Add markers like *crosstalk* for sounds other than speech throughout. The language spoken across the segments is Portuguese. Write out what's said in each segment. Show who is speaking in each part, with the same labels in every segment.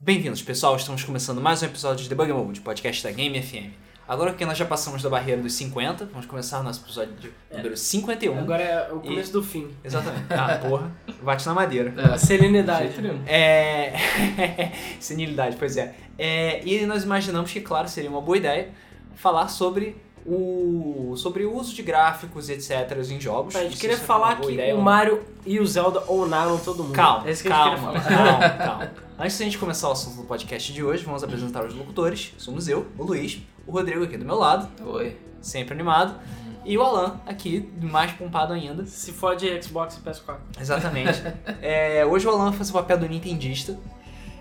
Speaker 1: Bem-vindos, pessoal. Estamos começando mais um episódio de Debug Mode, podcast da Game FM. Agora que nós já passamos da barreira dos 50, vamos começar o nosso episódio de
Speaker 2: É.
Speaker 1: número 51.
Speaker 2: Agora é o começo do fim.
Speaker 1: Exatamente.
Speaker 2: *laughs*
Speaker 1: Ah, porra. Bate na madeira.
Speaker 2: A serenidade.
Speaker 1: É. *laughs* Senilidade, pois é. É, E nós imaginamos que, claro, seria uma boa ideia falar sobre o. sobre o uso de gráficos, etc., em jogos.
Speaker 2: A gente
Speaker 1: Não sei
Speaker 2: queria
Speaker 1: se é
Speaker 2: falar
Speaker 1: uma boa
Speaker 2: que
Speaker 1: ideia
Speaker 2: o
Speaker 1: ou não.
Speaker 2: Mario e o Zelda onaram todo mundo.
Speaker 1: Calma,
Speaker 2: é isso que a gente
Speaker 1: calma,
Speaker 2: queria
Speaker 1: *laughs*
Speaker 2: falar.
Speaker 1: calma, calma. Antes de a gente começar o assunto do podcast de hoje, vamos apresentar os locutores. Somos eu, o Luiz, o Rodrigo aqui do meu lado,
Speaker 3: Oi.
Speaker 1: sempre animado, e o Alan aqui, mais pompado ainda.
Speaker 2: Se for de Xbox e PS4.
Speaker 1: Exatamente. *laughs* É, hoje o Alan faz o papel do nintendista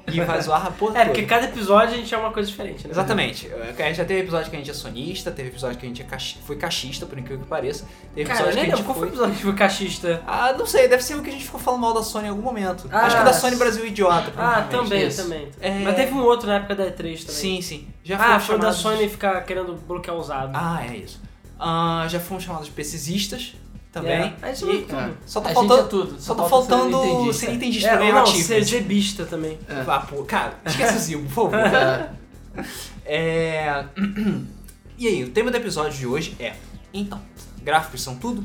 Speaker 1: e vai zoar a porra
Speaker 2: *laughs* É,
Speaker 1: toda.
Speaker 2: porque cada episódio a gente é uma coisa diferente, né?
Speaker 1: Exatamente. A gente já teve episódio que a gente é sonista, teve episódio que a gente é caxi- foi caixista, por incrível que pareça. Teve
Speaker 2: Cara,
Speaker 1: episódio
Speaker 2: nem
Speaker 1: que a gente
Speaker 2: lembro qual foi o episódio que foi cachista.
Speaker 1: Ah, não sei, deve ser o que a gente ficou falando mal da Sony em algum momento.
Speaker 2: Ah,
Speaker 1: Acho que é da Sony Brasil idiota.
Speaker 2: Ah,
Speaker 1: provavelmente.
Speaker 2: também,
Speaker 1: Isso.
Speaker 2: também.
Speaker 1: É.
Speaker 2: Mas teve um outro na época da E3 também.
Speaker 1: Sim, sim. Já
Speaker 2: ah,
Speaker 1: foram
Speaker 2: foi o da
Speaker 1: chamados-
Speaker 2: Sony ficar querendo bloquear usado.
Speaker 1: Ah, é isso. Ah, já fomos chamados de pesquisistas também.
Speaker 2: É, é isso
Speaker 1: E-
Speaker 2: mesmo, tudo.
Speaker 1: Só tá
Speaker 3: A
Speaker 1: faltando.
Speaker 3: gente é tudo.
Speaker 1: Só tá
Speaker 3: falta ser
Speaker 1: faltando
Speaker 3: nintendista.
Speaker 1: ser nintendista
Speaker 2: É,
Speaker 1: também
Speaker 2: não,
Speaker 1: nativo.
Speaker 2: ser zebista também.
Speaker 3: É.
Speaker 1: Ah, pô,
Speaker 2: *laughs*
Speaker 1: cara, esquece o Zibo, por favor.
Speaker 3: É.
Speaker 1: É... *clears throat* E aí, o tema do episódio de hoje é... Então, gráficos são tudo?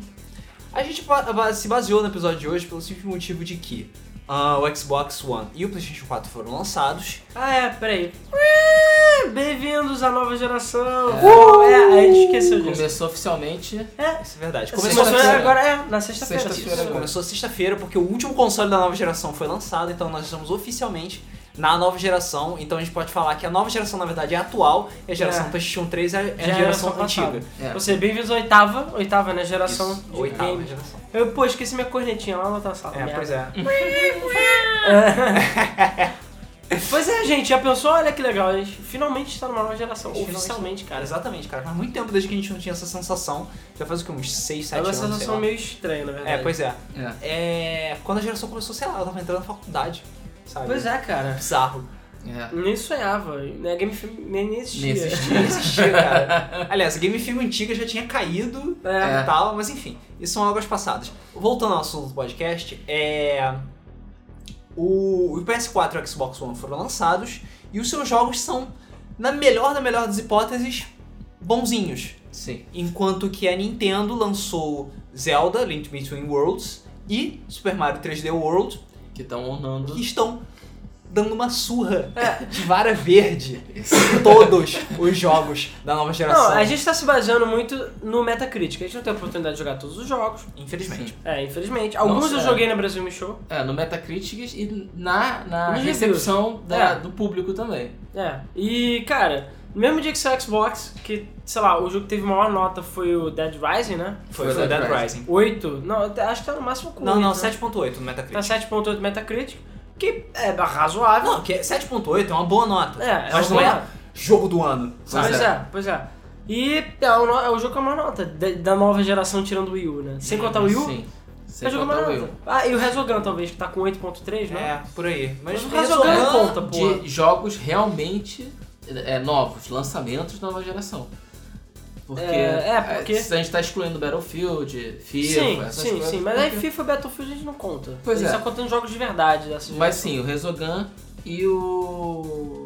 Speaker 1: A gente ba- ba- se baseou no episódio de hoje pelo simples motivo de que ah, o Xbox One e o PlayStation 4 foram lançados.
Speaker 2: Ah, é, peraí. Ué, Bem-vindos à nova geração. Pô, é, a gente *laughs* esqueceu disso.
Speaker 3: Começou oficialmente.
Speaker 2: É,
Speaker 1: Isso é verdade.
Speaker 2: começou
Speaker 1: Começou na
Speaker 3: sexta-feira.
Speaker 2: agora, é, na sexta-feira.
Speaker 3: Sexta-feira
Speaker 1: Isso,
Speaker 3: agora.
Speaker 1: começou sexta-feira, porque o último console da nova geração foi lançado, então nós estamos oficialmente na nova geração. Então a gente pode falar que a nova geração, na verdade, é a atual, e a geração
Speaker 2: É.
Speaker 1: PlayStation 3 é, é
Speaker 2: Já
Speaker 1: a
Speaker 2: é
Speaker 1: geração
Speaker 2: geração passada.
Speaker 1: antiga.
Speaker 3: É.
Speaker 2: Você, bem-vindos à oitava, oitava, né, geração
Speaker 1: Isso,
Speaker 2: de
Speaker 1: oitava
Speaker 2: game.
Speaker 1: geração.
Speaker 2: Eu, pô, esqueci minha cornetinha lá na outra sala.
Speaker 1: É,
Speaker 2: merda.
Speaker 1: pois é.
Speaker 2: Pois é, gente, já pensou? Olha que legal, a gente finalmente está numa nova geração,
Speaker 1: Finalmente.
Speaker 2: oficialmente, cara.
Speaker 1: Cara, exatamente, cara. Faz muito tempo desde que a gente não tinha essa sensação. Já faz o que? Uns 6, 7
Speaker 2: Agora
Speaker 1: anos.
Speaker 2: essa
Speaker 1: sei
Speaker 2: sensação
Speaker 1: lá.
Speaker 2: é meio estranha, na verdade.
Speaker 1: É, pois é.
Speaker 3: É.
Speaker 1: É. Quando a geração começou, sei lá, eu tava entrando na faculdade. Sabe?
Speaker 2: Pois é, cara.
Speaker 1: Bizarro.
Speaker 3: É.
Speaker 2: Nem sonhava, né, Game Film nem nem existia.
Speaker 3: Nem existia.
Speaker 1: Nem existia, cara. Aliás, a Game Film antiga já tinha caído
Speaker 2: É.
Speaker 1: e tal, mas enfim, isso são águas passadas. Voltando ao assunto do podcast, é. O, o PS4 e o Xbox One foram lançados e os seus jogos são, na melhor da melhor das hipóteses, bonzinhos.
Speaker 3: Sim.
Speaker 1: Enquanto que a Nintendo lançou Zelda, Link Between Worlds e Super Mario 3D World,
Speaker 3: Que estão honrando.
Speaker 1: que estão dando uma surra
Speaker 2: É.
Speaker 1: de vara verde em todos os jogos da nova
Speaker 2: Não,
Speaker 1: geração.
Speaker 2: a gente tá se baseando muito no Metacritic. A gente não tem a oportunidade de jogar todos os jogos.
Speaker 1: Infelizmente.
Speaker 2: É, infelizmente. Alguns
Speaker 3: Nossa,
Speaker 2: eu
Speaker 3: é.
Speaker 2: joguei na Brasil Me Show.
Speaker 3: É, no Metacritic e na, na
Speaker 2: Nos
Speaker 3: recepção da-
Speaker 2: É.
Speaker 3: do público também.
Speaker 2: É. E, cara, no mesmo dia que saiu o Xbox, que, sei lá, o jogo que teve maior nota foi o Dead Rising, né?
Speaker 1: Foi, foi o Dead Rising.
Speaker 2: 8. Não, eu acho que tá no máximo com
Speaker 1: Não,
Speaker 2: oito,
Speaker 1: não,
Speaker 2: né?
Speaker 1: 7.8 no
Speaker 2: Tá
Speaker 1: Metacritic.
Speaker 2: 7.8 Metacritic, que é razoável.
Speaker 1: Não, que é 7.8 é uma boa nota.
Speaker 2: É, é
Speaker 1: mas
Speaker 2: uma
Speaker 1: não
Speaker 2: boa
Speaker 1: é
Speaker 2: nota.
Speaker 1: jogo do ano.
Speaker 3: Pois
Speaker 1: Sabe?
Speaker 2: Pois
Speaker 3: é.
Speaker 2: é, pois é. E é o, no- é o jogo com a maior nota da, da nova geração tirando o Wii U, né? Sem contar o Wii U,
Speaker 3: Sim.
Speaker 2: é o
Speaker 3: Sem
Speaker 2: jogo com a
Speaker 3: contar o
Speaker 2: maior
Speaker 3: Wii
Speaker 2: nota.
Speaker 3: U.
Speaker 2: Ah, e o Resogun talvez, que tá com 8.3, né?
Speaker 1: É, por aí. Mas,
Speaker 2: Mas o
Speaker 1: Resogun-
Speaker 2: Resogun conta, pô.
Speaker 3: De jogos realmente é, novos, lançamentos nova geração. Porque,
Speaker 2: É, é, porque-
Speaker 3: a gente tá excluindo Battlefield, FIFA,
Speaker 2: Sim,
Speaker 3: essas
Speaker 2: sim,
Speaker 3: coisas. é
Speaker 2: sim. Mas é aí
Speaker 3: Porque-
Speaker 2: FIFA e Battlefield a gente não conta.
Speaker 3: Pois
Speaker 2: a gente tá
Speaker 3: é.
Speaker 2: contando jogos de verdade dessa
Speaker 3: Mas sim, o Resogun e o.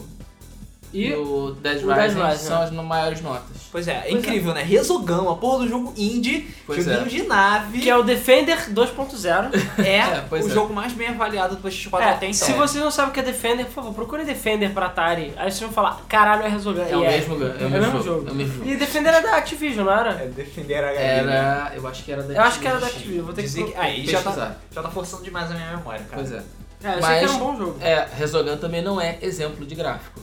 Speaker 2: E
Speaker 3: o Dead
Speaker 2: o Dead
Speaker 3: Rising
Speaker 2: Rising,
Speaker 3: são as no- maiores notas.
Speaker 1: Pois é, é
Speaker 2: Pois é.
Speaker 1: incrível, né? Resogun, a porra do jogo indie,
Speaker 3: Pois
Speaker 1: joguinho
Speaker 3: é.
Speaker 1: de nave.
Speaker 2: Que é o Defender *laughs* 2.0.
Speaker 1: É,
Speaker 3: É, pois
Speaker 1: o
Speaker 3: é.
Speaker 1: jogo mais bem avaliado do PlayStation 4
Speaker 2: É,
Speaker 1: até então.
Speaker 2: se você não sabe o que é Defender, por favor, procure Defender pra Atari. Aí vocês vão falar, caralho, é Resogun.
Speaker 3: É o
Speaker 2: E
Speaker 3: mesmo gan- é o mesmo jogo,
Speaker 2: jogo.
Speaker 3: é o mesmo jogo.
Speaker 2: E Defender era da Activision, não era?
Speaker 1: É, defender a galera.
Speaker 3: Era. Eu acho que era da
Speaker 2: Eu acho que era da É, Activision,
Speaker 3: Activision.
Speaker 2: vou ter
Speaker 1: Dizer que...
Speaker 2: que...
Speaker 1: Aí já tá,
Speaker 3: pesquisar.
Speaker 1: já tá forçando demais a minha memória, cara.
Speaker 3: Pois é.
Speaker 2: É, eu sei
Speaker 3: Mas-
Speaker 2: que era um bom jogo.
Speaker 3: É, Resogun também não é exemplo de gráfico.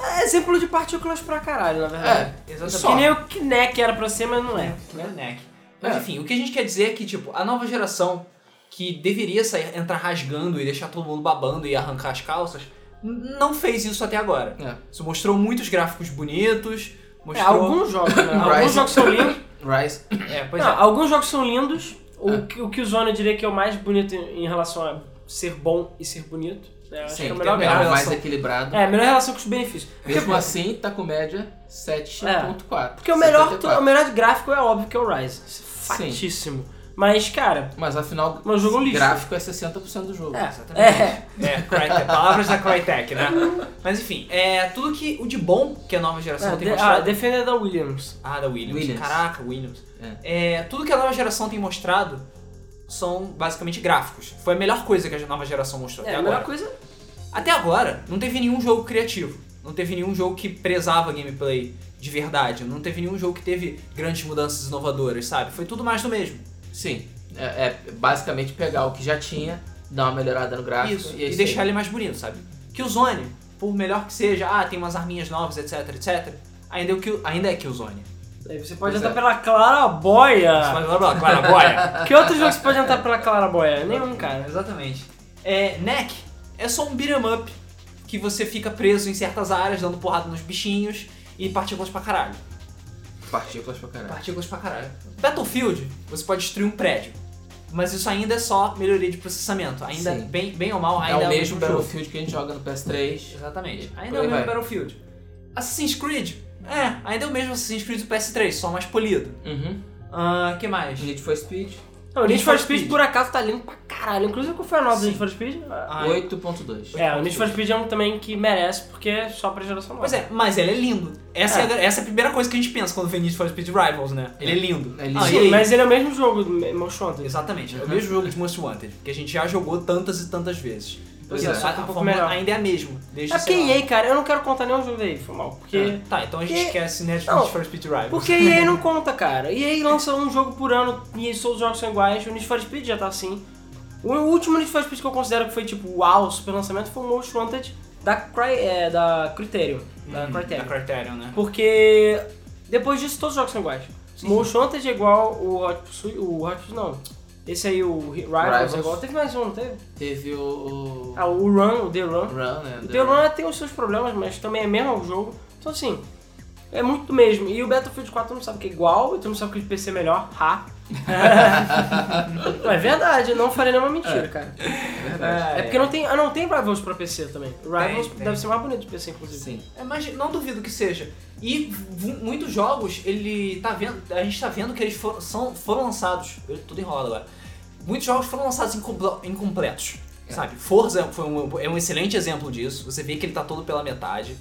Speaker 2: É exemplo de partículas pra caralho, na verdade.
Speaker 1: Exatamente.
Speaker 2: É, Que nem o Kinect era pra ser, mas não é.
Speaker 1: Não é neck. Mas
Speaker 3: É.
Speaker 1: enfim, o que a gente quer dizer é que, tipo, a nova geração que deveria sair, entrar rasgando e deixar todo mundo babando e arrancar as calças, n- não fez isso até agora.
Speaker 3: É.
Speaker 1: Isso mostrou muitos gráficos bonitos,
Speaker 2: É,
Speaker 1: mostrou...
Speaker 2: alguns jogos, *laughs* né? Alguns
Speaker 3: Rise.
Speaker 2: jogos são lindos.
Speaker 3: Rise.
Speaker 1: É, pois
Speaker 2: Não,
Speaker 1: é.
Speaker 2: Alguns jogos são lindos. O,
Speaker 3: É.
Speaker 2: que- o que o Zona diria que é o mais bonito em, em relação a ser bom e ser bonito. né? Acho que
Speaker 3: Sim,
Speaker 2: é
Speaker 3: é
Speaker 2: a
Speaker 3: o
Speaker 2: melhor relação.
Speaker 3: mais equilibrado.
Speaker 2: É, a melhor relação com os benefícios. Porque,
Speaker 3: Mesmo assim, tá com média 7.4.
Speaker 2: porque o melhor, o melhor gráfico é óbvio que é o Rise. Isso é
Speaker 3: Sim.
Speaker 2: Fatíssimo. Mas, cara,
Speaker 3: Mas afinal,
Speaker 2: Mas o jogo é um lixo.
Speaker 3: gráfico é 60% do jogo.
Speaker 1: exatamente.
Speaker 2: É.
Speaker 1: É, Crytek, palavras da Crytek, né? Mas enfim, é tudo que o de bom que a nova geração
Speaker 2: Uhum. é,
Speaker 1: tem
Speaker 2: de- ah,
Speaker 1: mostrado.
Speaker 2: defender da Williams.
Speaker 1: Ah, da Williams.
Speaker 3: Williams.
Speaker 1: Caraca, Williams. É, tudo que a nova geração tem mostrado são basicamente gráficos. Foi a melhor coisa que a nova geração mostrou
Speaker 2: É,
Speaker 1: até
Speaker 2: a
Speaker 1: agora.
Speaker 2: melhor coisa.
Speaker 1: Até agora, não teve nenhum jogo criativo. Não teve nenhum jogo que prezava gameplay de verdade. Não teve nenhum jogo que teve grandes mudanças inovadoras, sabe? Foi tudo mais do mesmo.
Speaker 3: Sim. É, é basicamente pegar o que já tinha, dar uma melhorada no gráfico
Speaker 1: Isso.
Speaker 3: e, é
Speaker 1: E
Speaker 3: isso
Speaker 1: deixar
Speaker 3: aí.
Speaker 1: ele mais bonito, sabe? Que o Zone, por melhor que seja, ah, tem umas arminhas novas, etc, etc. Ainda é o que ainda é que o Zone.
Speaker 2: Aí você pode
Speaker 3: Pois
Speaker 2: entrar
Speaker 3: é.
Speaker 2: pela Clarabóia.
Speaker 3: Tá.
Speaker 1: Blá blá blá, blá, blá,
Speaker 3: *laughs*
Speaker 1: blá.
Speaker 2: Que outro jogo você pode entrar pela Clarabóia? Nenhum, cara.
Speaker 1: Exatamente. É, Neck é só um beat'em up que você fica preso em certas áreas, dando porrada nos bichinhos e partículas pra caralho.
Speaker 3: Partículas pra caralho.
Speaker 1: Partículas pra caralho. Battlefield, você pode destruir um prédio. Mas isso ainda é só melhoria de processamento. Ainda,
Speaker 3: Sim.
Speaker 1: bem, bem ou mal,
Speaker 3: É
Speaker 2: um
Speaker 1: ainda
Speaker 3: o
Speaker 1: jogo.
Speaker 3: mesmo Battlefield que a gente joga no PS3.
Speaker 1: Exatamente.
Speaker 3: Por aí
Speaker 1: Ainda é o mesmo
Speaker 3: vai.
Speaker 1: Battlefield. Assassin's Creed, é, ainda é o mesmo Assassin's Creed do PS3, só mais polido.
Speaker 3: Uhum.
Speaker 1: Ah, que mais?
Speaker 3: Need for Speed
Speaker 2: Não, o Need for Speed por acaso tá lindo pra caralho. Inclusive, qual foi a nota do
Speaker 1: Sim.
Speaker 2: Need for Speed? Ah,
Speaker 1: Ah,
Speaker 3: 8.2.
Speaker 2: É, o Need for Speed é um também que merece, porque é só pra geração nova.
Speaker 1: Pois é, mas ele é lindo. Essa é,
Speaker 2: É.
Speaker 1: a, essa é a primeira coisa que a gente pensa quando vê Need for Speed Rivals, né? Ele é lindo.
Speaker 3: É lindo.
Speaker 1: Ah, e
Speaker 2: Sim,
Speaker 1: aí?
Speaker 2: mas ele é o mesmo jogo do Most Wanted.
Speaker 1: Exatamente, é o
Speaker 3: Uhum.
Speaker 1: mesmo jogo de Most Wanted, que a gente já jogou tantas e tantas vezes.
Speaker 3: Pois
Speaker 1: Porque a,
Speaker 3: é.
Speaker 2: Um
Speaker 1: a
Speaker 2: pouco
Speaker 1: fórmula
Speaker 2: melhor.
Speaker 1: ainda é a mesma. Desde,
Speaker 2: É porque
Speaker 1: sei lá,
Speaker 2: EA, cara, eu não quero contar nenhum jogo daí, foi mal. Porque.
Speaker 1: É. Tá, então a gente
Speaker 2: E-
Speaker 1: esquece Need
Speaker 2: Não.
Speaker 1: for Speed Rivals.
Speaker 2: Porque a EA não conta, cara. EA lança um jogo por ano e todos os jogos são iguais. O Need for Speed já tá assim. O último Need for Speed que eu considero que foi tipo uau, super lançamento foi o Most Wanted da, Cry, é, da Criterion. Da
Speaker 1: Hum,
Speaker 2: Criterion.
Speaker 1: Da Criterion, né?
Speaker 2: Porque depois disso todos os jogos são iguais.
Speaker 1: Sim.
Speaker 2: Most Wanted é igual o Hot Pursuit, o Hot Pursuit não. Esse aí, o Rivals,
Speaker 3: Rivals.
Speaker 2: é igual. Teve mais um, não teve?
Speaker 3: Teve o.
Speaker 2: Ah, o Run, o The Run.
Speaker 3: Run, né?
Speaker 2: O The Run tem os seus problemas, mas também é mesmo o jogo. Então assim, é muito mesmo. E o Battlefield 4 tu não sabe o que é igual, e tu não sabe o que é de PC é melhor. Ha! *laughs* não, é verdade, eu não farei nenhuma mentira, cara.
Speaker 3: É verdade.
Speaker 1: É,
Speaker 2: É porque não tem. Ah, não, tem Rivals pra PC também. Rivals
Speaker 1: Tem,
Speaker 2: deve
Speaker 1: tem.
Speaker 2: ser mais bonito de PC, inclusive.
Speaker 3: Sim.
Speaker 1: É, mas não duvido que seja. E v- muitos jogos, ele tá vendo, a gente tá vendo que eles foram, são, foram lançados. Eu tô enrolado agora. Muitos jogos foram lançados incomple- incompletos.
Speaker 3: É.
Speaker 1: Sabe? Forza foi um, é um excelente exemplo disso. Você vê que ele tá todo pela metade.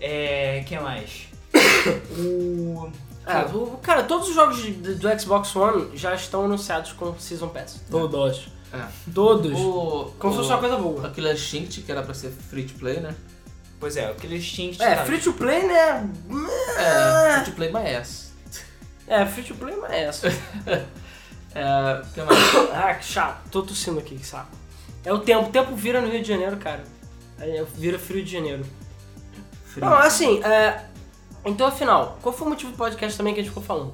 Speaker 1: É. que mais? *coughs* o.
Speaker 2: É, o- cara, todos os jogos de- de- do Xbox One já estão anunciados com Season Pass. Todos.
Speaker 3: É.
Speaker 2: Todos.
Speaker 3: O.
Speaker 2: Como se fosse
Speaker 3: o-
Speaker 2: uma coisa boa.
Speaker 3: Aquilo é Instinct, que era pra ser free to play, né?
Speaker 1: Pois é, aquele Instinct.
Speaker 2: É,
Speaker 1: tá-
Speaker 2: free to play, né? Ah.
Speaker 3: É, free to play my ass.
Speaker 2: É, free to play, mas é essa.
Speaker 3: É, o
Speaker 2: *coughs*
Speaker 3: que mais?
Speaker 2: Ah, que chato. Tô tossindo aqui, que saco. É o tempo. O tempo vira no Rio de Janeiro, cara. Aí Vira frio de janeiro.
Speaker 3: Free.
Speaker 2: Não, assim, é... Então, afinal, qual foi o motivo do podcast também que a gente ficou falando?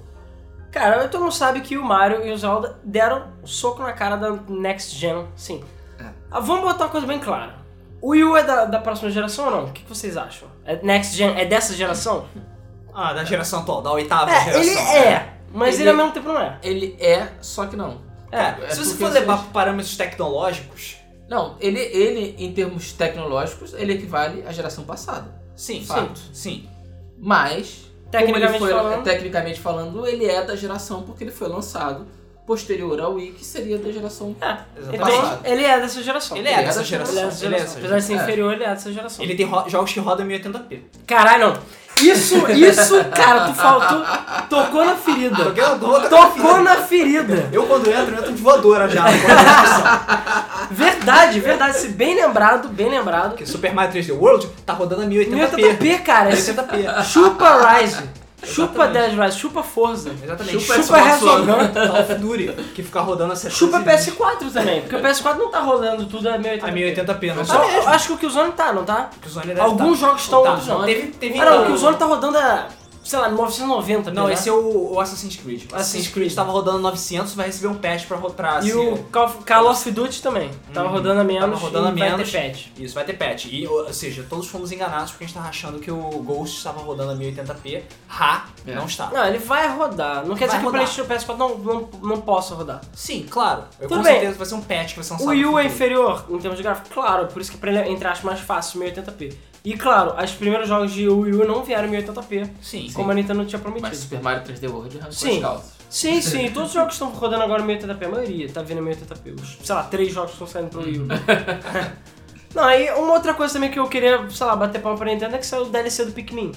Speaker 2: Cara, todo mundo sabe que o Mario e o Zelda deram um soco na cara da Next Gen, sim.
Speaker 3: É.
Speaker 2: Ah, vamos botar uma coisa bem clara. O Wii U é da, da próxima geração ou não? O que, que vocês acham? É Next Gen? É dessa geração?
Speaker 1: *laughs* Ah, da geração atual, da oitava
Speaker 2: É,
Speaker 1: geração.
Speaker 2: ele é, mas ele,
Speaker 3: Ele-
Speaker 2: ao mesmo tempo não é.
Speaker 3: Ele é, só que não.
Speaker 2: É,
Speaker 1: Se você
Speaker 3: porque
Speaker 1: for levar
Speaker 3: vocês-
Speaker 1: para parâmetros tecnológicos,
Speaker 3: Não, ele, ele, em termos tecnológicos, ele equivale à geração passada.
Speaker 1: sim,
Speaker 3: Fato.
Speaker 1: sim, sim.
Speaker 3: Mas, como
Speaker 2: Tecnicamente
Speaker 3: ele foi-
Speaker 2: falando.
Speaker 3: tecnicamente falando, ele é da geração porque ele foi lançado posterior ao Wii, que seria da geração.
Speaker 2: É. Então,
Speaker 1: Exatamente.
Speaker 2: ele é dessa geração.
Speaker 1: Ele é dessa geração.
Speaker 2: Ele é dessa
Speaker 1: Ele é
Speaker 2: geração.
Speaker 1: dessa
Speaker 2: Apesar de ser
Speaker 3: geração.
Speaker 2: inferior, ele é dessa geração.
Speaker 1: Ele tem ro- jogos que rodam em 1080p.
Speaker 2: Caralho, não. Isso, isso, cara, tu faltou. Tocou na ferida.
Speaker 1: Porque eu dou-
Speaker 2: Tocou na ferida.
Speaker 1: Eu quando entro, entro de voadora *laughs* já. quando eu entro de som.
Speaker 2: Verdade, verdade. Se bem lembrado, bem lembrado.
Speaker 1: Porque Super Mario 3D World tá rodando a 1080p.
Speaker 2: 1080p, cara. esse-
Speaker 1: 1080p.
Speaker 2: Chupa Rise. Chupa
Speaker 1: Exatamente.
Speaker 2: Dead Rise. Chupa Forza.
Speaker 1: Exatamente.
Speaker 2: Chupa
Speaker 1: Xbox
Speaker 2: Resogun.
Speaker 1: One, Call of Duty, que fica rodando a 720p.
Speaker 2: Chupa PS4 também. Porque o PS4 não tá rolando tudo a
Speaker 1: A
Speaker 2: 1080p.
Speaker 1: 1080p, não é
Speaker 2: Só-
Speaker 1: só mesmo.
Speaker 2: acho que o Killzone tá, não tá?
Speaker 1: que o Zone deve
Speaker 2: Ah, Alguns
Speaker 1: tá.
Speaker 2: jogos estão,
Speaker 1: Tá,
Speaker 2: outros não.
Speaker 1: Teve, teve
Speaker 2: Ah, não,
Speaker 1: um-
Speaker 2: o Killzone tá rodando a, sei lá, 990.
Speaker 1: Não,
Speaker 2: né?
Speaker 1: esse é o, o Assassin's Creed. O Assassin's
Speaker 2: Assassin's
Speaker 1: Creed
Speaker 2: Creed.
Speaker 1: tava rodando 900, vai receber um patch pra rodar.
Speaker 2: E o Call of- Call of Duty também. Tava
Speaker 1: Assim, é. Uhum.
Speaker 2: rodando a menos.
Speaker 1: Tava rodando
Speaker 2: e
Speaker 1: a
Speaker 2: vai
Speaker 1: menos.
Speaker 2: ter patch.
Speaker 1: Isso, vai ter patch. E, ou ou seja, todos fomos enganados porque a gente tava achando que o Ghost estava rodando a 1080p. Ha,
Speaker 3: É.
Speaker 1: não está.
Speaker 2: Não, ele vai rodar. Não quer
Speaker 1: Vai
Speaker 2: dizer que o
Speaker 1: rodar.
Speaker 2: PlayStation PS4 não, não, não possa rodar.
Speaker 1: Sim, claro. Eu,
Speaker 2: Tudo
Speaker 1: com
Speaker 2: bem.
Speaker 1: certeza vai ser um patch que vai ser lançado.
Speaker 2: o Wii
Speaker 1: no
Speaker 2: U é
Speaker 1: futuro.
Speaker 2: inferior em termos de gráfico? Claro, por isso que pra ele é, entre aspas, mais fácil, 1080p. E claro, os primeiros jogos de Wii U não vieram em 1080p,
Speaker 1: Sim.
Speaker 2: como a Nintendo tinha prometido.
Speaker 3: Mas Super Mario 3D World arrancou
Speaker 2: Sim.
Speaker 3: as calças.
Speaker 1: *laughs*
Speaker 2: Sim, sim, todos os jogos que estão rodando agora meio 80p, a maioria tá vindo meio 80p. Os, Sei lá, três jogos estão saindo pro
Speaker 1: *laughs*
Speaker 2: Wii U. Não, aí uma outra coisa também que eu queria, sei lá, bater palma pra Nintendo é que saiu o DLC do Pikmin.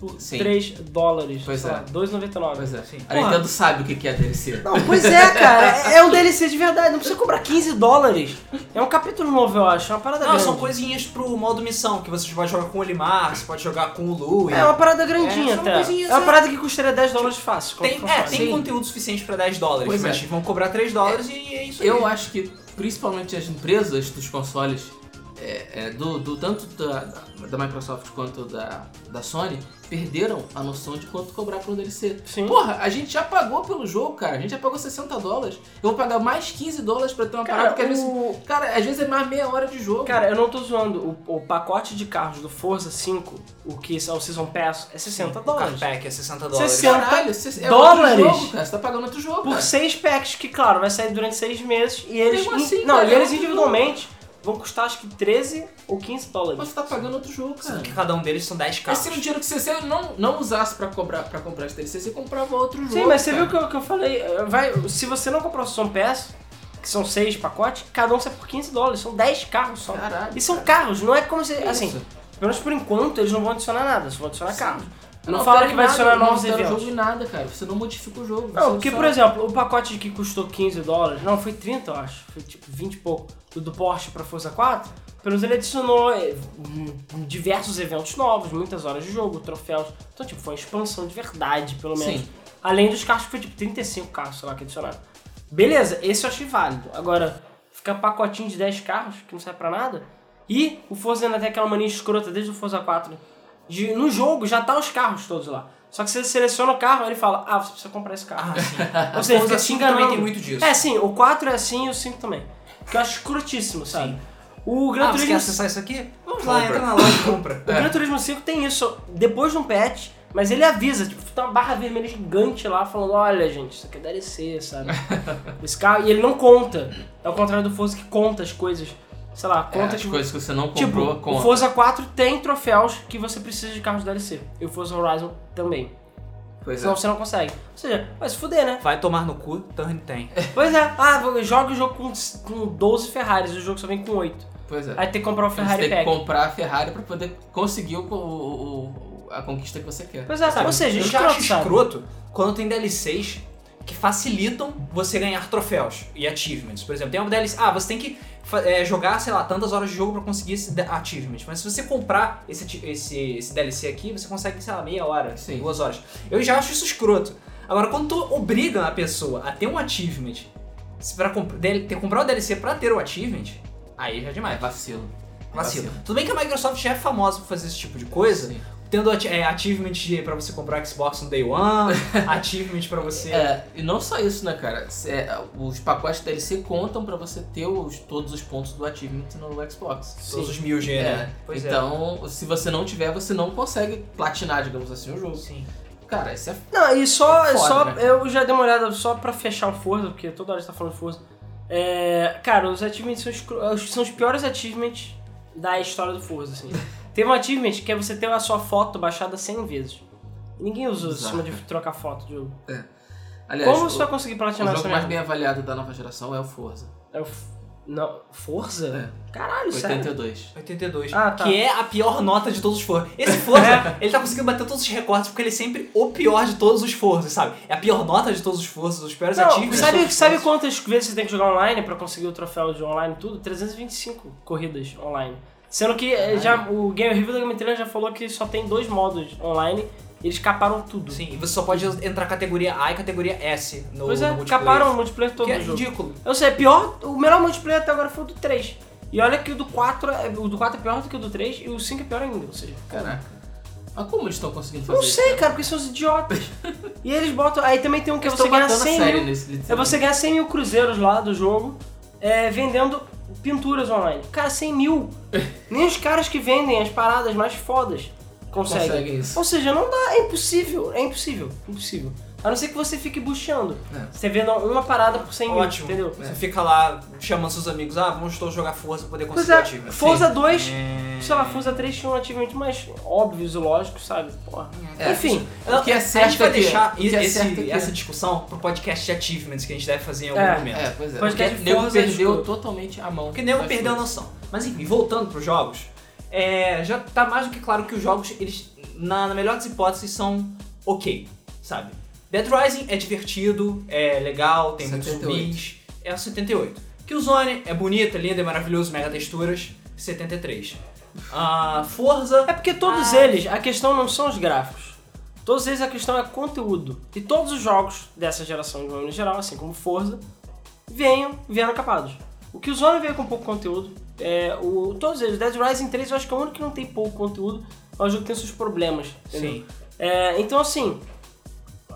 Speaker 2: Por
Speaker 3: Sim.
Speaker 2: 3 dólares,
Speaker 3: Pois
Speaker 2: sei
Speaker 3: é.
Speaker 2: lá, 2,99.
Speaker 3: Pois é.
Speaker 1: Sim.
Speaker 3: A Nintendo sabe o que que é DLC.
Speaker 2: Não, pois é, cara, é um DLC de verdade, não precisa cobrar 15 dólares. É um capítulo novo, eu acho, é uma parada
Speaker 1: Não,
Speaker 2: grande.
Speaker 1: são coisinhas pro modo missão, que você pode jogar com o Olimar, você pode jogar com o Louie.
Speaker 2: É uma parada grandinha
Speaker 1: É, são
Speaker 2: até.
Speaker 1: coisinhas,
Speaker 2: é uma
Speaker 1: é.
Speaker 2: parada que custaria 10 dólares fácil.
Speaker 1: Tem,
Speaker 2: como
Speaker 1: é,
Speaker 2: fácil.
Speaker 1: tem
Speaker 3: Sim.
Speaker 1: conteúdo suficiente pra 10 dólares,
Speaker 3: Pois
Speaker 1: mas
Speaker 3: é.
Speaker 1: vão cobrar 3 dólares e é isso aí.
Speaker 3: Eu acho que principalmente as empresas dos consoles, é, é, do, do- tanto da, da- da Microsoft quanto da, da Sony, perderam a noção de quanto cobrar por um DLC.
Speaker 2: Sim.
Speaker 3: Porra, a gente já pagou pelo jogo, cara. A gente já pagou 60 dólares. Eu vou pagar mais 15 dólares pra ter uma
Speaker 2: Cara,
Speaker 3: parada que às vezes.
Speaker 2: o-
Speaker 3: Cara, às vezes é mais meia hora de jogo.
Speaker 2: Cara, eu não tô zoando. O, o pacote de carros do Forza 5, o que é o Season Pass, é 60
Speaker 1: O
Speaker 2: dólares.
Speaker 1: pack é 60 dólares.
Speaker 2: 60.
Speaker 3: caralho, você- é
Speaker 2: Dólares?
Speaker 3: outro jogo, cara. Você tá pagando outro jogo.
Speaker 2: Por
Speaker 3: cara.
Speaker 2: 6 packs, que claro, vai sair durante 6 meses. E eles.
Speaker 3: Mesmo assim,
Speaker 2: não,
Speaker 3: cara,
Speaker 2: e eles
Speaker 3: é muito
Speaker 2: individualmente vão custar acho que 13 ou 15 dólares.
Speaker 3: Mas você tá pagando outro jogo, cara.
Speaker 1: Sendo que cada um deles são 10
Speaker 3: Mas
Speaker 1: carros.
Speaker 3: se no dinheiro que você não, não usasse pra, cobrar, pra comprar esse DLC, você comprava outro jogo.
Speaker 2: Sim, mas você
Speaker 3: cara.
Speaker 2: viu o que, eu- que eu falei? Eh, Vai, se você não comprou o Season Pass, que são 6 pacotes, cada um sai por 15 dólares. São 10 carros só.
Speaker 3: Caralho.
Speaker 2: E são carros, não é como se.
Speaker 3: Isso.
Speaker 2: Assim, pelo menos por enquanto eles não vão adicionar nada, só vão adicionar
Speaker 3: Sim.
Speaker 2: carros. Não, fala
Speaker 3: altera
Speaker 2: que vai
Speaker 3: nada,
Speaker 2: adicionar
Speaker 3: não
Speaker 2: novos
Speaker 3: altera
Speaker 2: eventos.
Speaker 3: o jogo em nada, cara. Você não modifica o jogo.
Speaker 2: Não,
Speaker 3: você
Speaker 2: porque,
Speaker 3: só-
Speaker 2: por exemplo, o pacote que custou 15 dólares, não, foi 30, eu acho, foi tipo 20 e pouco, do, do Porsche pra Forza 4, pelo menos ele adicionou eh, hum, diversos eventos novos, muitas horas de jogo, troféus, então tipo, foi uma expansão de verdade, pelo menos.
Speaker 3: Sim.
Speaker 2: Além dos carros, que foi tipo 35 carros, sei lá, que adicionaram. Beleza, esse eu achei válido. Agora, ficar pacotinho de 10 carros, que não sai pra nada, e o Forza ainda tem aquela mania escrota desde o Forza 4, de, no jogo já tá os carros todos lá. Só que você seleciona o carro, ele fala, ah, você precisa comprar esse carro.
Speaker 1: Ah, sim.
Speaker 2: Ou seja,
Speaker 1: Forza 5
Speaker 2: fica te
Speaker 1: também
Speaker 2: enganando.
Speaker 1: tem muito disso.
Speaker 2: É, sim, o 4 é assim e o 5 também. Que eu acho escrotíssimo, sabe?
Speaker 1: Sim.
Speaker 2: O Gran
Speaker 1: Ah, você quer
Speaker 2: Turismo
Speaker 1: acessar isso aqui? Vamos lá,
Speaker 3: Compra.
Speaker 1: entra na loja e compra.
Speaker 2: o
Speaker 3: é.
Speaker 2: Gran Turismo 5 tem isso depois de um patch, mas ele avisa, tipo, tem uma barra vermelha gigante lá falando, olha, gente, isso aqui é DLC,
Speaker 3: *laughs*
Speaker 2: sabe? Esse carro, e ele não conta. É o contrário do Forza que conta as coisas. Sei lá,
Speaker 3: É,
Speaker 2: conta
Speaker 3: as
Speaker 2: que-
Speaker 3: coisas que você não
Speaker 2: Tipo,
Speaker 3: comprou,
Speaker 2: o
Speaker 3: conta.
Speaker 2: Forza 4 tem troféus que você precisa de carros DLC. E o Forza Horizon também.
Speaker 3: Pois é.
Speaker 2: Senão você não consegue. Ou seja, vai se fuder, né?
Speaker 1: Vai tomar no cu, Turn tem.
Speaker 2: Pois é, ah, vou- joga o jogo com, com 12 Ferraris, o jogo só vem com 8.
Speaker 3: Pois é.
Speaker 2: Aí tem que comprar o
Speaker 3: Você
Speaker 2: Ferrari
Speaker 3: tem que
Speaker 2: Pack.
Speaker 3: comprar a Ferrari pra poder conseguir o, o- o- a conquista que você quer.
Speaker 2: Pois é,
Speaker 1: Sabe?
Speaker 2: ou seja,
Speaker 1: eu já
Speaker 2: escroto,
Speaker 1: acho
Speaker 2: sabe?
Speaker 1: escroto quando tem DLCs que facilitam você ganhar troféus e achievements. Por exemplo, tem uma DLC. Ah, você tem que fa- é, jogar, sei lá, tantas horas de jogo pra conseguir esse da- achievement. Mas se você comprar esse, ati- esse, esse DLC aqui, você consegue, sei lá, meia hora,
Speaker 3: Sim.
Speaker 1: duas horas. Eu já acho isso escroto. Agora, quando tu obriga a pessoa a ter um achievement, se pra comp DL ter, comprar o DLC pra ter o achievement, aí já é
Speaker 3: É
Speaker 1: demais.
Speaker 3: vacilo. É
Speaker 1: Vacilo. Tudo bem que a Microsoft já é famosa por fazer esse tipo de coisa,
Speaker 3: Sim.
Speaker 1: tendo ati- é, achievement de- pra você comprar Xbox no Day
Speaker 2: *laughs*
Speaker 1: One, achievement pra você.
Speaker 3: É, e não só isso, né, cara? Cê- é, os pacotes DLC contam pra você ter os- todos os pontos do achievement no Xbox.
Speaker 1: Todos os mil G,
Speaker 3: É,
Speaker 1: né? Pois
Speaker 3: então, se você não tiver, você não consegue platinar, digamos assim, o
Speaker 1: é.
Speaker 3: jogo.
Speaker 1: Sim.
Speaker 3: Cara, isso é
Speaker 2: Não, e só,
Speaker 3: Foda,
Speaker 2: só
Speaker 3: né?
Speaker 2: eu já dei uma olhada só pra fechar o Forza, porque toda hora a gente tá falando de Forza. É, cara, os achievements são, escro- os- são os piores achievements da história do Forza,
Speaker 3: *laughs*
Speaker 2: assim. Tem um achievement que é você ter a sua foto baixada 100 vezes. Ninguém usa isso
Speaker 3: Exato.
Speaker 2: cima de trocar foto de jogo.
Speaker 3: Aliás,
Speaker 2: Como é?
Speaker 3: o,
Speaker 2: você vai conseguir
Speaker 3: o
Speaker 2: platinar essa
Speaker 3: jogo mais
Speaker 2: merda?
Speaker 3: bem avaliado da nova geração é o Forza.
Speaker 2: É o f- Não, Forza?
Speaker 3: É.
Speaker 2: Caralho, sério?
Speaker 3: 82.
Speaker 1: 82.
Speaker 2: Ah, tá. É.
Speaker 1: Que é a pior nota de todos os Forza. Esse Forza, *laughs* ele tá conseguindo bater todos os recordes porque ele é sempre o pior de todos os Forzas, sabe? É a pior nota de todos os Forzas, os piores
Speaker 2: Não,
Speaker 1: achievements.
Speaker 2: sabe,
Speaker 1: todos os
Speaker 2: sabe
Speaker 1: Forzas.
Speaker 2: quantas vezes você tem que jogar online pra conseguir o troféu de online e tudo? 325 corridas online. Sendo que eh, já, o Game Review da Game Trainer já falou que só tem dois modos online e eles caparam tudo.
Speaker 1: Sim, e você só pode entrar categoria A e categoria S no,
Speaker 2: pois
Speaker 1: no
Speaker 2: é,
Speaker 1: multiplayer.
Speaker 2: caparam o multiplayer todo
Speaker 1: Que é
Speaker 2: do jogo.
Speaker 1: ridículo.
Speaker 2: Eu sei, é pior, o melhor multiplayer até agora foi o do 3. E olha que o do 4, é- o do 4 é pior do que o do 3 e o 5 é pior ainda, ou seja...
Speaker 3: Caraca. Mas como eles estão conseguindo fazer
Speaker 2: Não
Speaker 3: isso?
Speaker 2: sei, cara, porque são os idiotas. e eles botam... Aí também tem um que é
Speaker 3: Eles
Speaker 2: você
Speaker 3: estão
Speaker 2: ganhar
Speaker 3: batendo a
Speaker 2: 100 mil
Speaker 3: série né? nesse
Speaker 2: É
Speaker 3: literalmente.
Speaker 2: você ganhar 100 mil cruzeiros lá do jogo é, vendendo pinturas online. Cara, 100 mil. Nem os caras que vendem as paradas mais fodas conseguem.
Speaker 3: Conseguem isso.
Speaker 2: Ou seja, não dá. É impossível. É impossível. Impossível. A não ser que você fique bucheando.
Speaker 3: É.
Speaker 2: Você vendo uma parada por 100
Speaker 1: Ótimo. É.
Speaker 2: mil, entendeu?
Speaker 1: Você fica lá chamando seus amigos, ah, vamos todos jogar força pra poder
Speaker 2: Pois
Speaker 1: conseguir
Speaker 2: é,
Speaker 1: ativo.
Speaker 2: Forza 2,
Speaker 1: É.
Speaker 2: sei lá, Forza 3 tinha um ativo muito mais óbvios e lógicos, sabe? Porra.
Speaker 3: É.
Speaker 2: Enfim,
Speaker 3: O que é certo
Speaker 1: a gente vai
Speaker 3: aqui,
Speaker 1: deixar
Speaker 3: o que é
Speaker 1: esse-
Speaker 3: certo aqui.
Speaker 1: essa discussão pro podcast de achievements que a gente deve fazer em algum
Speaker 2: É,
Speaker 1: momento.
Speaker 3: É, pois é.
Speaker 2: Podcast
Speaker 3: Porque nego
Speaker 2: Forza
Speaker 3: perdeu
Speaker 2: escuro.
Speaker 3: totalmente a mão.
Speaker 1: Porque nego
Speaker 3: das
Speaker 1: perdeu a
Speaker 3: coisas.
Speaker 1: noção. Mas enfim, voltando pros jogos, é, já tá mais do que claro que os jogos, eles, na, na melhor das hipóteses, são ok, sabe? Dead Rising é divertido, é legal, tem muitos
Speaker 3: 78.
Speaker 1: zumbis. É o 78. Killzone é bonita, linda, é maravilhoso, mega texturas. 73. Ah, Forza
Speaker 2: é porque todos
Speaker 1: Ah.
Speaker 2: eles, a questão não são os gráficos. Todos eles a questão é conteúdo. E todos os jogos dessa geração, de modo geral, assim como Forza, venham, vieram capados. O que o Zona veio com pouco conteúdo, é, o, todos eles, Dead Rising 3, eu acho que é o único que não tem pouco conteúdo, é um jogo que tem seus problemas. entendeu?
Speaker 1: Sim.
Speaker 2: É, então assim,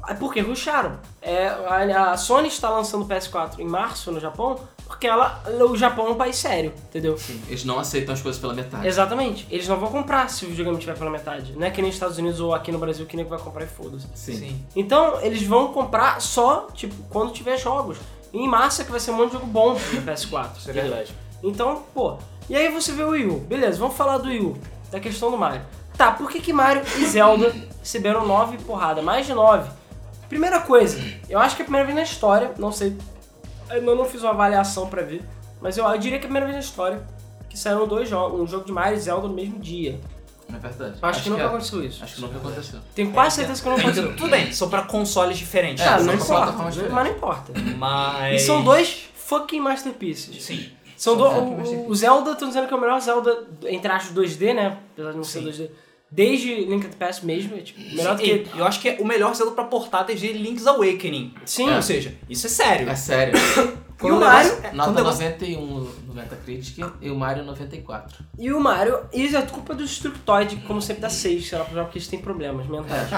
Speaker 2: é porque ruxaram. É, a, a Sony está lançando o PS4 em março no Japão, porque ela, o Japão é um país sério, entendeu?
Speaker 3: Sim, Eles não aceitam as coisas pela metade.
Speaker 2: Exatamente. Eles não vão comprar se o videogame tiver pela metade. Não é que nem nos Estados Unidos ou aqui no Brasil que nem vai comprar e foda-se.
Speaker 3: Sim.
Speaker 2: Então, eles vão comprar só, tipo, quando tiver jogos. E em massa que vai ser um monte de jogo bom no PS4.
Speaker 1: Isso é
Speaker 2: entendeu?
Speaker 1: verdade.
Speaker 2: Então, pô. E aí você vê o Wii U. Beleza, vamos falar do Wii U. Da questão do Mario. Tá, por que que Mario e Zelda receberam 9 porrada? Mais de 9. Primeira coisa, eu acho que é a primeira vez na história, não sei, eu não- não fiz uma avaliação pra ver, mas eu, eu diria que é a primeira vez na história que saíram dois jogos, um jogo de Mario e Zelda no mesmo dia.
Speaker 3: Não é verdade.
Speaker 2: Eu acho, que nunca
Speaker 3: é-
Speaker 2: aconteceu isso.
Speaker 3: Acho que nunca aconteceu.
Speaker 2: Tenho quase certeza que não aconteceu.
Speaker 1: Então, assim, Tudo bem, são pra consoles diferentes.
Speaker 3: É,
Speaker 2: Cara,
Speaker 1: são pra
Speaker 2: não
Speaker 1: consoles-
Speaker 2: importa,
Speaker 3: plataformas diferentes.
Speaker 2: mas não importa.
Speaker 1: Mas...
Speaker 2: E são dois fucking masterpieces.
Speaker 1: Sim.
Speaker 2: São do,
Speaker 3: Zelda, mas
Speaker 2: o, o Zelda, estão dizendo que é o melhor Zelda, entre aspas, 2D, né? Apesar de não ser
Speaker 1: Sim.
Speaker 2: 2D. Desde Link to the Past mesmo, é tipo, melhor do que...
Speaker 1: E Eu acho que é o melhor selo pra portar desde Link's Awakening.
Speaker 2: Sim.
Speaker 1: Ou seja, isso é sério.
Speaker 2: *coughs*
Speaker 3: É sério.
Speaker 2: E o
Speaker 1: Quando
Speaker 2: Mario...
Speaker 1: negócio- é,
Speaker 3: Nota
Speaker 1: quando negócio-
Speaker 3: 91 no Metacritic e o Mario 94.
Speaker 2: E o Mario... Isso é culpa do Destructoid, que como sempre dá 6, sei lá, porque eles têm problemas
Speaker 1: *laughs*
Speaker 2: mentais.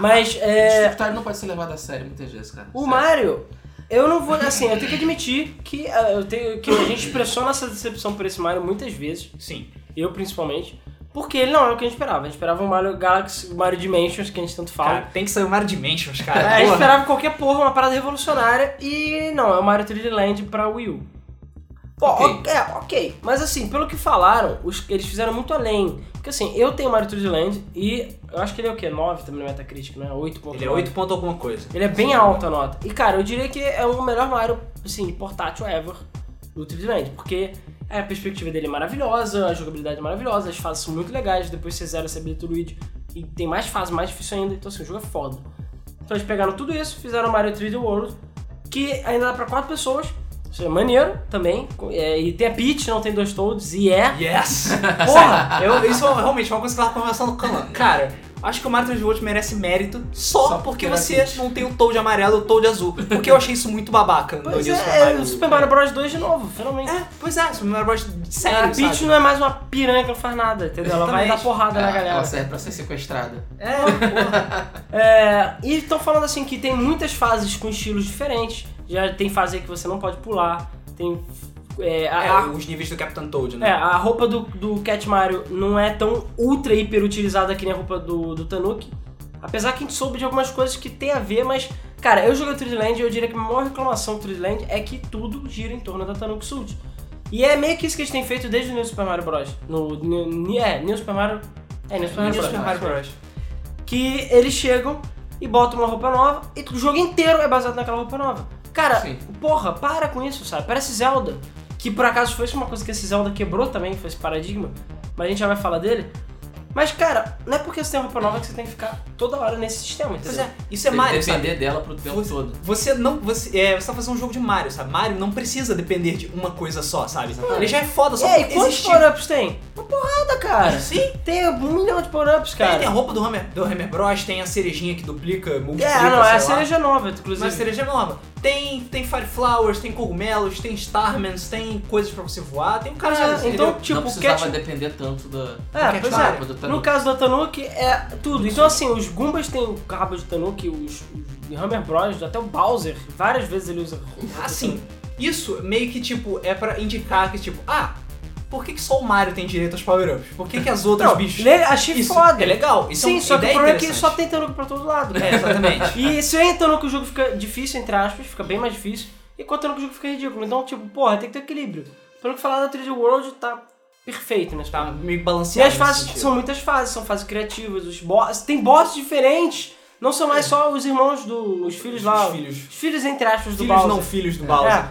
Speaker 2: Mas,
Speaker 3: É...
Speaker 2: é...
Speaker 3: não pode ser levado a sério muitas vezes, cara.
Speaker 2: O
Speaker 3: Sério.
Speaker 2: Mario... Eu não vou... Assim, eu tenho que admitir que, ah, eu tenho, que a gente expressou nossa decepção por esse Mario muitas vezes.
Speaker 1: Sim.
Speaker 2: Eu, principalmente. Porque ele não é o que a gente esperava. A gente esperava o Mario Galaxy, o Mario Dimensions, que a gente tanto fala.
Speaker 1: Cara, tem que sair o Mario Dimensions,
Speaker 2: É,
Speaker 1: cara.
Speaker 2: a gente
Speaker 1: Porra.
Speaker 2: esperava qualquer porra, uma parada revolucionária e não, é o Mario 3D Land pra Wii U. Pô,
Speaker 3: Ok.
Speaker 2: ok, é, ok. Mas assim, pelo que falaram, os- eles fizeram muito além. Porque assim, eu tenho o Mario 3D Land e eu acho que ele é o quê? 9 também no Metacritic, né? 8.9.
Speaker 1: Ele é 8 ponto alguma coisa.
Speaker 2: Ele é bem alta a nota. E cara, eu diria que é o melhor Mario, assim, portátil ever do 3D Land, porque a perspectiva dele é maravilhosa, a jogabilidade é maravilhosa, as fases são muito legais, depois você zera, você habilita o Luigi, e tem mais fases, mais difícil ainda, então assim, o jogo é foda. Então eles pegaram tudo isso, fizeram o Mario 3D World, que ainda dá pra quatro pessoas, isso é maneiro também, com- é, e tem a Peach, não tem dois Toads, e
Speaker 1: *laughs*
Speaker 2: é... *laughs*
Speaker 1: Yes!
Speaker 2: Porra!
Speaker 1: Porra, eu, isso é realmente uma coisa que eu tava conversando com ela. Cara, acho que o Mario 3D World merece mérito só,
Speaker 3: Só
Speaker 1: porque
Speaker 3: porque era
Speaker 1: você
Speaker 3: Peach.
Speaker 1: não tem o Toad amarelo ou o Toad azul. Porque eu achei isso muito babaca no
Speaker 2: Pois
Speaker 1: New
Speaker 2: é, é, Super Mario Bros 2 de novo, finalmente.
Speaker 1: É, pois é, Super Mario Bros.
Speaker 2: a
Speaker 1: Sério,
Speaker 2: Peach
Speaker 1: sabe?
Speaker 2: não é mais uma piranha que não faz nada, entendeu? Ela vai dar
Speaker 1: Exatamente.
Speaker 2: porrada na
Speaker 3: Ela-
Speaker 2: galera.
Speaker 3: Ela serve pra ser sequestrada.
Speaker 1: É, porra.
Speaker 2: É, e estão falando assim que tem muitas fases com estilos diferentes. Já tem fase aí que você não pode pular. Tem. *laughs* É, a,
Speaker 1: É,
Speaker 2: a-
Speaker 1: os níveis do Capitão Toad,
Speaker 2: é,
Speaker 1: né?
Speaker 2: a roupa do, do Cat Mario não é tão ultra hiper utilizada que nem a roupa do, do Tanuki. Apesar que a gente soube de algumas coisas que tem a ver, mas. Cara, eu joguei o 3D Land e eu diria que a maior reclamação do 3D Land é que tudo gira em torno da Tanuki Suit. E é meio que isso que eles têm feito desde o New Super Mario Bros. No, no, é, New Super Mario. É, New Super Mario
Speaker 1: Super
Speaker 2: Bros.
Speaker 1: Mario Bros.
Speaker 2: que eles chegam e botam uma roupa nova e o jogo inteiro é baseado naquela roupa nova. Cara,
Speaker 3: Sim.
Speaker 2: porra, para com isso, sabe? Parece Zelda. Que por acaso foi uma coisa que esse Zelda quebrou também, foi esse paradigma. Mas a gente já vai falar dele. Mas, cara, não é porque você tem roupa nova que você tem que ficar toda hora nesse sistema,
Speaker 1: Pois
Speaker 2: entendeu?
Speaker 1: é, isso é Mario, sabe?
Speaker 3: Depender dela pro tempo
Speaker 1: Você-
Speaker 3: todo.
Speaker 1: Você não. Você, é, você tá fazendo um jogo de Mario, sabe? Mario não precisa depender de uma coisa só, sabe? Ele já é foda só
Speaker 2: E aí,
Speaker 1: por
Speaker 2: quantos
Speaker 1: existir.
Speaker 2: power-ups tem? Uma porrada, cara.
Speaker 1: Sim,
Speaker 2: Tem um milhão de power-ups,
Speaker 1: cara.
Speaker 2: cara.
Speaker 1: tem a roupa do Hammer, do Hammer Bros, tem a cerejinha que duplica, multiplica,
Speaker 2: É, não,
Speaker 1: sei
Speaker 2: é a
Speaker 1: lá.
Speaker 2: cereja nova, inclusive.
Speaker 1: Mas a cereja é nova. Tem, tem Fireflowers, tem cogumelos, tem Starmans, tem coisas pra você voar, tem um cara
Speaker 2: É,
Speaker 1: de-
Speaker 2: então,
Speaker 1: entendeu?
Speaker 2: tipo,
Speaker 3: não
Speaker 2: o
Speaker 3: precisava
Speaker 2: Cat-
Speaker 3: depender tanto da...
Speaker 2: É,
Speaker 1: Cat
Speaker 2: pois
Speaker 1: Mario,
Speaker 3: do
Speaker 2: é.
Speaker 3: Tanuki.
Speaker 2: No caso da Tanuki, é tudo. Então, assim, os Goombas têm o rabo de Tanuki, os, os Hammer Bros, até o Bowser, várias vezes ele usa.
Speaker 1: Assim, isso meio que, tipo, é pra indicar que, tipo, ah, por que, que só o Mario tem direito aos power-ups? Por que, que as outras
Speaker 2: Não, né,
Speaker 1: bichos.
Speaker 2: le- achei
Speaker 1: Isso
Speaker 2: foda.
Speaker 1: É legal. Isso é
Speaker 2: Sim,
Speaker 1: um,
Speaker 2: só que o
Speaker 1: ideia
Speaker 2: problema é que só
Speaker 1: interessante.
Speaker 2: tem tanuki pra todo lado. né?
Speaker 1: É, exatamente. *laughs*
Speaker 2: *laughs* E se é entrando que o jogo fica difícil, entre aspas, fica bem mais difícil, e com entrando que o jogo fica ridículo. Então, tipo, porra, tem que ter equilíbrio. Pelo que falar da 3D World, tá perfeito, né?
Speaker 1: tá meio
Speaker 2: E
Speaker 1: balanceado.
Speaker 2: as fases são muitas fases, são fases criativas, os boss. Tem bosses diferentes. Não são mais só os irmãos do. Os filhos
Speaker 1: É.
Speaker 2: lá.
Speaker 1: Os filhos.
Speaker 2: Os filhos, entre aspas, do
Speaker 1: Filhos
Speaker 2: Bowser.
Speaker 1: não filhos do Bowser.
Speaker 2: É.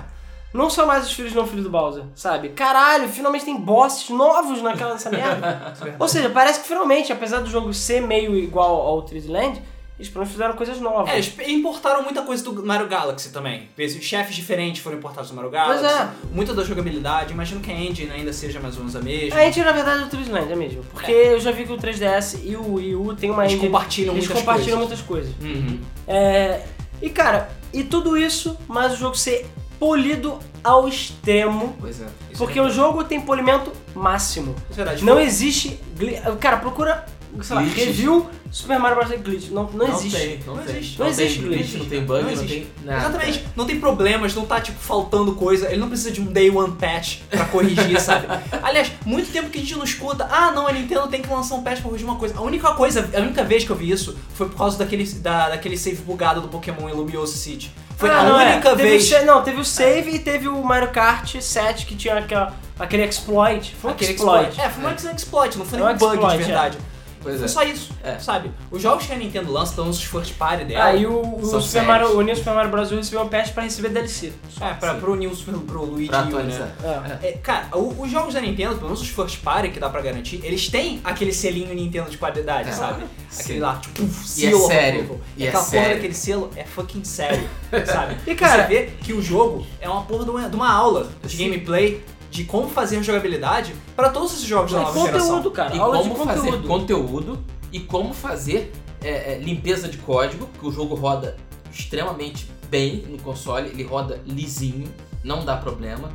Speaker 2: Não são mais os filhos não filhos do Bowser, sabe? Caralho, finalmente tem bosses novos naquela nessa
Speaker 1: *laughs* É
Speaker 2: merda. Ou seja, parece que finalmente, apesar do jogo ser meio igual ao 3D Land, eles pelo menos fizeram coisas novas.
Speaker 1: É, eles importaram muita coisa do Mario Galaxy também. Esses Chefes diferentes foram importados do Mario Galaxy.
Speaker 2: Pois é.
Speaker 1: Muita da jogabilidade. Imagino que a engine ainda seja mais ou menos a mesma.
Speaker 2: A gente, na verdade, é o 3D Land, é mesmo. Porque eu já vi que o 3DS e o Wii U tem uma
Speaker 1: Eles
Speaker 2: engine-
Speaker 1: compartilham
Speaker 2: eles
Speaker 1: muitas
Speaker 2: compartilham
Speaker 1: coisas.
Speaker 2: muitas coisas.
Speaker 1: Uhum.
Speaker 2: É, e cara, e tudo isso, mas o jogo ser polido ao extremo,
Speaker 3: Pois é.
Speaker 1: Isso
Speaker 2: porque
Speaker 1: é
Speaker 2: o jogo tem polimento máximo.
Speaker 1: Isso é verdade.
Speaker 2: Não
Speaker 1: Foi-
Speaker 2: existe. gli- Cara, procura, sei lá,
Speaker 3: Glitches.
Speaker 2: review Super Mario Bros. Glitch. Não, não,
Speaker 3: Não
Speaker 2: existe.
Speaker 3: tem, não
Speaker 1: Não
Speaker 3: tem.
Speaker 1: existe.
Speaker 2: Não existe
Speaker 3: tem
Speaker 2: glitch.
Speaker 3: Não tem
Speaker 1: Não
Speaker 3: bug, não,
Speaker 1: existe.
Speaker 3: tem nada.
Speaker 1: Exatamente,
Speaker 2: tá.
Speaker 1: não tem problemas, não tá tipo faltando coisa, ele não precisa de um day one patch pra
Speaker 2: *laughs*
Speaker 1: corrigir, sabe? Aliás, muito tempo que a gente não escuta, ah não, a Nintendo tem que lançar um patch pra corrigir uma coisa. A única coisa, a única vez que eu vi isso foi por causa daquele, da, daquele save bugado do Pokémon em Lumioso City. Foi
Speaker 2: Ah,
Speaker 1: a
Speaker 2: não, é.
Speaker 1: única
Speaker 2: Teve o
Speaker 1: vez.
Speaker 2: sa- não, teve o save e teve o Mario Kart 7 que tinha aquela- aquele exploit. Foi um
Speaker 1: Aquele
Speaker 2: exploit.
Speaker 1: É, foi um exploit, não foi
Speaker 2: Foi um
Speaker 1: nenhum bug
Speaker 2: exploit,
Speaker 1: de verdade.
Speaker 3: Pois
Speaker 1: Foi
Speaker 3: é.
Speaker 1: só isso,
Speaker 3: É.
Speaker 1: sabe? Os jogos que a Nintendo lança, estão os first party dela.
Speaker 2: Aí o, o
Speaker 3: São
Speaker 2: Super
Speaker 3: sérios.
Speaker 2: Mario, o New Super Mario Bros. recebeu um patch pra receber DLC.
Speaker 1: É, pra, pro News, pro, pro Luigi
Speaker 3: Pra
Speaker 1: Yu,
Speaker 3: atualizar.
Speaker 1: né?
Speaker 2: É.
Speaker 1: É, cara, o- os jogos da Nintendo, pelo menos os first party que dá pra garantir, eles têm aquele selinho Nintendo de qualidade,
Speaker 3: É.
Speaker 1: sabe?
Speaker 3: Sim.
Speaker 1: Aquele lá, tipo,
Speaker 3: E é
Speaker 1: selo.
Speaker 3: sério.
Speaker 1: approval.
Speaker 3: E é
Speaker 1: aquela porra
Speaker 3: sério.
Speaker 1: daquele selo é fucking
Speaker 3: *laughs*
Speaker 1: sério, sabe?
Speaker 2: E, cara-
Speaker 1: você vê que o jogo é uma porra de uma, de uma aula de
Speaker 3: Sim.
Speaker 1: gameplay de como fazer jogabilidade pra todos esses jogos da
Speaker 2: É
Speaker 1: nova geração.
Speaker 2: conteúdo, cara.
Speaker 3: E
Speaker 2: aula
Speaker 3: como
Speaker 2: de
Speaker 3: fazer
Speaker 2: conteúdo.
Speaker 3: conteúdo e como fazer é, é, limpeza de código, que o jogo roda extremamente bem no console, ele roda lisinho, não dá problema.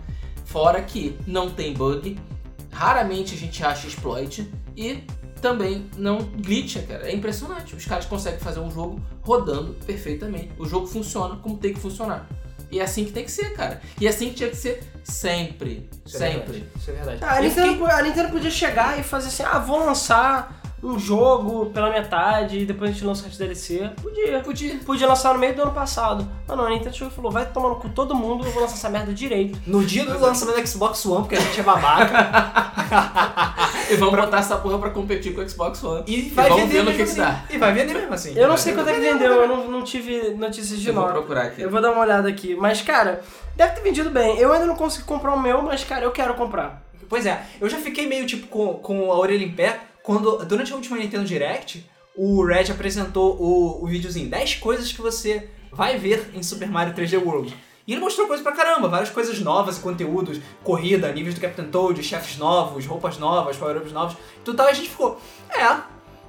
Speaker 3: Fora que não tem bug, raramente a gente acha exploit e também não glitcha, cara. É impressionante. Os caras conseguem fazer um jogo rodando perfeitamente. O jogo funciona como tem que funcionar. E é assim que tem que ser, cara. E é assim que tinha que ser sempre.
Speaker 1: Isso é
Speaker 3: sempre.
Speaker 1: verdade, Isso é verdade.
Speaker 2: Ah, A
Speaker 3: Eu
Speaker 2: Nintendo, a Nintendo podia chegar e fazer assim, ah, vou lançar um jogo pela metade e depois a gente lança o resto do DLC. Podia.
Speaker 3: Podia.
Speaker 2: Podia lançar no meio do ano passado. Mas não, a Nintendo chegou e falou, vai tomar no cu todo mundo, eu vou lançar essa merda direito.
Speaker 1: No dia
Speaker 3: é.
Speaker 1: do lançamento do Xbox One, porque a gente é
Speaker 3: *laughs*
Speaker 1: babaca,
Speaker 3: E vamos botar essa porra pra competir com o Xbox One.
Speaker 1: e vai
Speaker 3: vamos
Speaker 1: vender
Speaker 3: ver no
Speaker 1: mesmo
Speaker 3: que
Speaker 1: assim.
Speaker 3: que dá.
Speaker 1: E vai vender mesmo assim.
Speaker 2: Eu não sei
Speaker 1: Vai
Speaker 2: quanto é que vendeu, eu não, não tive notícias de
Speaker 3: Eu vou
Speaker 2: nota.
Speaker 3: procurar aqui.
Speaker 2: Eu vou dar uma olhada aqui. Mas, cara, deve ter vendido bem. Eu ainda não consegui comprar o meu, mas, cara, eu quero comprar.
Speaker 1: Pois é, eu já fiquei meio tipo com, com a orelha em pé quando, durante a última Nintendo Direct, o Red apresentou o, o videozinho 10 coisas que você vai ver em Super Mario 3D World. E ele mostrou coisa pra caramba, várias coisas novas e conteúdos, corrida, níveis do Captain Toad, chefes novos, roupas novas, power-ups novos, tudo tal, e a gente ficou, é,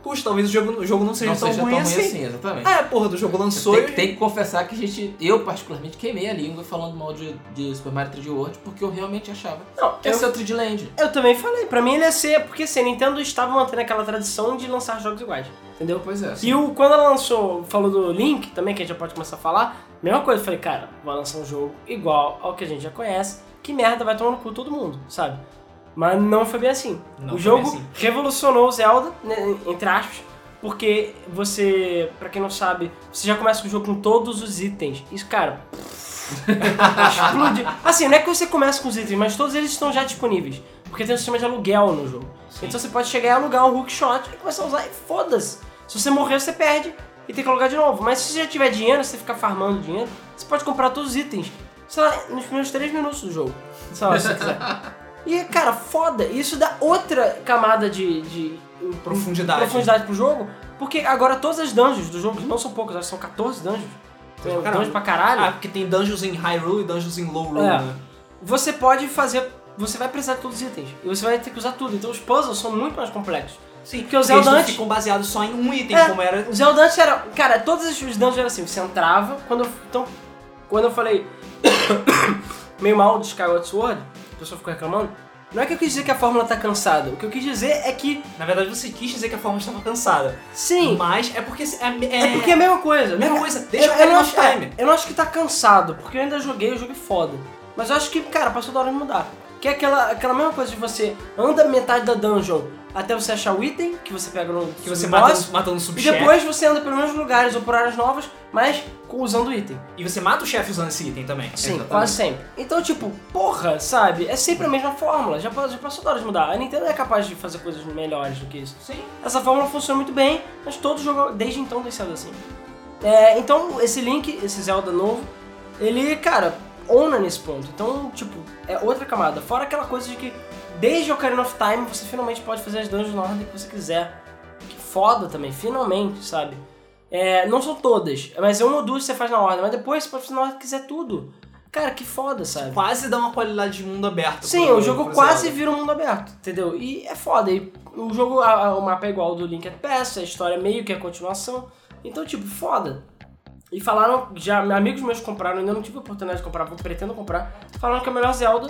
Speaker 1: puxa, talvez o jogo, o jogo não seja
Speaker 3: Não
Speaker 1: tão
Speaker 3: seja tão
Speaker 1: ruim
Speaker 3: ruim
Speaker 1: assim.
Speaker 3: assim, exatamente.
Speaker 2: Ah,
Speaker 1: É, porra, do jogo lançou
Speaker 3: Tem,
Speaker 1: e-
Speaker 3: tem que confessar que a gente, eu particularmente, queimei a língua falando mal de, de Super Mario 3D World porque eu realmente achava
Speaker 2: Não,
Speaker 3: que ia
Speaker 2: eu,
Speaker 3: ser o 3D Land.
Speaker 2: eu também falei. Pra mim ele ia ser, porque assim, a Nintendo estava mantendo aquela tradição de lançar jogos iguais. Entendeu?
Speaker 3: Pois é.
Speaker 2: E o, quando ela lançou, falou do Link também, que a gente já pode começar a falar, mesma coisa, eu falei, cara, vai lançar um jogo igual ao que a gente já conhece, que merda, vai tomar no cu todo mundo, sabe? Mas não foi bem assim.
Speaker 1: Não
Speaker 2: o
Speaker 1: foi
Speaker 2: jogo
Speaker 1: bem assim.
Speaker 2: revolucionou o Zelda, né, entre aspas, porque você, pra quem não sabe, você já começa o jogo com todos os itens. Isso, cara, *laughs* explode. Assim, não é que você começa com os itens, mas todos eles estão já disponíveis. Porque tem um sistema de aluguel no jogo. Então você pode chegar e alugar um hookshot e começar a usar e foda-se. Se você morrer, você perde e tem que alugar de novo. Mas se você já tiver dinheiro, se você ficar farmando dinheiro, você pode comprar todos os itens. Sei lá, nos primeiros 3 minutos do jogo. Sei lá, se você quiser.
Speaker 1: *laughs*
Speaker 2: E, cara, foda. Isso dá outra camada de, de
Speaker 1: Profundidade.
Speaker 2: profundidade pro jogo. Porque agora todas as dungeons do jogo, que não são poucas, acho que são 14 dungeons. Tem
Speaker 1: Caramba.
Speaker 2: dungeons pra caralho.
Speaker 1: Ah, porque tem dungeons em Hyrule e dungeons em Lowrule,
Speaker 2: É.
Speaker 1: né?
Speaker 2: você pode fazer. Você vai precisar de todos os itens. E você vai ter que usar tudo. Então os puzzles são muito mais complexos.
Speaker 1: Sim,
Speaker 2: Porque o
Speaker 1: eles não
Speaker 2: Zelda antes-
Speaker 1: ficam baseados só em um item,
Speaker 2: É.
Speaker 1: como era
Speaker 2: O Zelda antes era. Cara, todos os dungeons eram assim. Você entrava. Quando eu, então, quando eu falei *coughs* meio mal de Skyward Sword, a pessoa ficou reclamando. Não é que eu quis dizer que a fórmula tá cansada. O que eu quis dizer é que.
Speaker 1: Na verdade, você quis dizer que a forma estava cansada.
Speaker 2: Sim,
Speaker 1: Mas é porque. se- É,
Speaker 2: é, porque é a mesma coisa.
Speaker 1: a mesma
Speaker 2: Não-
Speaker 1: coisa. Deixa
Speaker 2: eu,
Speaker 1: eu,
Speaker 2: eu não
Speaker 1: o
Speaker 2: acho,
Speaker 1: time.
Speaker 2: é, eu não acho que tá cansado, porque eu ainda joguei, o jogo é foda. Mas eu acho que, cara, passou da hora de mudar. Que é aquela, aquela mesma coisa de você anda metade da dungeon até você achar o item que você pega no
Speaker 1: Que você mata,
Speaker 2: boss,
Speaker 1: matando o
Speaker 2: e
Speaker 1: subchefe.
Speaker 2: depois você anda pelos mesmos lugares ou por áreas novas, mas com- usando o item.
Speaker 1: E você mata o chefe usando esse item também.
Speaker 2: Sim,
Speaker 1: Exatamente.
Speaker 2: quase sempre. Então, tipo, porra, sabe? É sempre a mesma fórmula. Já, pa- já passou da hora de mudar. A Nintendo é capaz de fazer coisas melhores do que isso.
Speaker 1: Sim.
Speaker 2: Essa fórmula funciona muito bem, mas todo jogo desde então tem sido assim. É, então, esse Link, esse Zelda novo, ele, cara, ona nesse ponto. Então, tipo, é outra camada. Fora aquela coisa de que desde Ocarina of Time você finalmente pode fazer as dungeons na ordem que você quiser. Que foda também, finalmente, sabe? É, não são todas, mas é uma ou duas que você faz na ordem, mas depois você pode fazer na ordem que quiser tudo. Cara, que foda, sabe?
Speaker 1: Quase dá uma qualidade de mundo aberto.
Speaker 2: Sim,
Speaker 1: pro-
Speaker 2: o jogo
Speaker 1: pro
Speaker 2: quase
Speaker 1: Zelda.
Speaker 2: vira um mundo aberto, entendeu? E é foda. E o jogo, a- a- o mapa é igual ao do Link at Past, a história meio que é a continuação. Então, tipo, foda. E falaram, já amigos meus compraram, ainda não tive a oportunidade de comprar, porque pretendo comprar. Falaram que é o melhor Zelda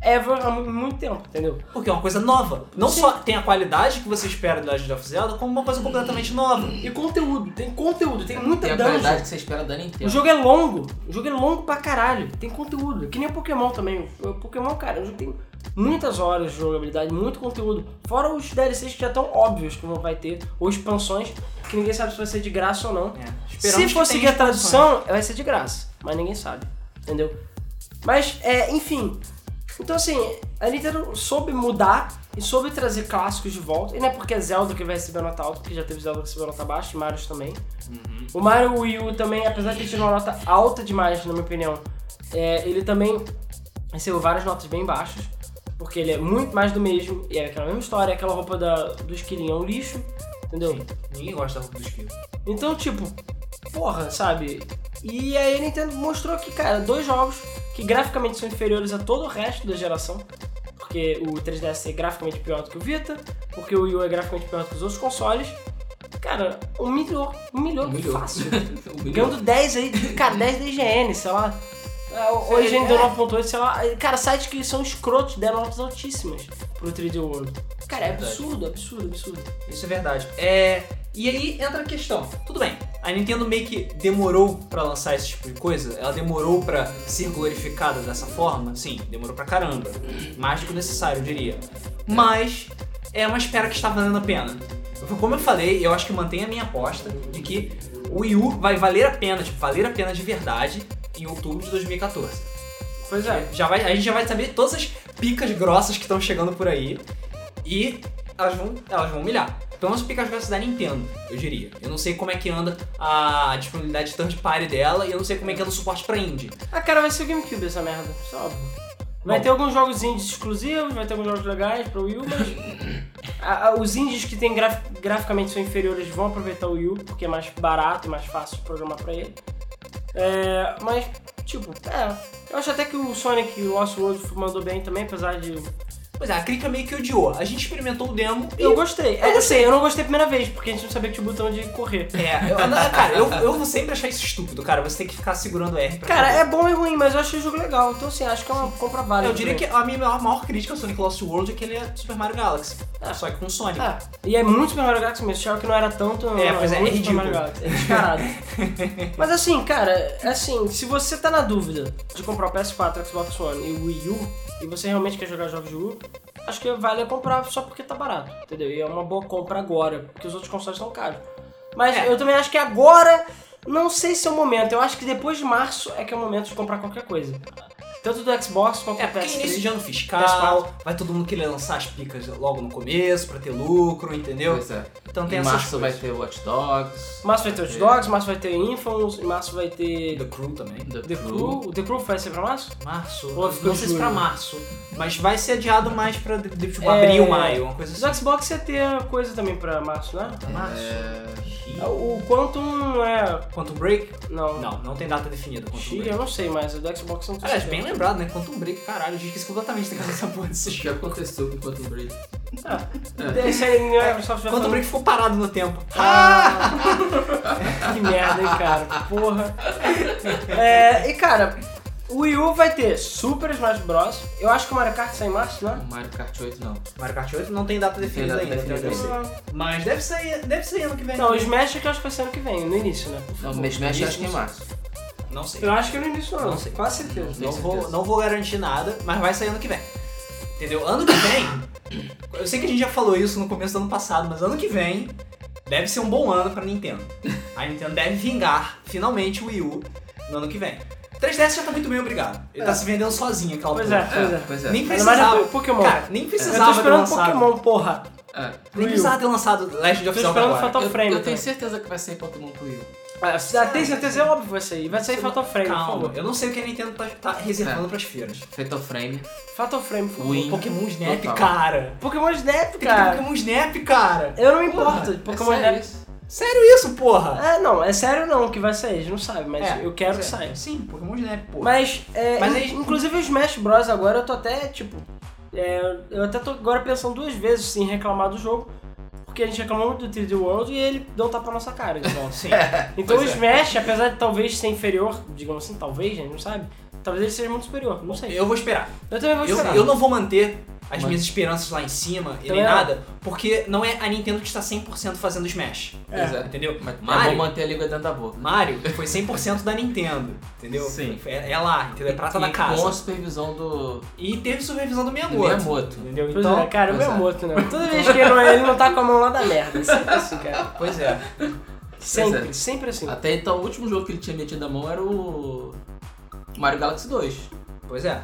Speaker 2: ever há mu- muito tempo, entendeu?
Speaker 1: Porque é uma coisa nova. Não
Speaker 2: Sim.
Speaker 1: só tem a qualidade que você espera do Legend of Zelda, como uma coisa completamente nova.
Speaker 2: E conteúdo, tem conteúdo, tem muita
Speaker 3: Tem a
Speaker 2: dungeon.
Speaker 3: qualidade que você espera da
Speaker 2: O
Speaker 3: Nintendo.
Speaker 2: jogo é longo, o jogo é longo pra caralho, tem conteúdo, que nem o Pokémon também. O Pokémon, cara, o jogo tem muitas horas de jogabilidade, muito conteúdo. Fora os DLCs que já estão óbvios que não vai ter, ou expansões, que ninguém sabe se vai ser de graça ou não.
Speaker 1: É,
Speaker 2: Se
Speaker 1: esperamos
Speaker 2: for
Speaker 1: que
Speaker 2: seguir
Speaker 1: tenha
Speaker 2: a tradução, vai ser de graça, mas ninguém sabe, entendeu? Mas, é, enfim. Então, assim, a Nintendo soube mudar e soube trazer clássicos de volta. E não é porque é Zelda que vai receber nota alta, porque já teve Zelda que recebeu nota baixa, e Mario também.
Speaker 1: Uhum.
Speaker 2: O Mario Wii U também, apesar de ter tido uma nota alta demais, na minha opinião, é, ele também recebeu várias notas bem baixas, porque ele é muito mais do mesmo, e é aquela mesma história, aquela roupa da, do esquilinho é um lixo, entendeu?
Speaker 1: expansões. Ninguém gosta da roupa do Esquilo.
Speaker 2: Então, tipo, porra, sabe? E aí a Nintendo mostrou que, cara, dois jogos que graficamente são inferiores a todo o resto da geração. Porque o 3DS é graficamente pior do que o Vita, porque o Wii U é graficamente pior do que os outros consoles. Cara, um humilhou, humilhou,
Speaker 3: Humilhou.
Speaker 2: *laughs* fácil.
Speaker 3: O Wii U.
Speaker 2: Ganhando 10 aí, cara, 10 da IGN, sei lá. Ah, o- o
Speaker 1: Sei,
Speaker 2: IGN deu
Speaker 1: é.
Speaker 2: 9.8, sei lá. Cara, sites que são escrotos deram notas altíssimas pro 3D World. Cara, é
Speaker 1: Verdade.
Speaker 2: absurdo, absurdo, absurdo.
Speaker 1: Isso é verdade. É, E aí entra a questão. Tudo bem, a Nintendo meio que demorou pra lançar esse tipo de coisa. Ela demorou pra ser glorificada dessa forma. Sim, demorou pra caramba. Mais do que o necessário, eu diria. Mas é uma espera que está valendo a pena. Como eu falei, eu acho que mantém a minha aposta de que o Wii U vai valer a pena, tipo, valer a pena de verdade em outubro de 2014.
Speaker 2: Pois é.
Speaker 1: Já vai, a gente já vai saber todas as picas grossas que estão chegando por aí. E elas vão, elas vão humilhar. Pelo menos picas grossas da Nintendo, eu diria. Eu não sei como é que anda a disponibilidade de third party dela e eu não sei como é que anda o suporte pra indie.
Speaker 2: Ah, cara, vai ser o GameCube essa merda, isso é óbvio. Vai
Speaker 1: Bom.
Speaker 2: ter alguns jogos indies exclusivos, vai ter alguns jogos legais pra Wii U, mas... *coughs* a- a- os indies que tem graf- graficamente são inferiores vão aproveitar o Wii U, porque é mais barato e mais fácil de programar pra ele. É, mas, tipo, é... Eu acho até que o Sonic Lost World mandou bem também, apesar de...
Speaker 1: Pois é, a Krika meio que odiou. A gente experimentou o demo e...
Speaker 2: Eu gostei. É, eu sei, eu não gostei a primeira vez, porque a gente não sabia que tinha o botão de correr.
Speaker 1: É, eu- cara, eu, eu vou sempre achar isso estúpido, cara. Você tem que ficar segurando o R pra
Speaker 2: Cara,
Speaker 1: fazer.
Speaker 2: é bom e ruim, mas eu achei o jogo legal. Então, assim, acho que é uma compra válida.
Speaker 1: Eu diria
Speaker 2: também.
Speaker 1: que a minha maior, maior crítica ao Sonic Lost World é que ele é Super Mario Galaxy. É,
Speaker 2: Ah.
Speaker 1: Só que com Sonic.
Speaker 2: Ah, e é muito Super Mario Galaxy mesmo. Achava que não era tanto.
Speaker 1: É, pois é, é
Speaker 2: muito Super
Speaker 1: ridículo.
Speaker 2: Mario Galaxy. É
Speaker 1: *laughs*
Speaker 2: descarado. Mas assim, cara, assim, se você tá na dúvida de comprar o PS4, Xbox One e o Wii U, e você realmente quer jogar jogos de Wii U, acho que vale a comprar só porque tá barato, entendeu? E é uma boa compra agora, porque os outros consoles estão caros. Mas
Speaker 1: É.
Speaker 2: eu também acho que agora, não sei se é o momento. Eu acho que depois de março é que é o momento de comprar qualquer coisa. Tanto do Xbox quanto
Speaker 1: É,
Speaker 2: do
Speaker 1: porque é
Speaker 2: PS3.
Speaker 1: início de ano fiscal,
Speaker 2: PS4.
Speaker 1: vai todo mundo querer lançar as picas logo no começo pra ter lucro, entendeu?
Speaker 3: Pois é.
Speaker 1: Então tem
Speaker 3: Em
Speaker 1: essas
Speaker 3: março vai
Speaker 1: coisas.
Speaker 3: ter Watch Dogs. É.
Speaker 2: Março vai ter
Speaker 1: É.
Speaker 2: Hot Dogs, março vai ter Infamous, março vai ter
Speaker 1: The Crew também.
Speaker 2: The Crew. O The Crew vai ser pra março?
Speaker 1: Março?
Speaker 2: Ou ficou
Speaker 1: não sei se pra
Speaker 2: julho.
Speaker 1: março, mas vai ser adiado mais pra de- de- tipo,
Speaker 2: É.
Speaker 1: abril, maio, uma coisa assim.
Speaker 2: Os Xbox ia ter coisa também pra março, né?
Speaker 1: Pra março?
Speaker 3: É...
Speaker 1: Ih. Então,
Speaker 2: O Quantum é.
Speaker 1: Quantum um Break?
Speaker 2: Não.
Speaker 1: Não, não tem data definida. Quantum
Speaker 2: Chile,
Speaker 1: Break.
Speaker 2: eu não sei, mas o do Xbox eu não sei. é.
Speaker 1: Aliás, bem lembrado, né? Quantum Break, caralho, eu esqueci completamente daquela *laughs* essa porra desse
Speaker 3: O
Speaker 1: jogo.
Speaker 3: que aconteceu com o Quantum Break?
Speaker 2: Esse aí a Microsoft já
Speaker 1: É, Quantum
Speaker 2: falou.
Speaker 1: um Break ficou parado no tempo.
Speaker 2: Ah! *laughs* que merda, hein, cara? Porra. É, e cara, o Wii U vai ter Super Smash Bros. Eu acho que o Mario Kart sai em março, né?
Speaker 3: O Mario Kart 8 não.
Speaker 1: Mario Kart 8 não tem data definida
Speaker 3: data
Speaker 1: ainda, até onde eu
Speaker 3: definida.
Speaker 1: sei. Mas deve sair, deve sair ano que vem.
Speaker 2: Não, o Smash é que eu acho que vai ser ano que vem, no início, né?
Speaker 3: Não, mas mexe acho que é março.
Speaker 1: Não sei. Então,
Speaker 2: Eu acho que é no início, não.
Speaker 1: Não sei.
Speaker 2: Quase certeza.
Speaker 1: Não
Speaker 3: Tenho
Speaker 1: vou,
Speaker 3: certeza.
Speaker 1: não vou garantir nada, mas vai sair ano que vem. Entendeu? Ano que vem, eu sei que a gente já falou isso no começo do ano passado, mas ano que vem deve ser um bom ano pra Nintendo. A Nintendo deve vingar, finalmente, o Wii U no ano que vem. 3DS já tá muito bem, obrigado. Ele tá se vendendo sozinho aquela
Speaker 2: É. Pois
Speaker 1: porra.
Speaker 2: é, pois é.
Speaker 3: Pois é.
Speaker 1: Nem
Speaker 2: Ainda mais
Speaker 1: precisava.
Speaker 2: é Pokémon.
Speaker 1: Cara, nem
Speaker 2: eu tô
Speaker 1: precisava ter
Speaker 2: esperando
Speaker 1: lançado.
Speaker 2: Pokémon, porra.
Speaker 3: É.
Speaker 1: Nem precisava ter lançado Legend
Speaker 2: Eu tô
Speaker 1: of Zelda
Speaker 2: esperando
Speaker 1: agora.
Speaker 2: Fatal
Speaker 3: Eu,
Speaker 2: Frame.
Speaker 3: eu tenho
Speaker 2: também.
Speaker 3: certeza que vai sair Pokémon pro Wii.
Speaker 2: Ah, se- ah, tem certeza, é óbvio que vai sair. Vai sair
Speaker 1: Você
Speaker 2: Fatal Frame, por
Speaker 1: Calma,
Speaker 2: favor.
Speaker 1: eu não sei o que a Nintendo tá, tá reservando pras feiras.
Speaker 3: Fatal Frame.
Speaker 2: Fatal Frame, por favor.
Speaker 3: Win.
Speaker 1: Pokémon Snap,
Speaker 3: Total.
Speaker 1: cara.
Speaker 2: Pokémon Snap,
Speaker 1: Tem É que ter
Speaker 2: cara.
Speaker 1: Pokémon Snap, cara.
Speaker 2: Eu não me
Speaker 1: Porra,
Speaker 2: importo de Pokémon
Speaker 3: é
Speaker 2: Snap.
Speaker 3: sério isso?
Speaker 1: Sério isso, porra?
Speaker 2: É, não, é sério não que vai sair, a gente não sabe, mas
Speaker 1: É,
Speaker 2: eu quero que
Speaker 1: pois é.
Speaker 2: saia.
Speaker 1: Sim, Pokémon Snap, porra.
Speaker 2: Mas, é,
Speaker 1: Mas
Speaker 2: in-
Speaker 1: aí-
Speaker 2: inclusive o Smash Bros agora eu tô até, tipo, é, eu até tô agora pensando duas vezes sim, em reclamar do jogo, porque a gente reclamou muito do 3D World e ele deu um tapa na nossa cara,
Speaker 1: *laughs*
Speaker 2: então.
Speaker 1: Sim.
Speaker 2: então o
Speaker 3: Pois é.
Speaker 2: Smash, apesar de talvez ser inferior, digamos assim, talvez, a gente não sabe, talvez ele seja muito superior, não sei.
Speaker 1: Eu vou esperar.
Speaker 2: Eu também vou
Speaker 1: Eu,
Speaker 2: esperar.
Speaker 1: eu não vou manter as
Speaker 3: Mas-
Speaker 1: minhas esperanças lá em cima e
Speaker 2: Então
Speaker 1: nem
Speaker 2: é.
Speaker 1: nada, porque não é a Nintendo que está 100% fazendo Smash,
Speaker 2: É.
Speaker 3: Pois é.
Speaker 1: entendeu?
Speaker 3: Mas, mas vou
Speaker 1: Mario,
Speaker 3: manter a língua dentro da boca.
Speaker 1: Mario foi 100% da Nintendo, entendeu?
Speaker 3: Sim.
Speaker 1: É, é lá, entendeu? É prata
Speaker 3: e
Speaker 1: da casa.
Speaker 3: Com a supervisão do, é do
Speaker 1: E teve supervisão do Miyamoto.
Speaker 3: Miyamoto.
Speaker 1: Entendeu?
Speaker 2: Pois
Speaker 1: Então,
Speaker 2: é, cara, o
Speaker 3: pois
Speaker 2: meu
Speaker 3: é.
Speaker 2: moto, né? Toda vez que ele não, ele não tá com a mão lá da merda. Sempre assim, cara.
Speaker 1: pois é.
Speaker 2: Sempre,
Speaker 3: é.
Speaker 2: sempre assim.
Speaker 3: Até então, o último jogo que ele tinha metido a mão era o Mario Galaxy 2.
Speaker 1: Pois é.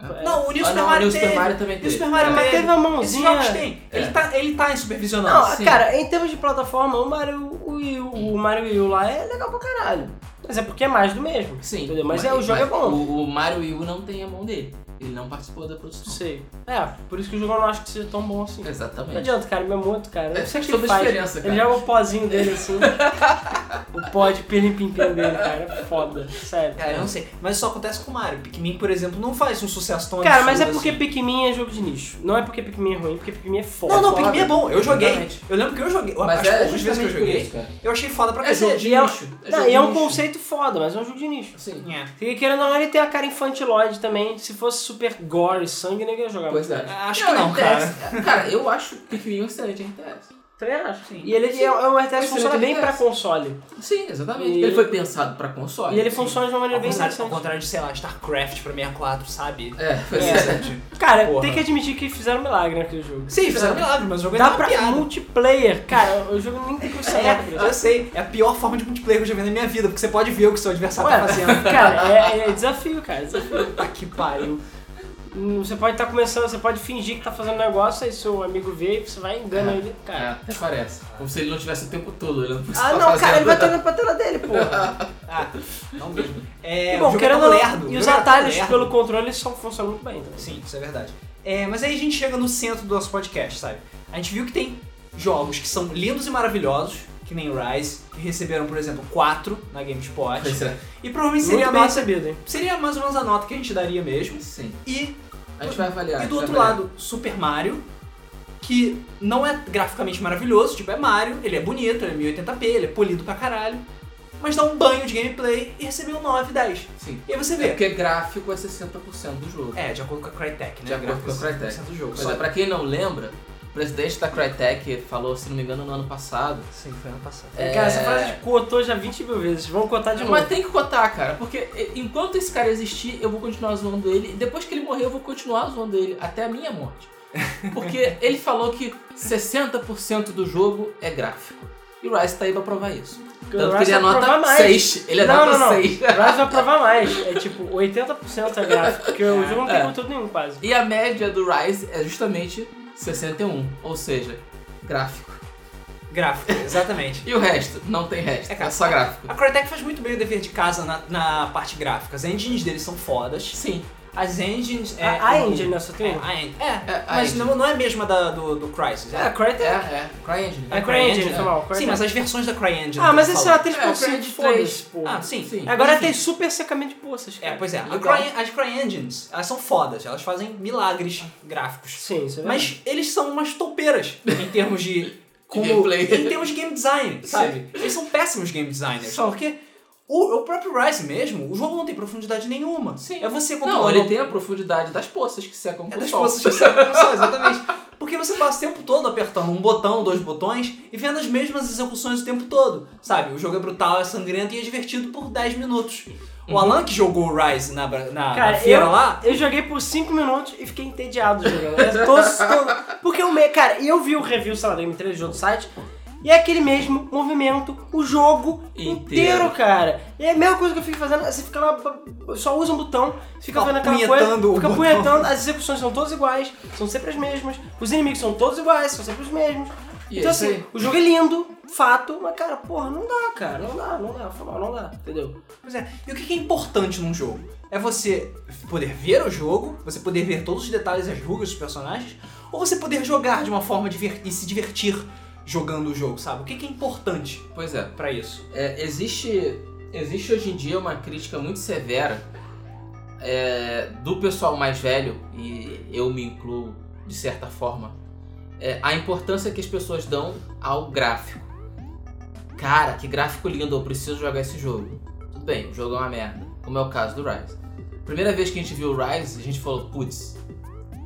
Speaker 2: É.
Speaker 1: Não, o New
Speaker 3: Ah,
Speaker 1: Super
Speaker 3: não,
Speaker 1: Mario
Speaker 3: o
Speaker 1: teve.
Speaker 3: Super Mario também
Speaker 1: E o
Speaker 3: é. teve.
Speaker 1: Super Mario
Speaker 2: Mas
Speaker 1: teve.
Speaker 2: teve a
Speaker 1: Esses
Speaker 2: mãozinha.
Speaker 1: jogos tem. Ele,
Speaker 3: É.
Speaker 1: tá, ele tá supervisionando.
Speaker 2: Não,
Speaker 3: Sim.
Speaker 2: cara, em termos de plataforma, o Mario, o, Wii, U- o Mario Wii U lá é legal pra caralho. Mas é porque é mais do mesmo.
Speaker 3: Sim.
Speaker 2: Entendeu? Mas, é, o jogo é
Speaker 3: mas
Speaker 2: bom.
Speaker 3: O, o Mario Wii U não tem a mão dele. Ele não participou da produção.
Speaker 2: Sei. É, por isso que o jogo eu não acho que seja tão bom assim. Não
Speaker 3: Exatamente.
Speaker 2: adianta, cara, meu moto, cara. Eu
Speaker 3: É,
Speaker 2: não sei o que
Speaker 3: toda
Speaker 2: ele faz.
Speaker 3: diferença,
Speaker 2: Ele é
Speaker 3: cara.
Speaker 2: joga o pozinho dele assim. o pó de pimpim dele, cara. É foda. Sério.
Speaker 1: Cara, É, eu não sei. Mas isso só acontece com o Mario. Pikmin, por exemplo, não faz um sucesso tão
Speaker 2: Cara, mas é
Speaker 1: absurdo
Speaker 2: porque
Speaker 1: assim.
Speaker 2: Pikmin é jogo de nicho. Não é porque Pikmin é ruim, porque Pikmin é foda.
Speaker 1: Não, não,
Speaker 2: Foda.
Speaker 1: Pikmin é bom. Eu joguei.
Speaker 3: Exatamente.
Speaker 1: Eu lembro que eu joguei.
Speaker 3: Mas
Speaker 1: As poucas
Speaker 3: é
Speaker 1: vezes que eu
Speaker 3: justamente por
Speaker 1: joguei,
Speaker 3: isso, cara.
Speaker 1: eu achei foda pra
Speaker 3: É jogo
Speaker 1: cacete.
Speaker 3: de
Speaker 2: e é-
Speaker 3: nicho.
Speaker 2: Não,
Speaker 3: jogo
Speaker 2: e é um
Speaker 3: de nicho.
Speaker 2: conceito foda, mas é um jogo de nicho.
Speaker 3: Sim.
Speaker 1: É.
Speaker 2: Porque querendo ou não, ele tem a cara infantiloide também. Se fosse super gore e sangue, ninguém ia jogar.
Speaker 3: Pois
Speaker 2: muito.
Speaker 3: é.
Speaker 1: Acho que não, cara.
Speaker 3: RTS. Cara, eu acho o Pikmin um excelente RTS.
Speaker 2: Também acho.
Speaker 1: Sim.
Speaker 2: E ele é, é um RTS que
Speaker 3: Excelente
Speaker 2: funciona bem
Speaker 3: RTS.
Speaker 2: pra console.
Speaker 3: Sim, exatamente.
Speaker 2: E-
Speaker 3: Ele foi pensado pra console.
Speaker 2: E ele
Speaker 3: Sim.
Speaker 2: funciona de uma maneira
Speaker 1: Ao
Speaker 2: bem
Speaker 1: contrário, ao
Speaker 2: interessante.
Speaker 1: contrário de, sei lá, StarCraft pra 64, sabe?
Speaker 3: É, foi
Speaker 2: É.
Speaker 3: excelente.
Speaker 2: Cara,
Speaker 1: Porra.
Speaker 2: tem que admitir que fizeram um milagre naquele jogo.
Speaker 1: Sim, fizeram milagre, mas o jogo é
Speaker 2: Dá
Speaker 1: uma
Speaker 2: pra
Speaker 1: piada.
Speaker 2: multiplayer. Cara, o jogo nem tem funcionar por
Speaker 1: É, eu
Speaker 2: isso.
Speaker 1: sei. É a pior forma de multiplayer que eu já vi na minha vida, porque você pode ver o que seu adversário tá fazendo.
Speaker 2: Ué, *laughs* cara, é, é desafio, cara. é desafio.
Speaker 1: Puta que pariu.
Speaker 2: Hum, Você pode estar começando, você pode fingir que tá fazendo um negócio, aí seu amigo vê e você vai e engana ele,
Speaker 3: É,
Speaker 2: cara.
Speaker 3: até parece. Como se ele não tivesse o tempo todo olhando pro que
Speaker 2: Ah,
Speaker 3: você tá
Speaker 2: não, cara,
Speaker 3: fazendo.
Speaker 2: ele
Speaker 1: *laughs*
Speaker 2: vai estar olhando pra tela dele, porra.
Speaker 1: Ah, não mesmo. É,
Speaker 2: e
Speaker 1: o
Speaker 2: bom,
Speaker 1: jogo é
Speaker 2: querendo
Speaker 1: tão
Speaker 2: ou não,
Speaker 1: lerdo, o
Speaker 2: e
Speaker 1: jogo
Speaker 2: os
Speaker 1: é tão
Speaker 2: atalhos
Speaker 1: lerdo.
Speaker 2: pelo controle só funcionam muito bem. Então.
Speaker 1: Sim, isso é verdade. É, mas aí a gente chega no centro do nosso podcast, sabe? A gente viu que tem jogos que são lindos e maravilhosos, que nem Rise, que receberam, por exemplo, 4 na GameSpot.
Speaker 3: Pois é.
Speaker 1: E provavelmente seria
Speaker 2: Seria muito bem
Speaker 1: mais,
Speaker 2: recebido, hein?
Speaker 1: seria mais ou menos a nota que a gente daria mesmo.
Speaker 3: Sim.
Speaker 1: E,
Speaker 3: A gente vai avaliar.
Speaker 1: e
Speaker 3: a gente
Speaker 1: do
Speaker 3: vai
Speaker 1: outro
Speaker 3: avaliar.
Speaker 1: lado, Super Mario, que não é graficamente maravilhoso, tipo, é Mario, ele é bonito, ele é 1080p, ele é polido pra caralho, mas dá um banho de gameplay e recebeu 9, 10.
Speaker 3: Sim.
Speaker 1: E aí você
Speaker 3: É
Speaker 1: vê.
Speaker 3: porque gráfico é 60% do jogo.
Speaker 1: É, de acordo com a Crytek, né?
Speaker 3: De acordo com a
Speaker 1: Gráficos,
Speaker 3: Crytek.
Speaker 1: 100% do jogo.
Speaker 3: Pois
Speaker 1: Só
Speaker 3: é, pra quem não lembra, o presidente da Crytek falou, se não me engano, no ano passado.
Speaker 1: Sim, foi ano passado.
Speaker 3: É,
Speaker 2: Cara, essa frase cotou já 20 mil vezes. Vamos cotar de
Speaker 3: Mas
Speaker 2: novo.
Speaker 3: tem que cotar, cara, porque enquanto esse cara existir, eu vou continuar zoando ele. E depois que ele morrer, eu vou continuar zoando ele até a minha morte.
Speaker 2: *laughs*
Speaker 3: Porque ele falou que 60% do jogo é gráfico. E o Rice tá aí pra provar isso. Tanto que ele
Speaker 2: vai provar
Speaker 3: anota
Speaker 2: mais.
Speaker 3: 6. Ele
Speaker 2: não, não,
Speaker 3: anota
Speaker 2: não.
Speaker 3: 6.
Speaker 2: O Rise vai provar mais. É tipo 80% é gráfico, porque o jogo não tem
Speaker 3: É.
Speaker 2: conteúdo nenhum quase.
Speaker 3: *laughs* E a média do Rise é justamente 61, ou seja, gráfico.
Speaker 2: *laughs*
Speaker 1: Gráfico, exatamente.
Speaker 3: E o resto? Não tem resto,
Speaker 1: É, cara.
Speaker 3: é só gráfico.
Speaker 1: A Crytek faz muito bem o dever de casa na, na parte gráfica. As engines deles são fodas.
Speaker 3: Sim,
Speaker 1: As engines. É,
Speaker 2: a, a
Speaker 1: o-
Speaker 2: engine, né? Só
Speaker 1: É,
Speaker 2: tem uma.
Speaker 1: a engine. É,
Speaker 3: É, a
Speaker 1: mas
Speaker 3: engine.
Speaker 1: Não, não é a mesma da, do, do Crysis.
Speaker 2: É, a
Speaker 1: É.
Speaker 3: é,
Speaker 2: Crytek.
Speaker 3: é. CryEngine.
Speaker 2: É,
Speaker 1: É
Speaker 2: a CryEngine,
Speaker 1: CryEngine,
Speaker 2: foi mal.
Speaker 1: Sim,
Speaker 2: Crytek.
Speaker 1: mas as versões da CryEngine.
Speaker 2: Ah,
Speaker 1: do
Speaker 2: mas
Speaker 1: que
Speaker 2: esse
Speaker 1: falou.
Speaker 2: era 3.5
Speaker 3: Crytek
Speaker 2: de foda-se,
Speaker 3: 3.
Speaker 2: porra.
Speaker 1: Ah, sim.
Speaker 3: Sim.
Speaker 2: Agora
Speaker 1: Enfim.
Speaker 2: tem super secamento de poças, cara.
Speaker 1: É, pois é. A
Speaker 2: Legal.
Speaker 1: Cry- as CryEngines, elas são fodas. Elas fazem milagres gráficos.
Speaker 2: Sim, isso é verdade.
Speaker 1: Mas eles são umas toupeiras em termos de. Como,
Speaker 3: gameplay.
Speaker 1: em termos de game design, sabe? Eles são péssimos game designers.
Speaker 3: São.
Speaker 1: Porque O, o próprio Rise mesmo, o jogo não tem profundidade nenhuma.
Speaker 3: Sim.
Speaker 1: É você controlando...
Speaker 3: Não, ele tem a profundidade das poças que secam com
Speaker 1: É *laughs*
Speaker 3: o
Speaker 1: das
Speaker 3: sol.
Speaker 1: forças que você alcançou, exatamente. Porque você passa o tempo todo apertando um botão, dois botões e vendo as mesmas execuções o tempo todo. Sabe? O jogo é brutal, é sangrento e é divertido por 10 minutos.
Speaker 3: Uhum.
Speaker 1: O Alan que jogou o Rise na, bra- na,
Speaker 2: Cara,
Speaker 1: na feira
Speaker 2: eu-
Speaker 1: lá.
Speaker 2: Eu joguei por 5 minutos e fiquei entediado jogando. É todos- todos- porque o meio. Cara, eu vi o review, sei lá, da M3 de outro site. E é aquele mesmo movimento, o jogo inteiro,
Speaker 3: Inteiro.
Speaker 2: cara. E é a mesma coisa que eu fico fazendo, você fica lá, só usa um botão, fica
Speaker 1: Fica
Speaker 2: fazendo aquela
Speaker 1: apunhetando
Speaker 2: coisa,
Speaker 1: o
Speaker 2: fica
Speaker 1: botão.
Speaker 2: apunhetando, as execuções são todas iguais, são sempre as mesmas, os inimigos são todos iguais, são sempre os mesmos.
Speaker 3: E
Speaker 2: então
Speaker 3: é isso
Speaker 2: assim,
Speaker 3: aí.
Speaker 2: o jogo é lindo, fato, mas cara, porra, não dá, cara, não dá, não dá, foi mal, não dá, entendeu?
Speaker 1: Pois é. E o que que é importante num jogo? É você poder ver o jogo, você poder ver todos os detalhes, as rugas dos personagens, ou você poder jogar de uma forma diver- e se divertir jogando o jogo, sabe? O que que é importante
Speaker 3: Pois é.
Speaker 1: pra isso?
Speaker 3: É, existe, existe hoje em dia uma crítica muito severa é, do pessoal mais velho, e eu me incluo de certa forma, é, a importância que as pessoas dão ao gráfico. Cara, que gráfico lindo, eu preciso jogar esse jogo. Tudo bem, o jogo é uma merda, como é o caso do Rise. Primeira vez que a gente viu o Rise, a gente falou, putz,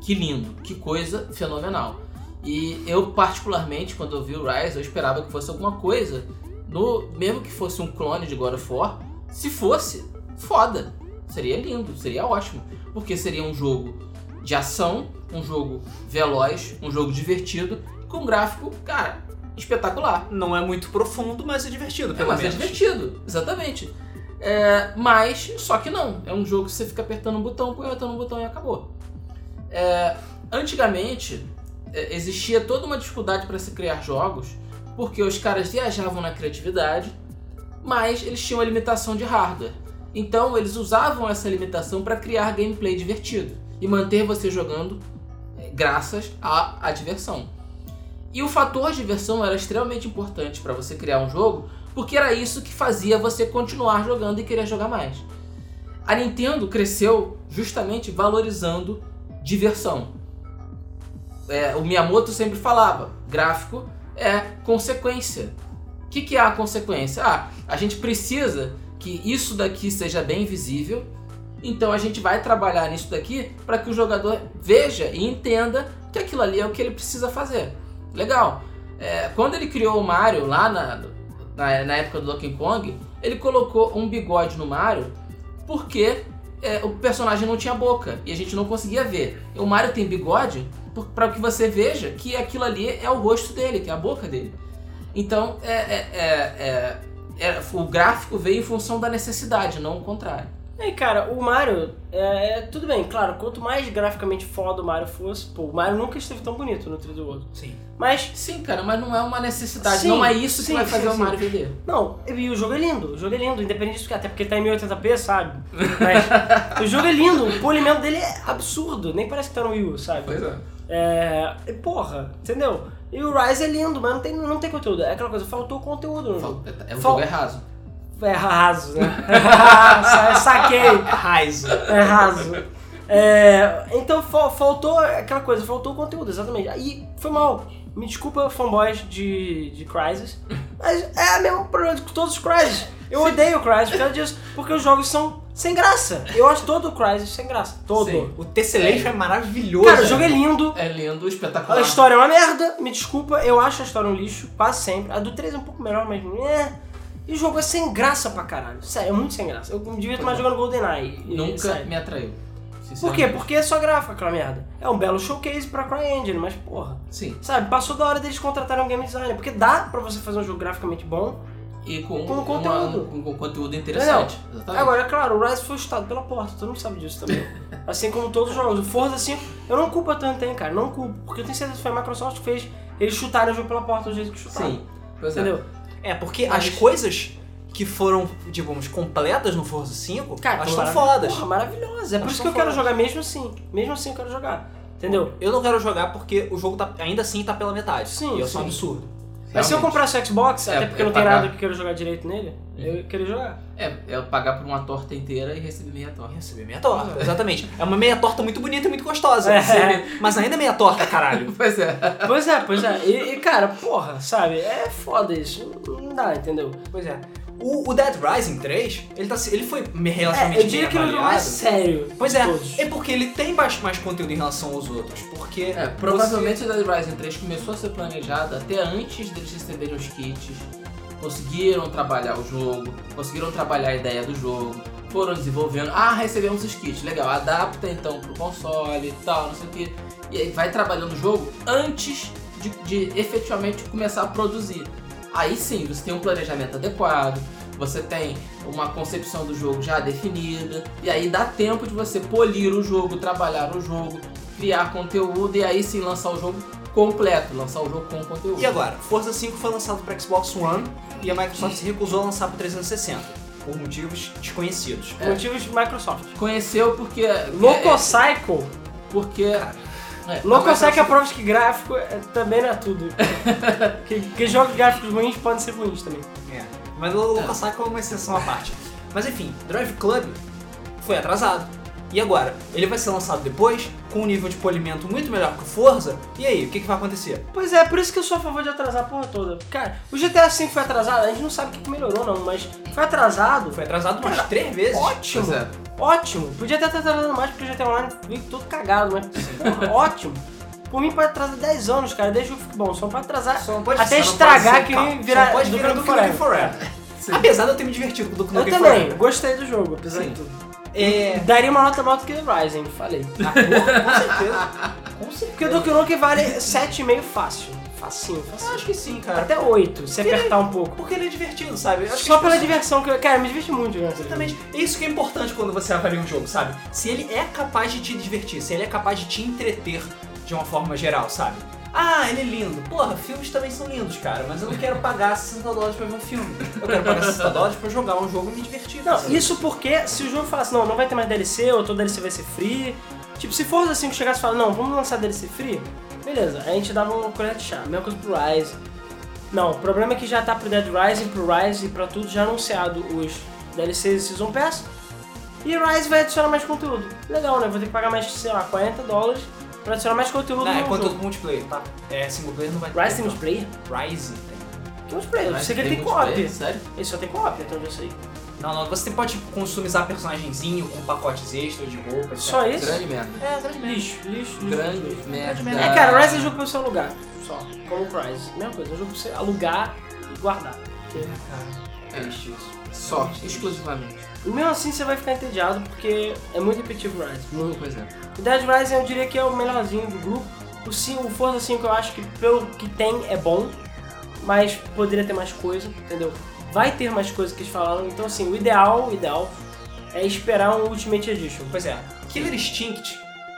Speaker 3: que lindo, que coisa fenomenal. E eu, particularmente, quando eu vi o Rise, eu esperava que fosse alguma coisa no, mesmo que fosse um clone de God of War, se fosse, foda. Seria lindo, seria ótimo. Porque seria um jogo de ação, um jogo veloz, um jogo divertido, com um gráfico, cara, espetacular.
Speaker 1: Não é muito profundo, mas é divertido,
Speaker 3: É,
Speaker 1: pelo
Speaker 3: mas é
Speaker 1: menos.
Speaker 3: divertido, exatamente. É, mas, só que não. É um jogo que você fica apertando um botão, apertando um botão e acabou. É, antigamente, é, existia toda uma dificuldade para se criar jogos, porque os caras viajavam na criatividade, mas eles tinham a limitação de hardware. Então, eles usavam essa limitação para criar gameplay divertido e manter você jogando é, graças à, à diversão. E o fator diversão era extremamente importante para você criar um jogo, porque era isso que fazia você continuar jogando e querer jogar mais. A Nintendo cresceu justamente valorizando diversão. É, o Miyamoto sempre falava, gráfico é consequência. O que, que é a consequência? Ah, a gente precisa que isso daqui seja bem visível, então a gente vai trabalhar nisso daqui para que o jogador veja e entenda que aquilo ali é o que ele precisa fazer. Legal. É, quando ele criou o Mario lá na, na, na época do Donkey Kong, ele colocou um bigode no Mario porque é, o personagem não tinha boca e a gente não conseguia ver. O Mario tem bigode para que você veja que aquilo ali é o rosto dele, que é a boca dele. Então, é, é- é- é- é- o gráfico veio em função da necessidade, não o contrário.
Speaker 2: E aí, cara, o Mario, é, é- tudo bem, claro, quanto mais graficamente foda o Mario fosse, pô, o Mario nunca esteve tão bonito no 3D World.
Speaker 1: Sim.
Speaker 2: Mas,
Speaker 3: Sim, cara, mas não é uma necessidade,
Speaker 2: Sim,
Speaker 3: não é isso
Speaker 2: sim,
Speaker 3: que vai
Speaker 2: sim,
Speaker 3: fazer
Speaker 2: sim.
Speaker 3: o Mario vender.
Speaker 2: não, e o jogo é lindo, o jogo é lindo, independente disso, que- até porque ele tá em 1080p, sabe? Mas o jogo é lindo, o polimento dele é absurdo, nem parece que tá no Wii U, sabe?
Speaker 3: é.
Speaker 2: É, e porra, entendeu? E o Rise é lindo, mas não tem, não tem conteúdo, é aquela coisa, faltou conteúdo no jogo.
Speaker 3: É um
Speaker 2: Fal-
Speaker 3: jogo é raso.
Speaker 2: É raso, né? *laughs* Sa- Saquei.
Speaker 1: Raizo.
Speaker 2: É raso. É, então fa- faltou aquela coisa, faltou o conteúdo, exatamente. Aí foi mal. Me desculpa, fanboys de, de Crysis, mas é o mesmo problema de todos os Crysis. Eu odeio o Crysis por causa disso, porque os jogos são sem graça. Eu acho todo o Crysis sem graça. Todo.
Speaker 3: Sim.
Speaker 1: O Tesselation é. maravilhoso.
Speaker 2: Cara, o jogo é lindo,
Speaker 3: É lindo, espetacular.
Speaker 2: a história é uma merda, me desculpa, eu acho a história um lixo, quase sempre. A do 3 é um pouco melhor, mas. É. E o jogo é sem graça pra caralho. Sério, é muito sem graça. Eu me divirto mais jogando GoldenEye. e-
Speaker 3: é. Nunca
Speaker 2: sério.
Speaker 3: me atraiu.
Speaker 2: Por quê?
Speaker 3: sinceramente.
Speaker 2: Porque é só gráfico aquela merda. É um belo showcase pra CryEngine, mas porra.
Speaker 3: Sim.
Speaker 2: Sabe, passou da hora deles contratarem um game designer, porque dá pra você fazer um jogo graficamente bom.
Speaker 3: E com,
Speaker 2: Com
Speaker 3: uma-
Speaker 2: conteúdo.
Speaker 3: um- com conteúdo interessante. Exatamente.
Speaker 2: Agora, é claro, o Rise foi chutado pela porta, todo mundo sabe disso
Speaker 3: *laughs*
Speaker 2: também. assim como todos os jogos. O Forza 5, eu não culpo a Tantan, cara, não culpo, porque eu tenho certeza que foi a Microsoft que fez eles chutarem o jogo pela porta do jeito que chutaram.
Speaker 3: Sim. Pois é.
Speaker 2: Entendeu?
Speaker 1: É, porque
Speaker 2: Mas-
Speaker 1: as coisas que foram, digamos, completas no Forza 5, elas estão
Speaker 2: maravilhoso.
Speaker 1: fodas.
Speaker 2: Porra, maravilhosa. É por
Speaker 1: Elas
Speaker 2: isso que eu
Speaker 1: estão
Speaker 2: quero
Speaker 1: fodas.
Speaker 2: jogar mesmo assim. Mesmo assim eu quero jogar. Entendeu?
Speaker 1: Eu não quero jogar porque o jogo tá, ainda assim tá pela metade.
Speaker 2: Sim,
Speaker 1: E eu sou um
Speaker 2: sim.
Speaker 1: absurdo.
Speaker 2: Mas se eu
Speaker 3: Realmente.
Speaker 2: comprasse o Xbox,
Speaker 3: É-
Speaker 2: até porque
Speaker 3: é
Speaker 2: não tem
Speaker 3: pagar.
Speaker 2: nada que eu quero jogar direito nele, eu queria jogar.
Speaker 3: É, é pagar por uma torta inteira e receber meia torta. *laughs*
Speaker 1: Receber meia torta, exatamente. É uma meia torta muito bonita e muito gostosa.
Speaker 2: É.
Speaker 1: Mas ainda é meia torta, caralho.
Speaker 3: Pois é.
Speaker 2: *laughs* Pois é, pois é. E, e, cara, porra, sabe? É foda isso. Não dá, entendeu?
Speaker 1: Pois é. O, o Dead Rising 3, ele, tá, se- ele foi me-
Speaker 2: É,
Speaker 1: relativamente
Speaker 2: eu diria
Speaker 1: bem
Speaker 2: que ele é o jogo
Speaker 1: avaliado.
Speaker 2: mais sério.
Speaker 1: Pois é,
Speaker 2: de todos.
Speaker 1: é porque ele tem mais, mais conteúdo em relação aos outros, porque...
Speaker 3: É, provavelmente o Dead Rising 3 começou a ser planejado até antes deles receberem os kits. Conseguiram trabalhar o jogo, conseguiram trabalhar a ideia do jogo, foram desenvolvendo. Ah, recebemos os kits, legal, adapta então pro console e tal, não sei o que. E aí vai trabalhando o jogo antes de, de efetivamente começar a produzir. Aí sim, você tem um planejamento adequado, você tem uma concepção do jogo já definida, e aí dá tempo de você polir o jogo, trabalhar o jogo, criar conteúdo e aí sim lançar o jogo completo, lançar o jogo com conteúdo.
Speaker 1: E agora, Forza 5 foi lançado para Xbox One e a Microsoft se recusou a lançar para 360, por motivos desconhecidos.
Speaker 3: É.
Speaker 2: Motivos de Microsoft.
Speaker 3: Conheceu porque.
Speaker 2: Lococycle.
Speaker 3: é, porque. é, a
Speaker 2: Lococycle é
Speaker 3: Microsoft-
Speaker 2: prova de que gráfico é- também não é tudo. que, que jogos gráficos ruins podem ser ruins também.
Speaker 1: É. Mas o Loco Cycle é uma exceção à parte. Mas enfim, Drive Club foi atrasado. E agora? Ele vai ser lançado depois, com um nível de polimento muito melhor que o Forza. E aí, o que, que vai acontecer?
Speaker 2: Pois é, por isso que eu sou a favor de atrasar a porra toda. Cara, o GTA V foi atrasado, a gente não sabe o que que melhorou não, mas foi atrasado,
Speaker 1: Foi atrasado umas
Speaker 2: Cara,
Speaker 1: três vezes.
Speaker 2: ótimo.
Speaker 3: Pois é.
Speaker 2: Ótimo. Podia até estar atrasando mais porque o GTA Online veio todo cagado,
Speaker 1: *laughs*
Speaker 2: mas porra, ótimo. Por mim pode atrasar 10 anos, cara, desde o fique bom, só pode atrasar.
Speaker 1: Só não pode-
Speaker 2: Até
Speaker 1: só não
Speaker 2: estragar
Speaker 1: pode ser-
Speaker 2: que
Speaker 1: calma,
Speaker 2: nem virar
Speaker 1: só pode
Speaker 2: Duke
Speaker 1: virar
Speaker 2: Nukem
Speaker 1: Duke Nukem Forever. *laughs*
Speaker 3: Sim.
Speaker 1: Apesar de eu ter me divertido com o Duke
Speaker 2: Eu
Speaker 1: Nukem
Speaker 2: também,
Speaker 1: Forever.
Speaker 2: gostei do jogo, apesar
Speaker 3: Sim.
Speaker 2: de tudo.
Speaker 1: *laughs* É.
Speaker 2: Daria uma nota maior do que o Rising, falei.
Speaker 1: Ah, com certeza. Com
Speaker 2: Porque
Speaker 1: certeza.
Speaker 2: o Duke Nukem vale 7,5 fácil. Facinho,
Speaker 1: Eu
Speaker 2: facinho.
Speaker 1: acho que sim, cara.
Speaker 2: Até 8, se apertar um pouco.
Speaker 1: Porque ele é divertido, sabe? Eu acho que
Speaker 2: Só
Speaker 1: as
Speaker 2: pela
Speaker 1: pessoas-
Speaker 2: diversão que eu. Cara, me diverte muito jogando esse jogo.
Speaker 1: Exatamente. É Isso que é importante quando você avalia um jogo, sabe? Se ele é capaz de te divertir, se ele é capaz de te entreter de uma forma geral, sabe? Ah, ele é lindo. Porra, filmes também são lindos, cara, mas eu não quero pagar 60 dólares pra ver um filme. Eu quero pagar 60 dólares pra jogar um jogo e me divertir.
Speaker 2: Não,
Speaker 1: sabe?
Speaker 2: isso porque se o jogo falasse, não, não vai ter mais DLC, ou todo DLC vai ser free. Tipo, se Forza 5 chegasse e falasse, não, vamos lançar DLC free, beleza, aí a gente dava uma colher de chá. Mesma coisa pro Rise. Não, o problema é que já tá pro Dead Rising, pro Rise e pra tudo já anunciado os DLCs e Season Pass. E Rise vai adicionar mais conteúdo. Legal, né? Vou ter que pagar mais, sei lá, 40 dólares pra adicionar mais conteúdo
Speaker 1: Não, é
Speaker 2: no
Speaker 1: conteúdo
Speaker 2: jogo.
Speaker 1: multiplayer, tá? É, single player não vai
Speaker 2: Rise tem
Speaker 1: não.
Speaker 2: multiplayer?
Speaker 1: Rise tem.
Speaker 2: Que multiplayer? Eu sei que ele tem co-op.
Speaker 3: multiplayer?
Speaker 2: Ele
Speaker 3: Sério?
Speaker 2: só tem co-op, até onde eu sei.
Speaker 1: Não, não, você pode consumizar personagenzinho com pacotes extras de roupa, etc.
Speaker 2: Só isso?
Speaker 3: Grande merda.
Speaker 1: É, grande merda.
Speaker 2: Lixo, lixo, lixo.
Speaker 3: Grande
Speaker 2: lixo.
Speaker 3: merda.
Speaker 2: É, cara, Rise é jogo pra você alugar. Só. Como o Rise. Mesma coisa, é um jogo pra você alugar e guardar. Porque-
Speaker 3: É. Só, exclusivamente.
Speaker 2: E mesmo assim você vai ficar entediado porque é muito repetitivo o Rise. Muito.
Speaker 3: Pois é.
Speaker 2: O Dead Rising eu diria que é o melhorzinho do grupo. O, sim, o Forza 5 eu acho que pelo que tem é bom, mas poderia ter mais coisa, entendeu? Vai ter mais coisa que eles falaram, então assim, o ideal, o ideal é esperar um Ultimate Edition.
Speaker 1: Pois é. Killer Instinct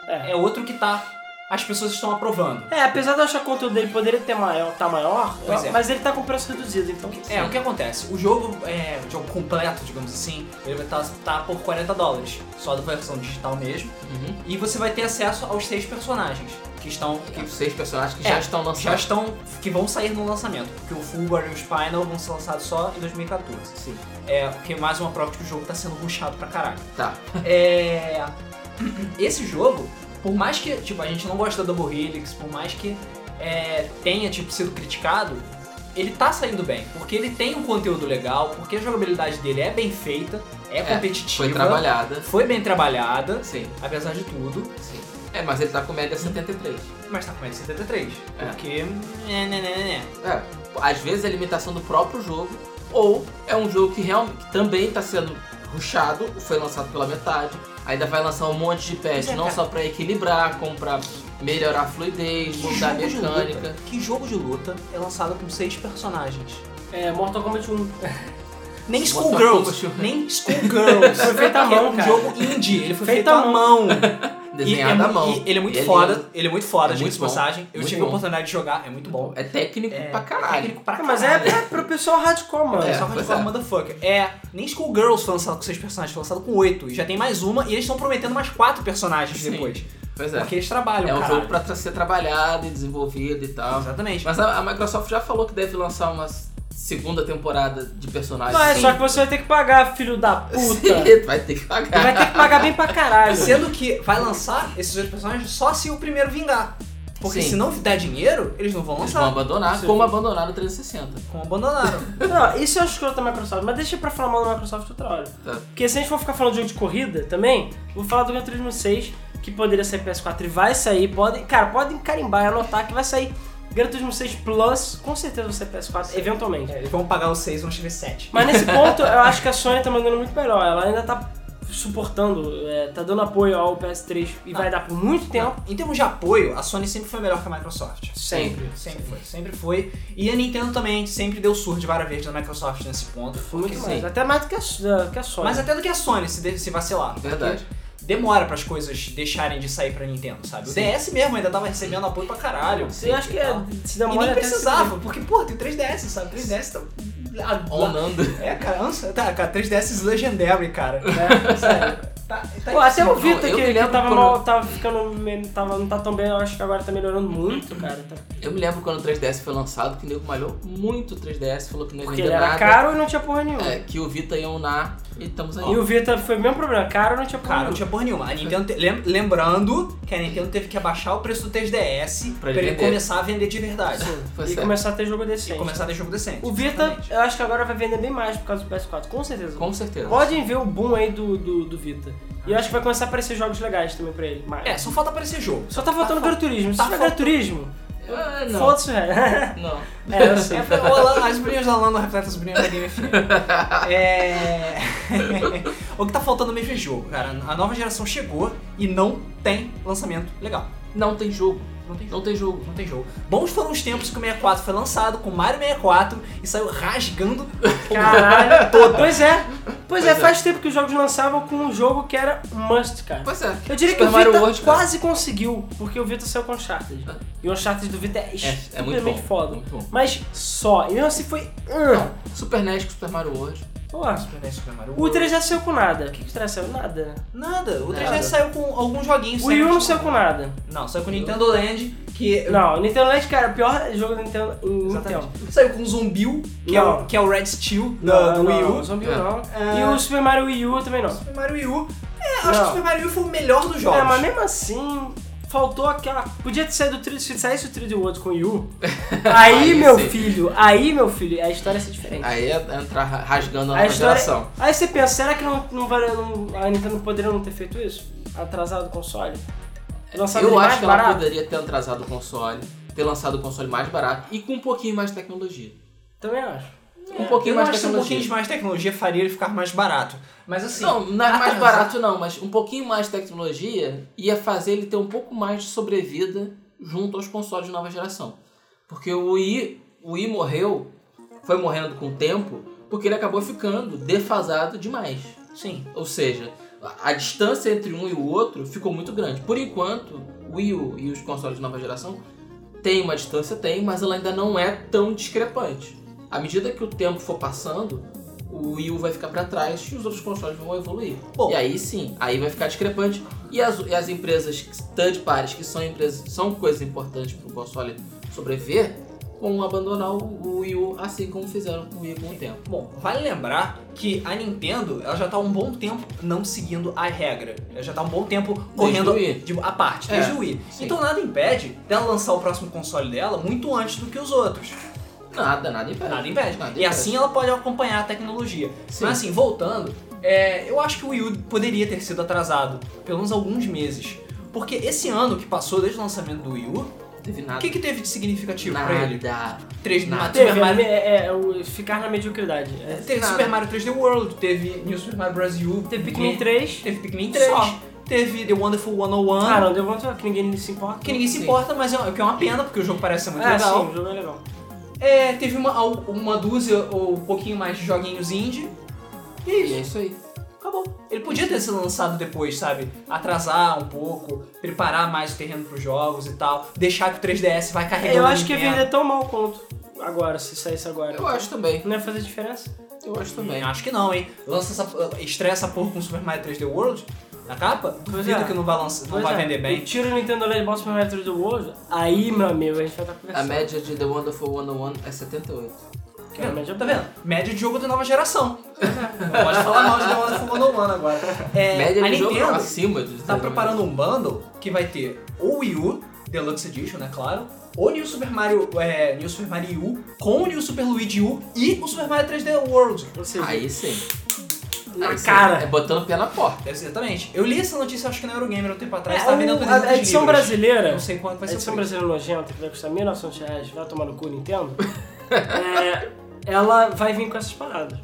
Speaker 2: É.
Speaker 1: é outro que tá. As pessoas estão aprovando.
Speaker 2: É, apesar de eu achar que o conteúdo dele poderia ter maior, tá maior,
Speaker 1: Pois é.
Speaker 2: mas ele tá com preço reduzido, então.
Speaker 1: É, o que acontece? O jogo, é, o jogo completo, digamos assim, ele vai estar por 40 dólares, só da versão digital mesmo.
Speaker 3: Uhum.
Speaker 1: E você vai ter acesso aos seis personagens que estão.
Speaker 3: E
Speaker 1: Que
Speaker 3: os seis personagens que
Speaker 1: É,
Speaker 3: já estão
Speaker 1: já
Speaker 3: lançados.
Speaker 1: estão. que vão sair no lançamento. Porque o Fulgor e o Spinal vão ser lançados só em 2014.
Speaker 3: Sim.
Speaker 1: É, porque mais uma prova de que o jogo tá sendo ruxado pra caralho.
Speaker 3: Tá.
Speaker 1: É. *clears throat* Esse jogo, por mais que tipo, a gente não goste da Double Helix, por mais que é, tenha tipo, sido criticado, ele tá saindo bem, porque ele tem um conteúdo legal, porque a jogabilidade dele é bem feita, é, competitiva,
Speaker 3: Foi trabalhada.
Speaker 1: foi bem trabalhada,
Speaker 3: Sim,
Speaker 1: apesar de tudo,
Speaker 3: sim. Uhum. É, mas ele tá com média 73.
Speaker 1: mas tá com mais de 73.
Speaker 3: É.
Speaker 1: Porque. Né, né, né, né, né.
Speaker 3: É, às vezes é limitação do próprio jogo, ou é um jogo que realmente que também está sendo ruxado, foi lançado pela metade, ainda vai lançar um monte de patch,
Speaker 1: Pois é,
Speaker 3: não
Speaker 1: cara.
Speaker 3: só para equilibrar, como pra melhorar a fluidez, mudar a
Speaker 1: de luta,
Speaker 3: mecânica.
Speaker 1: que jogo de luta é lançado com seis personagens?
Speaker 2: É, Mortal Kombat 1.
Speaker 1: Nem
Speaker 3: Botar
Speaker 1: Schoolgirls!
Speaker 3: fogo,
Speaker 1: Nem Schoolgirls!
Speaker 2: Foi feito à mão,
Speaker 1: é um
Speaker 2: cara.
Speaker 1: jogo indie, ele foi
Speaker 2: É Feito
Speaker 1: feito
Speaker 2: à
Speaker 1: à mão.
Speaker 2: *laughs*
Speaker 3: Desenhado
Speaker 1: E é
Speaker 3: à
Speaker 1: mu-
Speaker 3: mão.
Speaker 1: e ele é muito
Speaker 3: Ele
Speaker 1: foda, ele é muito foda,
Speaker 3: é
Speaker 1: gente,
Speaker 3: muito
Speaker 1: de
Speaker 3: bom,
Speaker 1: passagem. Eu
Speaker 3: muito
Speaker 1: tive a
Speaker 3: bom.
Speaker 1: oportunidade de jogar, é muito bom.
Speaker 3: É técnico
Speaker 1: É,
Speaker 3: pra caralho.
Speaker 1: técnico pra
Speaker 2: mas é,
Speaker 1: caralho.
Speaker 2: é pro pessoal hardcore, mano.
Speaker 1: É,
Speaker 3: É,
Speaker 1: só
Speaker 3: pois
Speaker 1: hardcore
Speaker 3: é.
Speaker 1: motherfucker. É, nem Schoolgirls foi lançado com seis personagens, foi lançado com oito. E já tem mais uma, e eles estão prometendo mais quatro personagens
Speaker 3: Sim.
Speaker 1: depois.
Speaker 3: Pois é.
Speaker 1: Porque eles trabalham,
Speaker 3: É um
Speaker 1: caralho.
Speaker 3: jogo pra tra- ser trabalhado e desenvolvido e tal.
Speaker 1: Exatamente.
Speaker 3: Mas a, a Microsoft já falou que deve lançar uma segunda temporada de personagens.
Speaker 2: Não, é
Speaker 3: Sim.
Speaker 2: só que você vai ter que pagar, filho da puta.
Speaker 3: Sim, *laughs* vai ter que
Speaker 2: E
Speaker 3: pagar.
Speaker 2: vai ter que pagar bem pra caralho.
Speaker 1: Sendo que vai lançar esses dois personagens só se o primeiro vingar. Porque
Speaker 3: Sim.
Speaker 1: se não der dinheiro, eles não vão
Speaker 3: Eles vão
Speaker 1: lançar.
Speaker 3: abandonar,
Speaker 2: Sim.
Speaker 3: como abandonaram o 360.
Speaker 1: Como abandonaram.
Speaker 2: *laughs* Não, isso eu acho escroto da Microsoft, mas deixa pra falar mal da Microsoft outra hora.
Speaker 3: Tá.
Speaker 2: Porque se a gente for ficar falando de jogo de corrida também, vou falar do Gran Turismo 6, que poderia sair PS4 e vai sair, podem, cara, podem carimbar e anotar que vai sair Gran Turismo 6 Plus, com certeza vai ser PS4, eventualmente.
Speaker 1: É, eles vão pagar os 6 vão chegar 7.
Speaker 2: Mas
Speaker 3: *laughs*
Speaker 2: nesse ponto, eu acho que a Sony tá mandando muito melhor, ela ainda tá suportando, é, tá dando apoio ao PS3 e
Speaker 3: Ah.
Speaker 2: vai dar por muito tempo.
Speaker 1: então, Em termos de apoio, a Sony sempre foi melhor que a Microsoft.
Speaker 2: Sempre.
Speaker 1: Sempre foi, sempre foi. E a Nintendo também sempre deu surra de várias vezes na Microsoft nesse ponto.
Speaker 2: Foi muito
Speaker 3: Ok.
Speaker 2: mais, até mais do que a, que a Sony.
Speaker 1: é Mas até do que a Sony se, de- se vacilar.
Speaker 3: Verdade.
Speaker 1: Porque Demora para as coisas deixarem de sair pra Nintendo, sabe?
Speaker 3: Sim.
Speaker 1: O DS mesmo ainda tava recebendo apoio pra caralho.
Speaker 2: Sim, eu acho que é, se
Speaker 1: E
Speaker 2: demora
Speaker 1: nem
Speaker 2: até-
Speaker 1: precisava, porque, pô, tem 3DS, sabe? 3DS tá. Ah,
Speaker 3: Onando.
Speaker 1: É, cara, nossa, tá, cara, 3DS legendary, cara. É, sério. Tá, tá
Speaker 2: Pô, até o
Speaker 1: impossível.
Speaker 2: Vitor,
Speaker 3: Não, eu
Speaker 2: que,
Speaker 3: me
Speaker 2: que
Speaker 3: lembro
Speaker 2: tava
Speaker 3: quando-
Speaker 2: mal, tava ficando. meio- Tava, não tá tão bem, eu acho que agora tá melhorando muito, cara. tá-
Speaker 3: Eu me lembro quando o 3DS foi lançado, que o nego malhou muito o 3DS, falou que não ia
Speaker 2: Porque
Speaker 3: vender
Speaker 2: ele era
Speaker 3: nada.
Speaker 2: caro e não tinha porra nenhuma.
Speaker 3: é, que o Vita ia unar e estamos aí.
Speaker 2: E o Vita foi o mesmo problema, caro e não tinha porra
Speaker 1: Cara, não
Speaker 2: nenhuma.
Speaker 1: tinha porra nenhuma. A Nintendo te- lem- Lembrando que a Nintendo teve que abaixar o preço do 3DS
Speaker 3: Pra
Speaker 1: pra,
Speaker 3: ele
Speaker 1: ele
Speaker 3: vender.
Speaker 1: começar a vender de verdade.
Speaker 3: Foi
Speaker 2: E
Speaker 3: certo.
Speaker 2: começar a ter jogo decente.
Speaker 1: E começar a ter jogo decente.
Speaker 2: O Vita,
Speaker 1: exatamente.
Speaker 2: eu acho que agora vai vender bem mais por causa do PS4, com certeza.
Speaker 3: Com certeza.
Speaker 2: Podem ver o boom aí do, do, do Vita. E eu acho que vai começar a aparecer jogos legais também pra ele. mais.
Speaker 1: É, só falta aparecer jogo.
Speaker 2: Só tá faltando Gran Turismo. Se
Speaker 1: tá
Speaker 2: tiver
Speaker 1: fal-
Speaker 2: Gran Turismo,
Speaker 3: Ah, não.
Speaker 2: foda-se, velho.
Speaker 3: Não.
Speaker 2: É, *laughs* eu sei.
Speaker 1: É, pra- o Alan- as brinhas da Lana refletem as brinhas da Game
Speaker 2: *laughs*
Speaker 1: FM. É... *laughs* o que tá faltando mesmo é jogo, cara. A nova geração chegou e não tem lançamento legal.
Speaker 3: Não tem jogo.
Speaker 1: Não tem jogo.
Speaker 3: Não tem jogo.
Speaker 1: Não tem jogo. Bons foram os tempos que o 64 foi lançado com Mario 64 e saiu *laughs* rasgando.
Speaker 3: *laughs*
Speaker 2: Caralho, toda. Pois é. Pois
Speaker 3: Pois
Speaker 2: é,
Speaker 3: é.
Speaker 2: faz tempo que os jogos lançavam com um jogo que era must, cara.
Speaker 3: Pois é.
Speaker 2: Eu diria que o
Speaker 3: Super
Speaker 2: Vita
Speaker 3: Mario World, cara.
Speaker 2: quase conseguiu, porque o Vita saiu com Uncharted. E o Uncharted do Vita é,
Speaker 3: É, é muito
Speaker 2: extremamente
Speaker 3: bom.
Speaker 2: foda.
Speaker 3: Muito bom.
Speaker 2: Mas só, e mesmo assim foi... Hum,
Speaker 3: Super NES com Super Mario World.
Speaker 2: Porra.
Speaker 1: Super NES, Super Mario
Speaker 2: O 3 já saiu com nada. O que, que o 3 saiu? Nada, né?
Speaker 1: Nada. O 3DS
Speaker 3: Nada.
Speaker 1: saiu com alguns joguinhos.
Speaker 2: O Wii U não
Speaker 1: saiu
Speaker 2: saiu com nada.
Speaker 1: Não, saiu com Nintendo Land, que.
Speaker 2: Não, o Nintendo Land, cara, é o pior jogo da Nintendo em
Speaker 1: Então.
Speaker 2: muito tempo.
Speaker 1: Exatamente. Saiu com Zombiu, que é,
Speaker 2: Não.
Speaker 1: o, que é o Red Steel da- do Wii U.
Speaker 2: Não, Zombie
Speaker 3: É.
Speaker 2: não.
Speaker 1: É.
Speaker 2: E o Super Mario Wii U também não.
Speaker 1: Super Mario Wii U. É, acho
Speaker 2: Não.
Speaker 1: que o Super Mario Wii U foi o melhor dos jogos.
Speaker 2: É, mas mesmo assim, faltou aquela. Podia ter saído o trio. Se saísse o trio de World com o
Speaker 3: *laughs*
Speaker 2: Yu. Aí,
Speaker 3: Aí
Speaker 2: meu
Speaker 3: sim.
Speaker 2: filho, aí, meu filho, a história ia ser diferente.
Speaker 3: Aí é entrar ra- rasgando a
Speaker 2: A
Speaker 3: nova
Speaker 2: história- é
Speaker 3: geração.
Speaker 2: Aí você pensa, será que não, não vale, não- a Nintendo poderia não ter feito isso? Atrasado o console? Lançado ele
Speaker 3: Eu
Speaker 2: mais
Speaker 3: acho que ela
Speaker 2: barato?
Speaker 3: poderia ter atrasado o console, ter lançado o console mais barato e com um pouquinho mais de tecnologia.
Speaker 2: Também É. acho.
Speaker 3: Um pouquinho
Speaker 1: eu
Speaker 3: mais
Speaker 1: acho
Speaker 3: de
Speaker 1: que um pouquinho de
Speaker 3: tecnologia.
Speaker 1: mais tecnologia faria ele ficar mais barato. Mas assim.
Speaker 3: Não, não é mais
Speaker 1: atrasar-
Speaker 3: barato não, mas um pouquinho mais de tecnologia ia fazer ele ter um pouco mais de sobrevida junto aos consoles de nova geração. Porque o Wii, o Wii morreu, foi morrendo com o tempo, porque ele acabou ficando defasado demais.
Speaker 1: Sim.
Speaker 3: Ou seja, a- a distância entre um e o outro ficou muito grande. Por enquanto, o Wii U e os consoles de nova geração têm uma distância, tem, mas ela ainda não é tão discrepante. À medida que o tempo for passando, o Wii U vai ficar para trás e os outros consoles vão evoluir.
Speaker 1: Bom.
Speaker 3: E aí sim, aí vai ficar discrepante. E as, e as empresas que- third parties, que são empresas, são coisas importantes para o console sobreviver, vão abandonar o, o Wii U assim como fizeram com o Wii com o tempo.
Speaker 1: Bom, vale lembrar que a Nintendo, ela já tá há um bom tempo não seguindo a regra. Ela já tá há um bom tempo correndo
Speaker 3: o Wii.
Speaker 1: de- à parte,
Speaker 3: É,
Speaker 1: desde o Wii.
Speaker 3: sim.
Speaker 1: Então nada impede dela lançar o próximo console dela muito antes do que os outros.
Speaker 3: Nada, nada impede.
Speaker 1: Nada impede.
Speaker 3: É. Nada
Speaker 1: e assim ela pode acompanhar a tecnologia.
Speaker 3: Sim.
Speaker 1: Mas assim, voltando, é, eu acho que o Wii U poderia ter sido atrasado, pelo menos alguns meses. Porque esse ano que passou desde o lançamento do Wii U,
Speaker 3: teve
Speaker 1: o
Speaker 3: nada.
Speaker 1: que, que teve de significativo
Speaker 3: nada.
Speaker 1: pra ele? Três,
Speaker 3: Nada.
Speaker 1: Super
Speaker 2: Teve,
Speaker 1: Mario-
Speaker 2: é, é, o ficar na mediocridade. É.
Speaker 1: Teve
Speaker 3: Nada.
Speaker 1: Super Mario 3D World, teve New Super Mario Brasil,
Speaker 2: Teve Pikmin 3.
Speaker 1: teve Pikmin 3,
Speaker 2: Só.
Speaker 1: teve The Wonderful 101,
Speaker 2: Ah, não, deu vontade que ninguém se importa.
Speaker 1: que ninguém se
Speaker 3: Sim.
Speaker 1: importa, mas é, o que é uma pena, porque o jogo parece ser muito
Speaker 2: é,
Speaker 1: legal.
Speaker 2: sim, o jogo é legal.
Speaker 1: É, teve uma, uma dúzia ou um pouquinho mais de joguinhos indie. E é
Speaker 3: E
Speaker 1: isso,
Speaker 3: é isso aí.
Speaker 1: acabou. Ele podia ter sido lançado depois, sabe? Atrasar um pouco, preparar mais o terreno pros jogos e tal, deixar que o 3DS vai carregando.
Speaker 2: Eu
Speaker 1: a
Speaker 2: acho que é ia
Speaker 1: Nintendo.
Speaker 2: vender tão mal quanto agora, se saísse agora.
Speaker 3: Eu acho também.
Speaker 2: Não ia fazer diferença?
Speaker 3: Eu acho também.
Speaker 1: Acho que não, hein? Lança essa, estreia essa porra com Super Mario 3D World na capa?
Speaker 2: Pois
Speaker 1: Duvido
Speaker 2: é.
Speaker 1: que não vai, lançar, não
Speaker 2: Pois
Speaker 1: vai
Speaker 2: é.
Speaker 1: vender bem.
Speaker 2: E Tira o Nintendo LED Boss Super Mario 3D World, aí, meu amigo, a gente vai estar
Speaker 3: A
Speaker 2: conversando.
Speaker 3: média de The Wonderful 101 é 78.
Speaker 2: Que é a média
Speaker 1: Tá
Speaker 2: boa.
Speaker 1: vendo? Média de jogo da nova geração. Não pode falar mal de The Wonderful 101 agora. É,
Speaker 3: média
Speaker 1: a
Speaker 3: de jogo né?
Speaker 1: Nintendo
Speaker 3: acima de
Speaker 1: tá preparando um bundle que vai ter o Wii U, Deluxe Edition, né, claro. O New Super Mario, é, New Super Mario U, com o New Super Luigi U e o Super Mario 3D World.
Speaker 2: Ou seja,
Speaker 3: Aí sim.
Speaker 2: na
Speaker 3: Aí sim. É
Speaker 2: cara.
Speaker 3: botando o pé na porta.
Speaker 1: Exatamente. Eu li essa notícia, acho que na Eurogamer, um tempo atrás,
Speaker 2: É,
Speaker 1: tá vendendo
Speaker 2: o-
Speaker 1: 300
Speaker 2: a, a edição
Speaker 1: livros.
Speaker 2: brasileira.
Speaker 1: Não sei quanto vai
Speaker 2: A
Speaker 1: ser o
Speaker 2: edição
Speaker 1: preço.
Speaker 2: brasileira nojenta, que vai custar 1.900 reais, vai tomar no
Speaker 1: *laughs*
Speaker 2: cu, Nintendo. é, ela vai vir com essas paradas.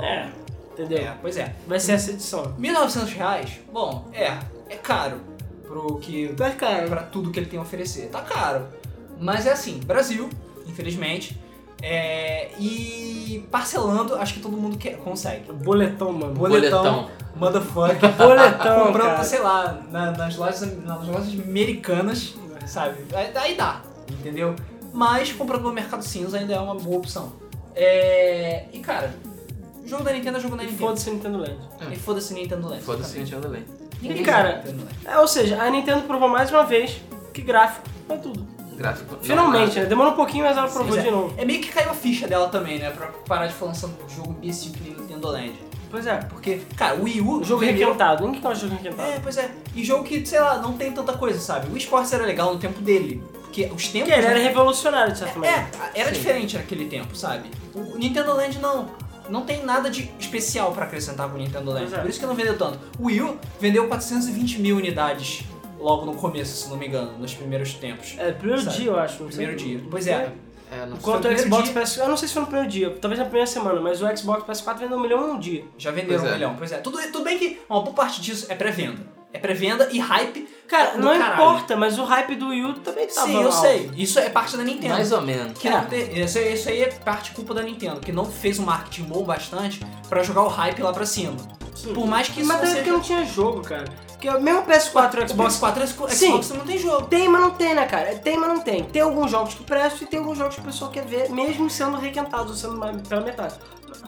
Speaker 2: É, entendeu?
Speaker 1: É, pois é.
Speaker 2: Vai ser essa edição.
Speaker 1: 1.900 reais, bom, é, é caro pro que é
Speaker 2: Mas, cara,
Speaker 1: pra tudo que ele tem a oferecer. Tá caro. Mas é assim, Brasil, infelizmente. É, e parcelando, acho que todo mundo quer, consegue.
Speaker 2: boletão, mano.
Speaker 1: Boletão,
Speaker 3: Boletão.
Speaker 1: motherfucker,
Speaker 2: *laughs*
Speaker 1: *laughs*
Speaker 2: Boletão,
Speaker 1: comprando,
Speaker 2: cara.
Speaker 1: sei lá, na- nas, lojas, nas lojas americanas, sabe? Aí, aí dá, entendeu? Mas comprando no mercado cinza ainda é uma boa opção. É, e cara, jogo da Nintendo é jogo da
Speaker 2: E
Speaker 1: Nintendo.
Speaker 2: Foda-se Nintendo Land.
Speaker 1: E foda-se Nintendo Land.
Speaker 3: Foda-se, Nintendo Land.
Speaker 1: Ninguém né?
Speaker 2: E, cara,
Speaker 1: joga Nintendo Land.
Speaker 2: É, ou seja, a Nintendo provou mais uma vez que gráfico é tudo.
Speaker 3: Gráfico.
Speaker 2: Finalmente, né? Demorou um pouquinho, mas ela provou
Speaker 1: Pois é.
Speaker 2: de novo.
Speaker 1: É meio que caiu a ficha dela também, né? Pra parar de falar lançando um jogo imbecil que nem Nintendo Land.
Speaker 2: Pois é.
Speaker 1: Porque, cara, o Wii U.
Speaker 2: tá O jogo
Speaker 1: vendeu-
Speaker 2: requentado. Ninguém gosta de jogo requentado.
Speaker 1: É, pois é. E jogo que, sei lá, não tem tanta coisa, sabe? O Sports era legal no tempo dele. Porque os tempos.
Speaker 2: Porque ele era revolucionário, de certa maneira.
Speaker 1: É, era
Speaker 3: Sim.
Speaker 1: diferente naquele tempo, sabe? O Nintendo Land não. Não tem nada de especial pra acrescentar com o Nintendo Land.
Speaker 2: Pois é.
Speaker 1: Por isso que não vendeu tanto. O Wii U vendeu 420 mil unidades logo no começo, se não me engano, nos primeiros tempos.
Speaker 2: É, primeiro
Speaker 1: Sabe?
Speaker 2: dia, eu acho. não sei.
Speaker 1: Primeiro dia. Pois é.
Speaker 3: É, não sei.
Speaker 2: Enquanto o
Speaker 1: primeiro
Speaker 2: Xbox
Speaker 1: dia.
Speaker 2: PS... Eu não sei se foi no primeiro dia, talvez na primeira semana, mas o Xbox PS4 vendeu um milhão em um dia.
Speaker 1: Já venderam
Speaker 3: Pois
Speaker 1: um
Speaker 3: é.
Speaker 1: milhão, pois é. Tudo, tudo bem que uma boa parte disso é pré-venda. É pré-venda e hype.
Speaker 2: Cara,
Speaker 1: do
Speaker 2: não
Speaker 1: caralho.
Speaker 2: importa, mas o hype do Wii U também tava
Speaker 1: Sim, eu
Speaker 2: alto.
Speaker 1: sei. Isso é parte da Nintendo.
Speaker 3: Mais ou menos.
Speaker 1: que
Speaker 2: é.
Speaker 1: não tem- isso, aí- isso aí é parte culpa da Nintendo, que não fez um marketing bom bastante pra jogar o hype lá pra cima.
Speaker 2: Sim.
Speaker 1: Por mais que isso
Speaker 2: Mas
Speaker 1: não
Speaker 2: é porque
Speaker 1: seja...
Speaker 2: não tinha jogo, cara. Porque mesmo o PS4 e o
Speaker 1: O Xbox
Speaker 2: Xbox
Speaker 1: 4 e o Xbox
Speaker 2: Sim.
Speaker 1: não tem jogo.
Speaker 2: tem, mas não tem, né, cara? Tem, mas não tem. Tem alguns jogos que prestam e tem alguns jogos que o pessoal quer ver, mesmo sendo requentados, ou sendo mais- pela metade.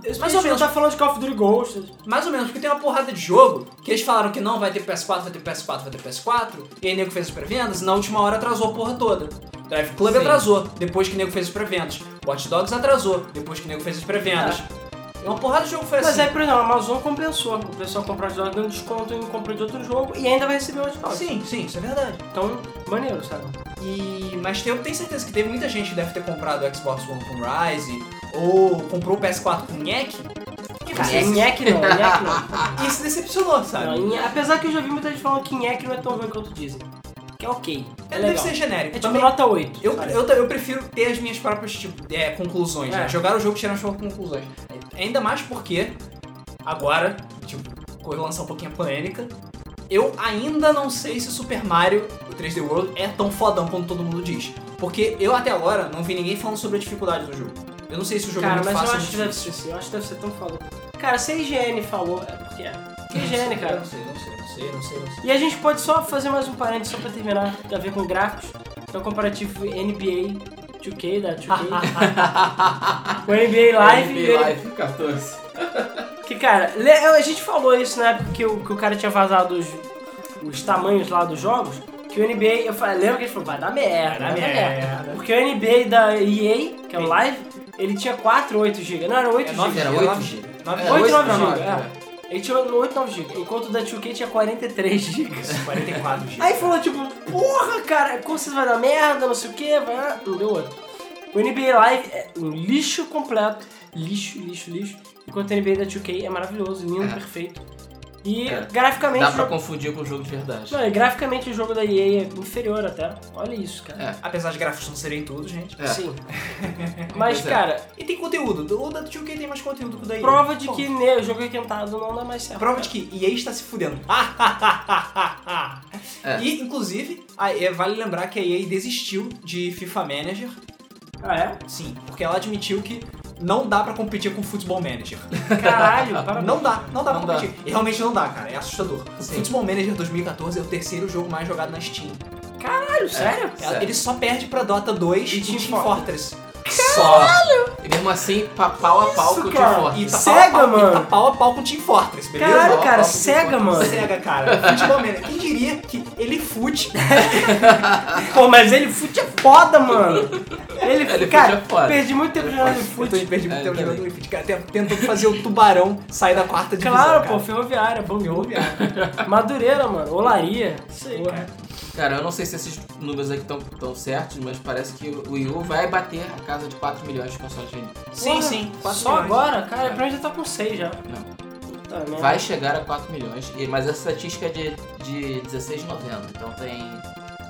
Speaker 2: Mas
Speaker 1: ou
Speaker 2: a gente não
Speaker 1: menos.
Speaker 2: tá falando de Call of Duty Ghosts.
Speaker 1: Mais ou menos, porque tem uma porrada de jogo que eles falaram que não vai ter PS4, vai ter PS4, vai ter PS4, e aí nego fez as pré-vendas e na última hora atrasou a porra toda. Drive Club
Speaker 3: Sim.
Speaker 1: atrasou, depois que nego fez as pré-vendas. Watch Dogs atrasou, depois que nego fez as pré-vendas. E uma porrada de jogo foi
Speaker 2: É. Mas é
Speaker 1: assim.
Speaker 2: aí, por exemplo, a Amazon compensou. O pessoal comprou os jogos dando desconto e comprou de outro jogo e ainda vai receber o Xbox.
Speaker 1: Sim, sim, isso é verdade.
Speaker 2: Então, maneiro, sabe?
Speaker 1: E... Mas eu tenho certeza que teve muita gente que deve ter comprado o Xbox One com Rise, ou comprou o PS4 com NEC, e, cara,
Speaker 3: Nheque.
Speaker 2: Nheque Assim, não, Nheque não.
Speaker 1: e se decepcionou,
Speaker 2: *laughs*
Speaker 1: sabe?
Speaker 2: Não, Nhe- Apesar que eu já vi muita gente falando que Nheque não é tão ruim quanto dizem. Que é ok. É
Speaker 1: Ele
Speaker 2: legal.
Speaker 1: deve ser
Speaker 2: É
Speaker 1: genérico.
Speaker 2: tipo
Speaker 1: Também-
Speaker 2: nota 8.
Speaker 1: Eu,
Speaker 2: sabe?
Speaker 1: eu, ta- eu prefiro ter as minhas próprias tipo, é, conclusões, né?
Speaker 2: É.
Speaker 1: Jogar o jogo e tirar as suas conclusões. Ainda mais porque, agora, tipo, vou lançar um pouquinho a polêmica, eu ainda não sei se Super Mario o 3D World é tão fodão quanto todo mundo diz. Porque eu até agora não vi ninguém falando sobre a dificuldade do jogo. Eu não sei se o jogo é
Speaker 2: Cara,
Speaker 1: muito
Speaker 2: mas
Speaker 1: fácil
Speaker 2: eu
Speaker 1: ou
Speaker 2: acho que
Speaker 1: muito
Speaker 2: deve ser sim. Eu acho que deve ser tão foda. Cara, se a IGN falou, é porque é. Que
Speaker 1: difícil.
Speaker 2: IGN, cara.
Speaker 1: Não sei, não sei, não sei, não sei, não sei.
Speaker 2: E a gente pode só fazer mais um parênteses só pra terminar, que tem a ver com gráficos. Então, comparativo NBA 2K, da 2K. *laughs* o NBA é Live. e
Speaker 3: NBA
Speaker 2: o
Speaker 3: Live 14.
Speaker 2: Que, cara, le- a gente falou isso na época que o, que o cara tinha vazado os, os tamanhos lá dos jogos, que o NBA, eu falei, lembra que ele falou, vai dar merda, vai dar merda. Porque o NBA da EA, que é o Live, ele tinha 4, 8 GB, não, era 8
Speaker 1: É
Speaker 2: GB.
Speaker 1: 9
Speaker 3: Era
Speaker 1: GB,
Speaker 3: 8
Speaker 1: GB.
Speaker 2: É, 8 9 GB, é. Ele tinha 8, 9 GB, enquanto o da 2K tinha 43 GB.
Speaker 1: 44 GB.
Speaker 2: Aí falou, tipo, porra, cara, como vocês vai dar merda, não sei o que, vai, não deu outro. O NBA Live é um lixo completo, lixo, lixo, lixo. Enquanto o NBA da 2K é maravilhoso, lindo,
Speaker 3: É.
Speaker 2: perfeito. E
Speaker 3: É.
Speaker 2: graficamente,
Speaker 3: Dá
Speaker 2: o
Speaker 3: pra
Speaker 2: jogo...
Speaker 3: confundir com o jogo de verdade.
Speaker 2: não, e graficamente o jogo da EA é inferior até. Olha isso, cara.
Speaker 3: É.
Speaker 1: Apesar de gráficos não serem tudo, gente. *laughs*
Speaker 3: É.
Speaker 2: Sim. Mas,
Speaker 3: Pois é.
Speaker 2: cara,
Speaker 1: E tem conteúdo. O da 2K tem mais conteúdo que o da EA.
Speaker 2: prova de
Speaker 1: Bom,
Speaker 2: que né, o jogo requentado não dá mais certo.
Speaker 1: Prova de que EA está se fudendo. *laughs*
Speaker 3: É.
Speaker 1: E, inclusive, a- é, vale lembrar que a EA desistiu de FIFA Manager.
Speaker 2: Ah, é?
Speaker 1: Sim, porque ela admitiu que não dá pra competir com o Football Manager. *laughs*
Speaker 2: Caralho, parabéns.
Speaker 1: Não dá, não dá
Speaker 3: Não
Speaker 1: pra
Speaker 3: dá.
Speaker 1: competir. E realmente não dá, cara. É assustador.
Speaker 3: Sim.
Speaker 1: Football Manager 2014 é o terceiro jogo mais jogado na Steam.
Speaker 2: Caralho, sério?
Speaker 1: Ela-
Speaker 3: Sério.
Speaker 1: Ele só perde pra Dota 2 e,
Speaker 2: E
Speaker 1: Team
Speaker 2: Team
Speaker 1: Fortress.
Speaker 3: Só. E mesmo assim, pa- pau a pau
Speaker 2: Isso,
Speaker 3: com o Team
Speaker 2: cara.
Speaker 1: E
Speaker 3: Fortress.
Speaker 1: tá
Speaker 2: Cega,
Speaker 1: pau a pau,
Speaker 2: mano.
Speaker 1: E tá pau a pau com o Team Fortress, beleza?
Speaker 2: Caralho,
Speaker 3: Ó,
Speaker 2: cara,
Speaker 3: ó,
Speaker 2: cega,
Speaker 3: ó,
Speaker 2: mano.
Speaker 1: Cega, cara. Futebol Manager. Quem diria que ele fute
Speaker 2: Pô, mas ele fute é foda, mano. Ele,
Speaker 3: Ele
Speaker 2: cara,
Speaker 3: fute é foda.
Speaker 2: perdi muito tempo jogando
Speaker 1: Eu tô
Speaker 2: fute.
Speaker 1: perdi muito
Speaker 3: É,
Speaker 1: tempo
Speaker 3: também.
Speaker 1: jogando Liquid, cara. Tem- Tentou fazer o tubarão sair da quarta divisão.
Speaker 2: Claro,
Speaker 1: cara.
Speaker 2: pô, ferroviária, bom
Speaker 1: Ferroviária.
Speaker 2: Madureira, mano, olaria. Isso aí,
Speaker 1: Porra.
Speaker 2: cara.
Speaker 3: Cara, eu não sei se esses números aqui estão tão certos, mas parece que o Wii U vai bater a casa de 4 milhões de consoles vendidos.
Speaker 1: Sim,
Speaker 2: Porra,
Speaker 1: sim. quatro
Speaker 2: Só
Speaker 1: milhões.
Speaker 2: agora? Cara, pra mim já tá com 6 já.
Speaker 3: Não.
Speaker 2: Puta merda.
Speaker 3: Vai chegar a 4 milhões, e- mas essa estatística é de, de 16 de novembro, então tem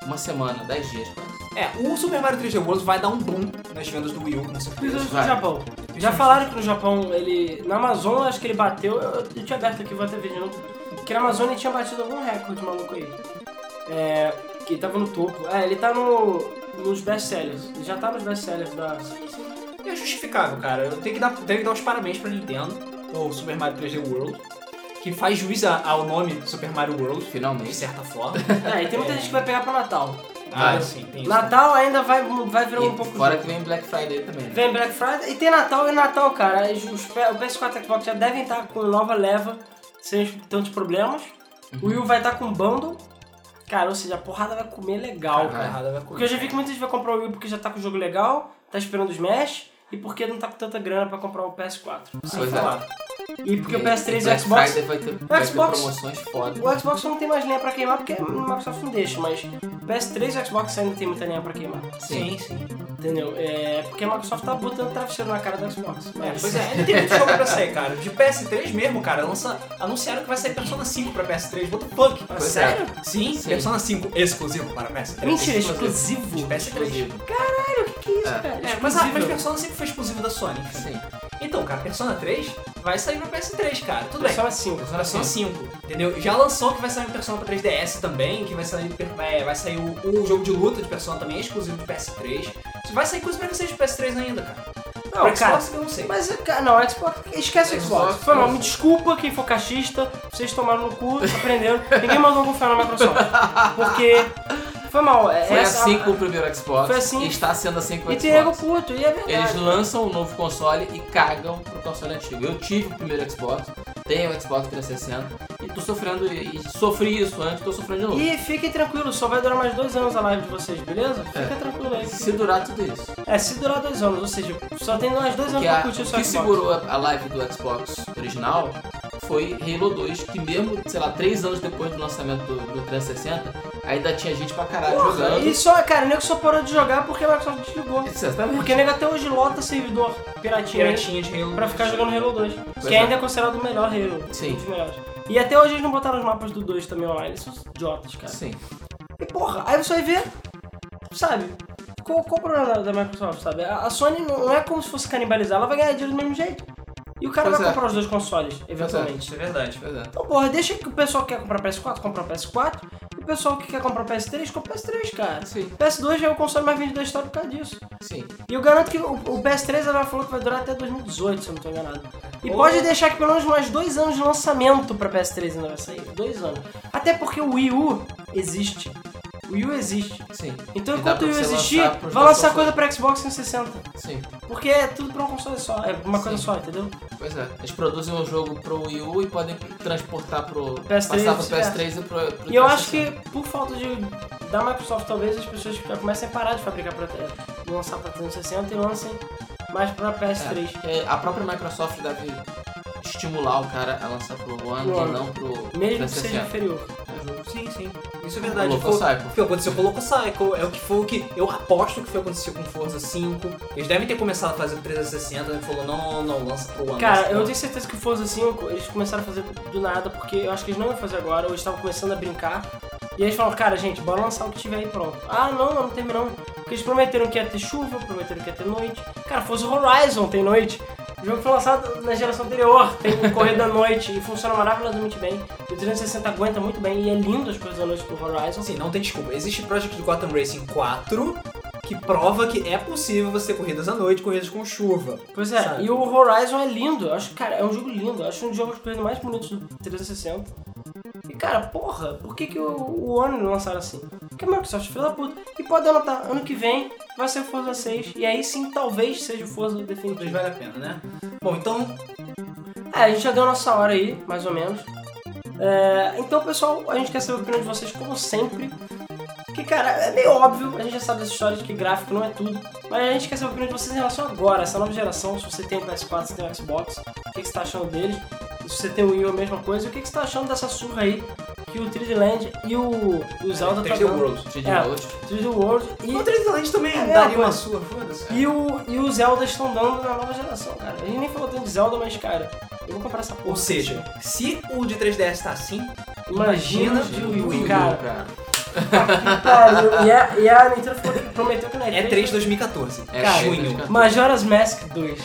Speaker 3: uma semana, 10 dias quase.
Speaker 1: É, o Super Mario 3D World vai dar um boom nas vendas do Wii U, com certeza.
Speaker 2: Principalmente no
Speaker 3: Vai.
Speaker 2: Japão. Já falaram que no Japão ele. Na Amazon acho que ele bateu. Eu, eu tinha aberto aqui, vou até ver de novo. Que na Amazon ele tinha batido algum recorde maluco aí. É. Que tava no topo. É, ele tá no. nos best sellers. Ele já tá nos best sellers da. Uhum.
Speaker 1: E é justificável, cara. Eu tenho que dar, tenho que dar os parabéns pra Nintendo, ou Super Mario 3D World, que faz juiz a- ao nome Super Mario World, de
Speaker 3: Finalmente.
Speaker 1: certa
Speaker 3: *laughs*
Speaker 1: forma.
Speaker 2: É, e tem muita
Speaker 1: É.
Speaker 2: gente que vai pegar pro Natal.
Speaker 1: ah, sim, tem isso.
Speaker 2: Natal ainda vai, vai virar um
Speaker 3: E
Speaker 2: pouco.
Speaker 3: fora que vem Black Friday também. né?
Speaker 2: Vem Black Friday. E tem Natal e Natal, cara. Os- os P- o PS4 e Xbox já devem estar com nova leva, sem tantos problemas. O Will vai estar com bundle. Cara, ou seja, a porrada vai comer legal,
Speaker 3: Caralho. é.
Speaker 2: cara.
Speaker 1: Errada Tá vai correr.
Speaker 2: Porque eu já vi que muita gente vai comprar o Will porque já tá com o jogo legal, tá esperando o Smash, e porque não tá com tanta grana pra comprar o PS4.
Speaker 1: Sem
Speaker 3: Pois é.
Speaker 1: falar.
Speaker 2: E porque o
Speaker 3: E-
Speaker 2: PS3 e o
Speaker 3: Black
Speaker 2: Xbox.
Speaker 3: Friday vai ter, vai ter
Speaker 2: Xbox-
Speaker 3: promoções foda.
Speaker 2: O Xbox não tem mais lenha pra queimar porque o Microsoft não deixa, mas o PS3 e o Xbox ainda tem muita lenha pra queimar.
Speaker 1: Sim, sim.
Speaker 2: Entendeu? É porque a Microsoft tá botando travesseiro na cara do Xbox.
Speaker 1: É, pois é, ainda tem muito jogo pra sair, cara. De PS3 mesmo, cara, lança, anunciaram que vai sair Persona 5 pra PS3. What the fuck?
Speaker 2: Ah,
Speaker 3: Pois é.
Speaker 2: sério?
Speaker 1: Sim,
Speaker 3: Sim.
Speaker 1: Persona 5 exclusivo para PS3.
Speaker 2: Mentira,
Speaker 1: De
Speaker 2: exclusivo.
Speaker 1: PS3.
Speaker 2: O que é isso,
Speaker 3: É.
Speaker 2: cara?
Speaker 1: É, mas, a, mas
Speaker 2: Exclusivo.
Speaker 1: Persona sempre foi exclusivo da Sony. enfim.
Speaker 3: Sim.
Speaker 1: Então, cara, Persona 3 vai sair pra PS3, cara. Tudo bem.
Speaker 2: Persona 5.
Speaker 1: Persona 5, entendeu? Já lançou que vai sair um Persona pra 3DS também, que vai sair, per- é, vai sair o, o jogo de luta de Persona também, é exclusivo de PS3. Vai sair coisa pra vocês de PS3 ainda, cara.
Speaker 2: Não,
Speaker 1: pra
Speaker 2: cara,
Speaker 1: Xbox eu não sei.
Speaker 2: Mas, cara, não, Xbox, esquece o
Speaker 3: Xbox,
Speaker 2: Xbox. Foi mal,
Speaker 3: Xbox.
Speaker 2: me desculpa quem for caixista, vocês tomaram no cu, aprenderam. Ninguém mandou um confiar na Microsoft. Porque foi mal. é-
Speaker 3: Foi
Speaker 2: essa-
Speaker 3: assim com o primeiro Xbox.
Speaker 2: Foi assim.
Speaker 3: E está sendo assim com o
Speaker 2: E
Speaker 3: Xbox.
Speaker 2: tem ego puto, e é verdade.
Speaker 3: Eles lançam um novo console e cagam pro console antigo. Eu tive o primeiro Xbox, tenho o Xbox 360 e tô sofrendo, e e sofri isso antes, tô sofrendo de novo.
Speaker 2: E fiquem tranquilos, só vai durar mais dois anos a live de vocês, beleza? Fica
Speaker 3: É.
Speaker 2: tranquilo aí.
Speaker 3: Se durar tudo isso.
Speaker 2: É, se durar dois anos, ou seja, só tem mais dois anos
Speaker 3: Porque
Speaker 2: pra
Speaker 3: a,
Speaker 2: Então curtir
Speaker 3: o
Speaker 2: o seu
Speaker 3: que
Speaker 2: Xbox.
Speaker 3: segurou a, a live do Xbox original foi Halo 2, que mesmo, sei lá, três anos depois do lançamento do, do 360, ainda tinha gente pra caralho jogando.
Speaker 2: E só, cara, o nego só parou de jogar porque a Microsoft desligou.
Speaker 3: Exatamente.
Speaker 2: Porque o nego até hoje lota servidor piratinha aí
Speaker 1: Piratinha de Halo.
Speaker 2: pra ficar jogando Halo 2. que
Speaker 3: é.
Speaker 2: ainda é considerado o melhor Halo.
Speaker 3: Sim.
Speaker 2: Um dos melhores. E até hoje eles não botaram os mapas do 2 também online. Eles são idiotas, cara.
Speaker 3: Sim.
Speaker 2: E porra, aí você vai ver, sabe? Qual, qual o problema da, da Microsoft, sabe? A, a Sony não, não é como se fosse canibalizar, ela vai ganhar dinheiro do mesmo jeito. E o cara
Speaker 3: Pois
Speaker 2: vai
Speaker 3: é.
Speaker 2: comprar os dois consoles, eventualmente.
Speaker 1: Isso é verdade.
Speaker 3: Pois é.
Speaker 2: Então, porra, deixa que o pessoal que quer comprar PS4, comprar PS4. E o pessoal que quer comprar PS3, compra PS3, cara.
Speaker 3: Sim.
Speaker 2: PS2 já é o console mais vendido da história por causa disso.
Speaker 3: Sim.
Speaker 2: E eu garanto que o, o PS3 ela falou que vai durar até 2018, se eu não tô enganado. E
Speaker 1: Porra.
Speaker 2: pode deixar que pelo menos mais dois anos de lançamento pra PS3 ainda vai sair. Dois anos. Até porque o Wii U existe. O Wii U existe.
Speaker 3: Sim.
Speaker 2: Então
Speaker 3: E dá
Speaker 2: enquanto
Speaker 3: pra
Speaker 2: o Wii U
Speaker 3: você
Speaker 2: existir,
Speaker 3: lançar pros
Speaker 2: vai
Speaker 3: dois
Speaker 2: lançar coisa
Speaker 3: consoles.
Speaker 2: pra Xbox 360.
Speaker 3: Sim.
Speaker 2: Porque é tudo pra um console só. É uma coisa
Speaker 3: Sim.
Speaker 2: só, entendeu?
Speaker 3: Pois é, eles produzem um jogo pro Wii U e podem transportar pro.
Speaker 2: PS3
Speaker 3: passar pro
Speaker 2: e
Speaker 3: PS3 e pro. pro
Speaker 2: é. E eu acho que por falta de da Microsoft talvez as pessoas já comecem a parar de fabricar pra de lançar pra 360 e lancem mais pra PS3.
Speaker 3: 3. É, a própria Microsoft deve estimular o cara a lançar pro One
Speaker 2: Pro
Speaker 3: e
Speaker 2: One.
Speaker 3: não pro.
Speaker 2: Mesmo que
Speaker 3: 360.
Speaker 2: seja inferior.
Speaker 1: Sim, sim. Isso é verdade.
Speaker 3: Loco
Speaker 1: Foi-
Speaker 3: Cycle.
Speaker 1: O que aconteceu com o Loco Cycle é o que foi o que. Eu aposto que foi o que aconteceu com Forza 5. Eles devem ter começado a fazer 360 e falou: não, não, não, lança pro One.
Speaker 2: Cara,
Speaker 1: lança pro
Speaker 2: eu
Speaker 1: One.
Speaker 2: tenho certeza que o Forza 5 eles começaram a fazer do nada, porque eu acho que eles não iam fazer agora, ou eles estavam começando a brincar. E eles falaram, cara, gente, bora lançar o que tiver aí pronto. Ah, não, não terminamos. Porque eles prometeram que ia ter chuva, prometeram que ia ter noite. Cara, Forza Horizon tem noite. O jogo foi lançado na geração anterior, tem um correr da noite e funciona maravilhosamente bem. E o 360 aguenta muito bem e é lindo as coisas da noite do Horizon.
Speaker 1: Assim, não tem desculpa. Existe Project Gotham Racing 4 que prova que é possível você ter corridas à noite, corridas com chuva.
Speaker 2: Pois é,
Speaker 1: Sabe?
Speaker 2: e o Horizon é lindo. Eu acho, cara, é um jogo lindo. Eu acho um dos jogos coisas mais bonitos do 360. E, cara, porra, por que, que o, o One não lançaram assim? Porque a Microsoft é filha da puta. E pode anotar, ano que vem vai ser o Forza 6. E aí sim, talvez seja o Forza
Speaker 1: Mas
Speaker 2: definitivo.
Speaker 1: vale a pena, né? Bom, então
Speaker 2: É, a gente já deu a nossa hora aí, mais ou menos. É, então, pessoal, a gente quer saber a opinião de vocês, como sempre. Que, cara, é meio óbvio, a gente já sabe dessa história de que gráfico não é tudo. Mas a gente quer saber a opinião de vocês em relação agora, essa nova geração. Se você tem o PS4, se tem o Xbox, o que, que você tá achando deles? E se você tem o Wii, a mesma coisa. E o que, que você tá achando dessa surra aí que o 3D Land e o, e o Zelda tá
Speaker 1: 3D
Speaker 2: dando-
Speaker 1: World.
Speaker 3: Change
Speaker 2: É.
Speaker 3: World.
Speaker 2: 3D World
Speaker 1: O
Speaker 2: e,
Speaker 1: 3D Land também
Speaker 2: É,
Speaker 1: daria
Speaker 2: pô.
Speaker 1: uma sua, foda-se.
Speaker 2: e, o, e o Zelda estão dando na nova geração, cara. A gente nem falou tanto de Zelda, mas, cara, eu vou comprar essa porra.
Speaker 1: Ou seja, se o de 3DS tá assim, imagina
Speaker 2: imagina, de
Speaker 1: o do
Speaker 2: Wii,
Speaker 1: Wii
Speaker 2: U,
Speaker 1: U,
Speaker 2: cara.
Speaker 3: Cara,
Speaker 2: Que pariu. E a, e a Nintendo falou que prometeu que não
Speaker 1: é 3 de 2014.
Speaker 3: É
Speaker 2: Cara,
Speaker 1: junho.
Speaker 2: Majora's Mask 2.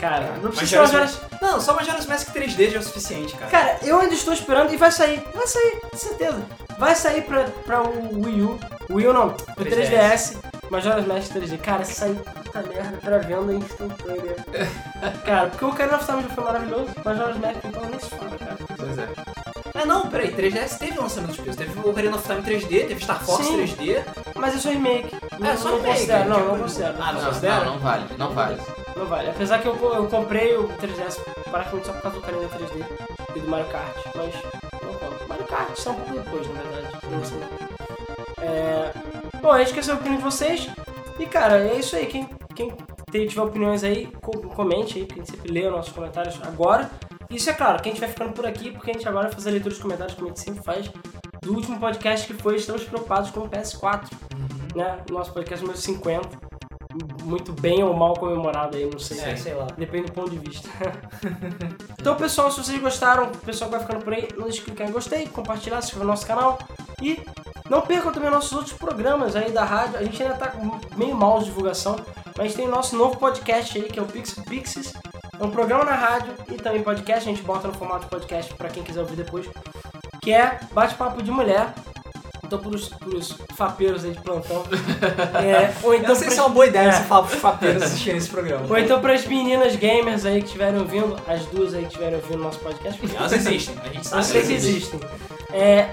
Speaker 2: Cara, não precisa de
Speaker 1: Majora's-
Speaker 2: Majora's...
Speaker 1: Não, só Majora's Mask 3D já é o suficiente, cara.
Speaker 2: Cara, eu ainda estou esperando e vai sair. Vai sair, com certeza. Vai sair pra, pra o Wii U. Wii U não, o 3DS.
Speaker 1: 3DS.
Speaker 2: Majora's Mask 3D. Cara, isso aí, puta merda, pra venda instantânea. cara, porque o Ocarina of Time já foi maravilhoso. Majora's Mask, então nem se fala, cara.
Speaker 3: Pois é.
Speaker 1: Ah, não, peraí, 3DS teve lançamento de peso. Teve o Ocarina of Time 3D, teve Star Fox
Speaker 2: Sim.
Speaker 1: 3D.
Speaker 2: Mas é só remake.
Speaker 1: É, só
Speaker 2: não
Speaker 1: remake,
Speaker 2: Considero, não,
Speaker 1: tipo-
Speaker 2: não considero.
Speaker 1: Ah,
Speaker 3: Não,
Speaker 1: não,
Speaker 2: considero.
Speaker 1: considera?
Speaker 3: não, não vale, não vale.
Speaker 2: Não vale. Apesar que eu, co- eu comprei o 3DS praticamente só por causa do Ocarina 3D e do Mario Kart, mas não conto. Mario Kart está um pouco depois, na verdade. Não sei. É... Bom, a gente quer saber a opinião de vocês. E cara, é isso aí. Quem, quem te- tiver opiniões aí, co- comente aí, porque a gente sempre lê os nossos comentários agora. Isso é claro, quem estiver ficando por aqui, porque a gente agora vai fazer a leitura dos comentários, como a gente sempre faz, do último podcast que foi Estamos Preocupados com o PS4 né? Nosso podcast número 50. Muito bem ou mal comemorado aí, não sei.
Speaker 1: É, sei lá.
Speaker 2: Depende do ponto de vista. *laughs* então, pessoal, se vocês gostaram, o pessoal que vai ficando por aí, não deixe de clicar em gostei, compartilhar, se inscrever no nosso canal e não percam também nossos outros programas aí da rádio. A gente ainda tá com meio mal de divulgação, mas a gente tem o nosso novo podcast aí, que é o Pix Pixies. É um programa na rádio e também podcast, a gente bota no formato de podcast pra quem quiser ouvir depois, que é Bate-Papo de Mulher. Então, pros, pros fapeiros aí
Speaker 1: *laughs*
Speaker 2: de plantão. É, ou
Speaker 1: Eu
Speaker 2: então
Speaker 1: não sei
Speaker 2: pras-
Speaker 1: se é uma boa ideia
Speaker 2: É.
Speaker 1: você falar pros *laughs* papeiros assistirem esse programa.
Speaker 2: ou então pras meninas gamers aí que estiverem ouvindo, as duas aí que estiverem ouvindo nosso podcast, porque
Speaker 1: Elas existem, a gente
Speaker 2: eu
Speaker 1: sabe.
Speaker 2: sei
Speaker 1: que
Speaker 2: que
Speaker 1: existem.
Speaker 2: existem. É,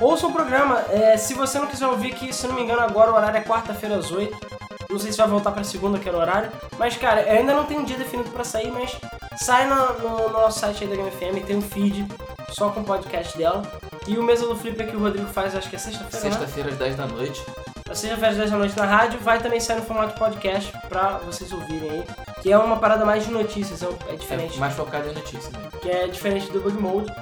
Speaker 2: ouça o programa, é, se você não quiser ouvir, que se não me engano agora o horário é quarta-feira às 8. Não sei se vai voltar pra segunda, que era o horário. Mas, cara, eu ainda não tem um dia definido pra sair, mas sai na- no, no nosso site aí da Game FM, tem um feed só com o podcast dela. E o Mesa do Flipper que o Rodrigo faz, acho que é sexta-feira, né?
Speaker 3: Sexta-feira às 10 da noite. é
Speaker 2: Você já faz 10 da noite na rádio, vai também sair no formato podcast pra vocês ouvirem aí. Que é uma parada mais de notícias, é, um- é diferente.
Speaker 3: É mais focado em notícias, né?
Speaker 2: Que é diferente do Bug Mode.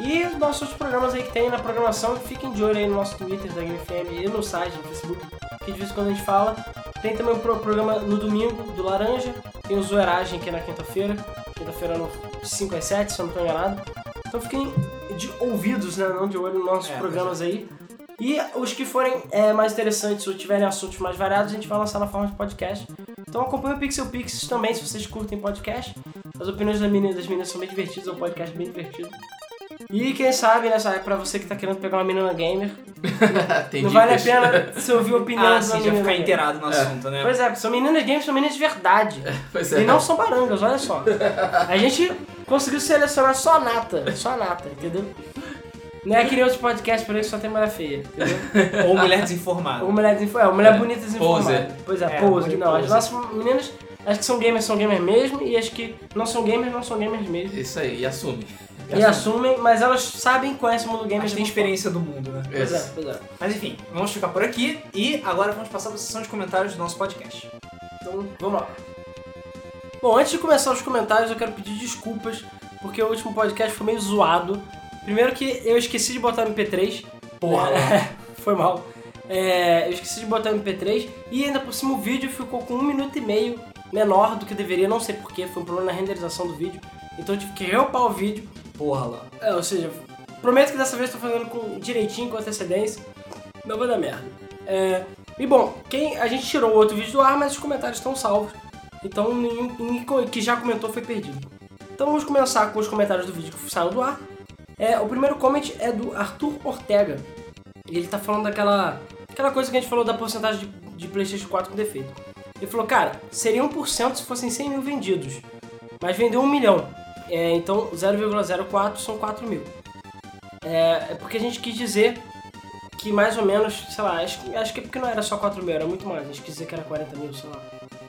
Speaker 2: E os nossos programas aí que tem na programação, fiquem de olho aí no nosso Twitter da GameFM e no site, no Facebook, que de vez em quando a gente fala. Tem também o pro- programa no domingo, do Laranja. Tem o Zoeiragem, que é na quinta-feira. Quinta-feira no- de 5 às 7, se eu não tô enganado. Então fiquem de ouvidos, né? Não de olho nos nossos
Speaker 1: É,
Speaker 2: programas aí. E os que forem é, mais interessantes ou tiverem assuntos mais variados, a gente vai lançar na forma de podcast. Então acompanha o Pixel Pixels também, se vocês curtem podcast. As opiniões das meninas, das meninas são bem divertidas, é um podcast bem divertido. E quem sabe, né, sabe, pra você que tá querendo pegar uma menina gamer,
Speaker 3: *laughs* Tem
Speaker 2: não
Speaker 3: dicas.
Speaker 2: vale a pena você ouvir a
Speaker 1: *laughs*
Speaker 2: opinião
Speaker 1: Ah,
Speaker 2: de uma
Speaker 1: sim, já
Speaker 2: menina
Speaker 1: ficar
Speaker 2: gamer.
Speaker 1: inteirado no assunto, né?
Speaker 2: Pois é, porque são meninas games, são meninas de verdade.
Speaker 3: Pois é.
Speaker 2: E não são barangas, olha só. A gente conseguiu selecionar só a nata, só a nata, entendeu? Não é aquele outro podcast por aí que só tem mulher feia, entendeu?
Speaker 1: Ou mulher desinformada.
Speaker 2: Ou mulher desinformada. É, mulher
Speaker 3: É,
Speaker 2: bonita desinformada.
Speaker 3: poser.
Speaker 2: Pois é,
Speaker 1: É,
Speaker 2: pose.
Speaker 1: mulher
Speaker 2: Não, as
Speaker 1: poser.
Speaker 2: nossas meninas, as que são gamers são gamers mesmo, e as que não são gamers não são gamers mesmo.
Speaker 3: Isso aí, e assume.
Speaker 2: E assumem, mas elas sabem e conhecem o mundo gamer.
Speaker 1: É assim. Mas
Speaker 2: de
Speaker 1: tem
Speaker 2: alguma
Speaker 1: experiência do mundo, né?
Speaker 2: forma. Pois
Speaker 3: Isso.
Speaker 2: é, pois é.
Speaker 1: é Mas enfim, vamos ficar por aqui e agora vamos passar para a sessão de comentários do nosso podcast.
Speaker 2: Então, vamos lá. Bom, antes de começar os comentários, eu quero pedir desculpas, porque o último podcast foi meio zoado. Primeiro que eu esqueci de botar MP3.
Speaker 1: Porra.
Speaker 2: né? *laughs* foi mal. É, eu esqueci de botar MP3 e ainda por cima o vídeo ficou com um minuto e meio menor do que deveria, não sei porquê, foi um problema na renderização do vídeo. Então eu tive que reupar o vídeo.
Speaker 1: Porra lá.
Speaker 2: É, ou seja, prometo que dessa vez eu tô fazendo com, direitinho, com antecedência. Não vai dar merda. É, e bom, quem, a gente tirou o outro vídeo do ar, mas os comentários estão salvos. Então nenhum, ninguém co- que já comentou foi perdido. Então vamos começar com os comentários do vídeo que saiu do ar. É, o primeiro comment é do Arthur Ortega. E ele tá falando daquela aquela coisa que a gente falou da porcentagem de, de PlayStation 4 com defeito. Ele falou, cara, seria 1% se fossem 100 mil vendidos. Mas vendeu 1 milhão. É, então 0,04 são 4 mil. É, é porque a gente quis dizer que mais ou menos, sei lá, acho, que- acho que é porque não era só 4 mil, era muito mais. A gente quis dizer que era 40 mil, sei lá.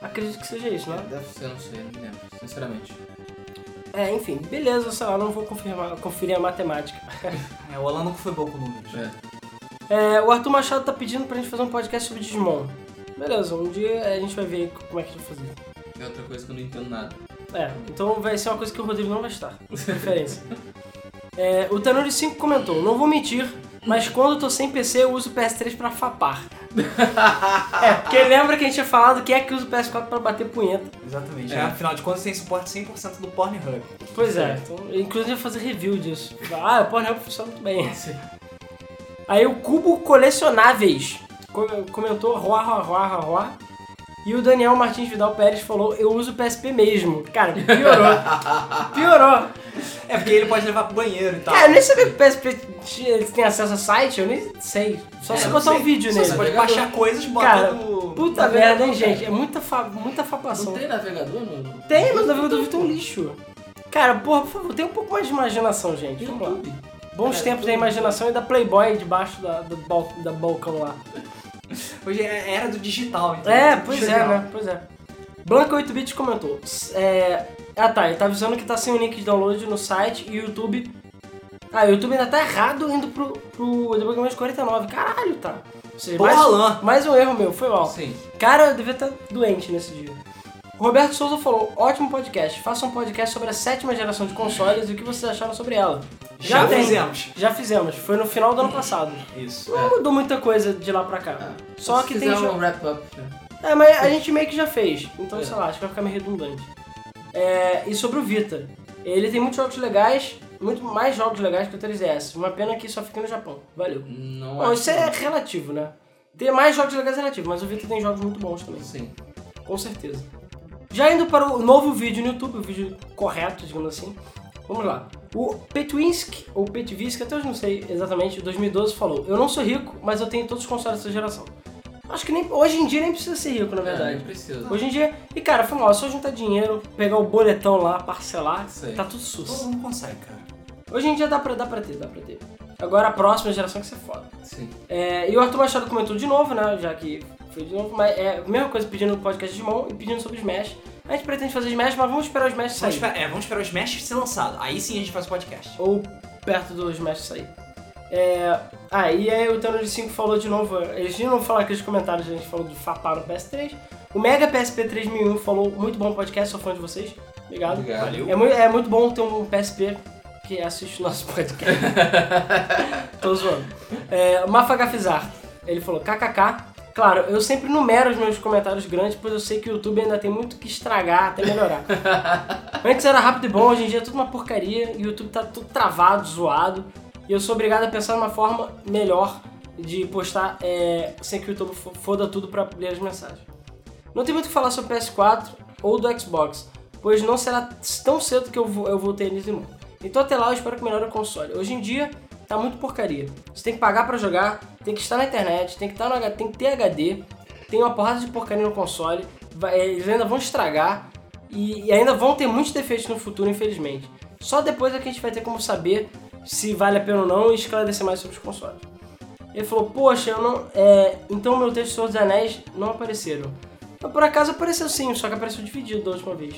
Speaker 2: Acredito que seja isso, né?
Speaker 3: Deve ser, não sei, não lembro, sinceramente.
Speaker 2: É, enfim, beleza, sei lá, não vou confirmar, conferir a matemática.
Speaker 1: É, o Alan nunca foi bom com números.
Speaker 3: É.
Speaker 2: É, o Arthur Machado tá pedindo pra gente fazer um podcast sobre Digimon. Beleza, um dia a gente vai ver como é que a gente vai fazer.
Speaker 3: É outra coisa que eu não entendo nada.
Speaker 2: É, então vai ser uma coisa que o Rodrigo não vai estar. Diferença. É, o Tanuri 5 comentou, não vou mentir, mas quando eu tô sem PC eu uso o PS3 pra fapar. é, porque lembra que a gente tinha falado que é que usa o PS4 pra bater punheta.
Speaker 1: Exatamente.
Speaker 2: É.
Speaker 1: né? Afinal de contas, tem suporte 100% do Pornhub.
Speaker 2: Pois é, então, inclusive eu vou fazer review disso. Ah, o Pornhub funciona muito bem. Aí o Cubo Colecionáveis co- comentou roá, roá, roá, roá, roá. E o Daniel Martins Vidal Pérez falou, eu uso o PSP mesmo. Cara, piorou. piorou.
Speaker 1: É porque ele pode levar pro banheiro e tal.
Speaker 2: Cara, eu nem sabia que o PSP tinha- tem acesso a site, eu nem sei. Só
Speaker 3: É,
Speaker 2: se
Speaker 3: não
Speaker 2: botar um
Speaker 1: sei.
Speaker 2: vídeo
Speaker 1: Só
Speaker 2: nele.
Speaker 1: Você pode
Speaker 3: Navegador.
Speaker 1: baixar coisas, botar
Speaker 2: Cara,
Speaker 1: no...
Speaker 2: Puta merda, hein, gente? É muita, fa muita
Speaker 3: Não
Speaker 2: fapação.
Speaker 3: tem navegador no.
Speaker 2: Tem, mas o navegador Vitor é um lixo. Cara, porra, por favor, tem um pouco mais de imaginação, gente. Vamos lá.
Speaker 3: YouTube.
Speaker 2: Bons
Speaker 3: É,
Speaker 2: tempos
Speaker 3: tudo.
Speaker 2: da imaginação e da Playboy debaixo da, do bal- da balcão lá.
Speaker 1: Hoje é era do digital, então.
Speaker 2: É, pois
Speaker 1: Genial.
Speaker 2: é, né? Pois é. Blanca 8 bits comentou. s- É... Ah tá, ele tá avisando que tá sem o link de download no site e o YouTube. Ah, o YouTube ainda tá errado indo pro, pro Debugman 49. Caralho, tá. Ou seja,
Speaker 1: Porra,
Speaker 2: mais,
Speaker 1: Alan.
Speaker 2: mais um erro meu, foi mal.
Speaker 3: Sim.
Speaker 2: Cara, eu devia estar doente nesse dia. Roberto Souza falou: ótimo podcast. Faça um podcast sobre a sétima geração de consoles e o que vocês acharam sobre ela.
Speaker 1: Já,
Speaker 2: tem.
Speaker 1: fizemos.
Speaker 2: Já fizemos, foi no final do ano passado.
Speaker 1: Isso.
Speaker 2: Não mudou muita coisa de lá pra
Speaker 3: É.
Speaker 2: cá. Só
Speaker 3: Se
Speaker 2: que
Speaker 3: fizer
Speaker 2: tem. jo-
Speaker 3: um wrap-up. né?
Speaker 2: é, mas a gente meio que já fez. Então,
Speaker 3: É.
Speaker 2: sei lá, acho que vai ficar meio redundante. É, e sobre o Vita. Ele tem muitos jogos legais, muito mais jogos legais que o 3DS. Uma pena que só fica no Japão. Valeu.
Speaker 3: Não
Speaker 2: Bom,
Speaker 3: acho
Speaker 2: isso é relativo, né? Ter mais jogos legais é relativo, mas o Vita tem jogos muito bons também.
Speaker 3: Sim.
Speaker 2: Com certeza. Já indo para o novo vídeo no YouTube, o vídeo correto, digamos assim. Vamos lá. O Petwinsk, ou Petvisk, até hoje não sei exatamente, 2012 falou: Eu não sou rico, mas eu tenho todos os consoles dessa geração. Acho que nem, hoje em dia nem precisa ser rico, na
Speaker 3: É,
Speaker 2: verdade.
Speaker 3: nem precisa.
Speaker 2: Hoje em dia, e cara, foi mal, é só juntar dinheiro, pegar o boletão lá, parcelar,
Speaker 3: Isso aí.
Speaker 2: tá tudo sus.
Speaker 1: Todo mundo consegue, cara.
Speaker 2: Hoje em dia dá pra, dá pra ter, dá pra ter. Agora a próxima geração que você é foda.
Speaker 3: Sim.
Speaker 2: É, e o Arthur Machado comentou de novo, né? Já que foi de novo, mas é a mesma coisa pedindo o podcast de mão e pedindo sobre Smash. A gente pretende fazer Smash, mas vamos esperar o
Speaker 1: Vamos
Speaker 2: Smash sair.
Speaker 1: esperar, é, vamos esperar o Smash ser lançado. Aí sim a gente faz o podcast.
Speaker 2: Ou perto do Smash sair. É, ah, e aí o Tanuri 5 falou de novo, eles não falaram aqueles comentários, a gente falou do Fapá no PS3. O Mega PSP 3001 falou, muito bom podcast, sou fã de vocês. Obrigado.
Speaker 3: Obrigado.
Speaker 1: Valeu.
Speaker 2: É muito, é muito bom ter um PSP que assiste o nosso *laughs* podcast. Tô zoando. É, o Mafagafizar, ele falou, kkk. Claro, eu sempre numero os meus comentários grandes, pois eu sei que o YouTube ainda tem muito que estragar até melhorar. Antes era rápido e bom, hoje em dia é tudo uma porcaria e o YouTube tá tudo travado, zoado. E eu sou obrigado a pensar numa forma melhor de postar é, sem que o YouTube fo- foda tudo pra ler as mensagens. Não tem muito o que falar sobre o PS4 ou do Xbox, pois não será tão cedo que eu, vou, eu voltei nisso de mão. Então até lá eu espero que melhore o console. Hoje em dia tá muito porcaria. Você tem que pagar pra jogar, tem que estar na internet, tem que, estar no, H- tem que ter HD, tem uma porrada de porcaria no console, vai- eh, eles ainda vão estragar e, e ainda vão ter muitos defeitos no futuro, infelizmente. Só depois é que a gente vai ter como saber se vale a pena ou não e esclarecer mais sobre os consoles. Ele falou, poxa, eu não. é, então meu texto sobre os anéis não apareceram. Mas por acaso apareceu sim, só que apareceu dividido da última vez.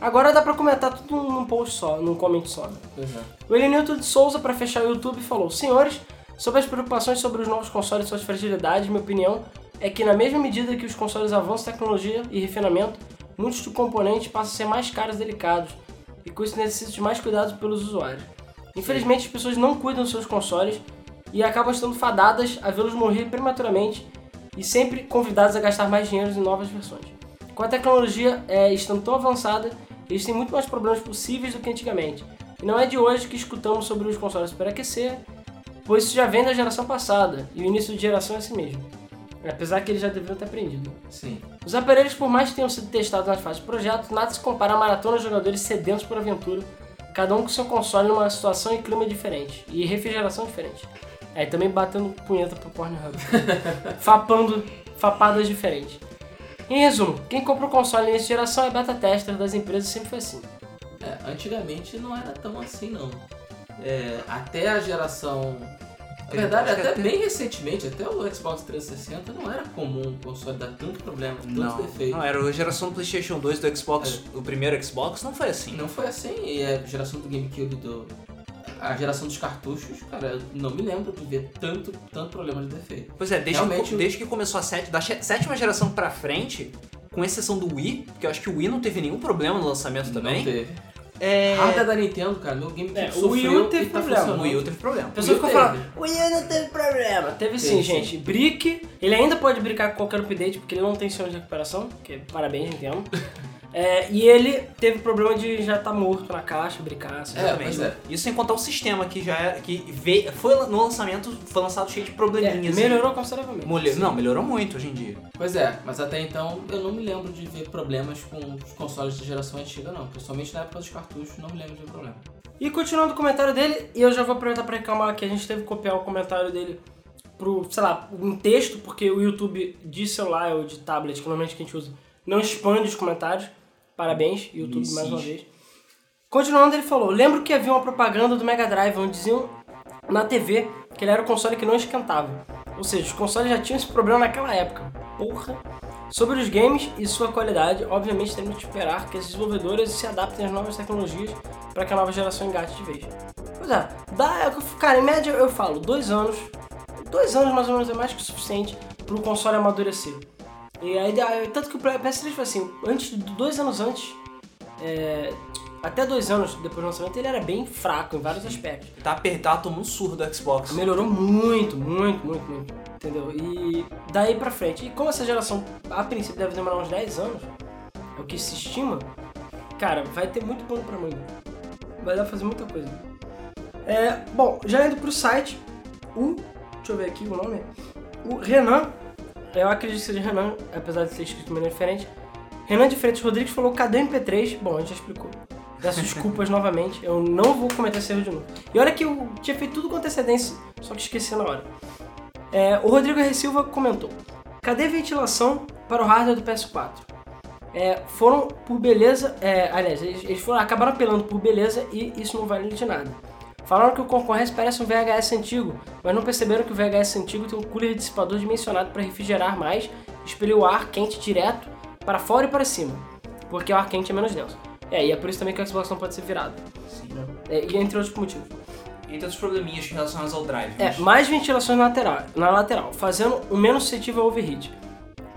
Speaker 2: Agora dá pra comentar tudo num post só, num comment só. né?
Speaker 3: Pois é.
Speaker 2: O Elenilton de Souza, pra fechar o YouTube, falou: Senhores, sobre as preocupações sobre os novos consoles e suas fragilidades, minha opinião é que, na mesma medida que os consoles avançam em tecnologia e refinamento, muitos dos componentes passam a ser mais caros e delicados, e com isso necessitam de mais cuidados pelos usuários. Infelizmente, as pessoas não cuidam dos seus consoles e acabam estando fadadas a vê-los morrer prematuramente e sempre convidados a gastar mais dinheiro em novas versões. Com a tecnologia é, estando tão avançada, eles têm muito mais problemas possíveis do que antigamente. E não é de hoje que escutamos sobre os consoles superaquecer, pois isso já vem da geração passada, e o início de geração é assim mesmo. Apesar que eles já deveriam ter aprendido.
Speaker 3: Sim.
Speaker 2: Os aparelhos, por mais que tenham sido testados nas fases de projeto, nada se compara à maratona de jogadores sedentos por aventura, cada um com seu console numa situação e clima diferente, e refrigeração diferente. Aí também batendo punheta pro *laughs* Pornhub. Fapando fapadas diferentes. Em resumo, quem compra o console nessa geração é beta tester das empresas, sempre foi assim.
Speaker 3: É, antigamente não era tão assim, não. É, até a geração. Na verdade,
Speaker 1: Acho que
Speaker 3: até
Speaker 1: até-
Speaker 3: bem recentemente, até o Xbox 360 não era comum o console dar tanto problema, tanto defeito.
Speaker 1: não, era a geração do Playstation 2 do Xbox, o primeiro Xbox, não foi assim.
Speaker 3: Não foi assim, e a geração do GameCube do. A geração dos cartuchos, cara, eu não me lembro de ver tanto, tanto problema de defeito.
Speaker 1: Pois é, desde,
Speaker 3: Realmente,
Speaker 1: que, desde que começou a sete, da che- sétima geração pra frente, com exceção do Wii, porque eu acho que o Wii não teve nenhum problema no lançamento também.
Speaker 3: Não teve.
Speaker 1: É...
Speaker 3: Hardware da Nintendo, cara. Meu GameCube
Speaker 2: É, o
Speaker 3: sofreu
Speaker 2: Wii U
Speaker 3: e
Speaker 2: teve
Speaker 3: tá
Speaker 2: problema.
Speaker 1: O
Speaker 3: funcionando.
Speaker 1: Wii U teve problema.
Speaker 2: A pessoa
Speaker 3: Wii U
Speaker 2: ficou
Speaker 3: teve.
Speaker 2: falando, o Ian não teve problema. Teve sim,
Speaker 3: Teve,
Speaker 2: gente. Brick, ele ainda pode brincar com qualquer update, porque ele não tem sinal de recuperação, que parabéns, *laughs* Nintendo. É, e ele teve problema de já estar morto na caixa, brincar, essas
Speaker 3: É,
Speaker 2: coisas.
Speaker 1: Exatamente.
Speaker 3: pois é.
Speaker 1: Isso sem contar o sistema que já era, que veio, foi no lançamento, foi lançado cheio de
Speaker 2: É,
Speaker 1: probleminhas.
Speaker 2: melhorou consideravelmente.
Speaker 1: Molhe- Não, melhorou muito hoje em dia.
Speaker 3: Pois é, mas até então eu não me lembro de ver problemas com os consoles da geração antiga, não. Principalmente na época dos cartuchos, não me lembro de ver problema.
Speaker 2: E continuando o comentário dele, e eu já vou aproveitar pra reclamar que a gente teve que copiar o comentário dele pro, sei lá, um texto, porque o YouTube de celular ou de tablet, que normalmente que a gente usa, não expande os comentários. Parabéns, YouTube, mais uma vez. Continuando, ele falou: Lembro que havia uma propaganda do Mega Drive onde diziam na TV que ele era o console que não esquentava. Ou seja, os consoles já tinham esse problema naquela época. Porra! Sobre os games e sua qualidade, obviamente temos que esperar que as desenvolvedoras se adaptem às novas tecnologias para que a nova geração engate de vez. Pois é, dá, cara, em média eu falo, dois anos, dois anos mais ou menos é mais que o suficiente para o console amadurecer. E aí, aí, tanto que o PS3 foi assim, antes, dois anos antes, é, até dois anos depois do lançamento, ele era bem fraco em vários aspectos.
Speaker 1: Tá apertado, tomou um surro do Xbox.
Speaker 2: Melhorou muito, muito, muito, muito. Entendeu? E daí pra frente. E como essa geração, a princípio, deve demorar uns 10 anos, é o que se estima, cara, vai ter muito pano pra manga. Vai dar pra fazer muita coisa. É, bom, já indo pro site, o. Deixa eu ver aqui o nome. O Renan, eu acredito que seja Renan, apesar de ser escrito de maneira diferente. Renan de Freitas Rodrigues falou: cadê o MP3? Bom, a gente já explicou. Peço desculpas novamente, eu não vou cometer esse erro de novo. E olha que eu tinha feito tudo com antecedência, só que esqueci na hora. É, o Rodrigo R. Silva comentou: Cadê a ventilação para o hardware do PS4? É, foram por beleza, é, aliás, eles, eles foram, acabaram apelando por beleza e isso não vale de nada. Falaram que o concorrente parece um VHS antigo, mas não perceberam que o VHS antigo tem um cooler dissipador dimensionado para refrigerar mais, expelir o ar quente direto para fora e para cima, porque o ar quente é menos denso. É, e é por isso também que o Xbox não pode ser virado,
Speaker 1: Sim.
Speaker 2: É, e entre outros motivos.
Speaker 1: Entre os probleminhas relacionados ao drive.
Speaker 2: É,
Speaker 1: mas-
Speaker 2: mais ventilações na lateral, na lateral fazendo o menos suscetível ao overheat.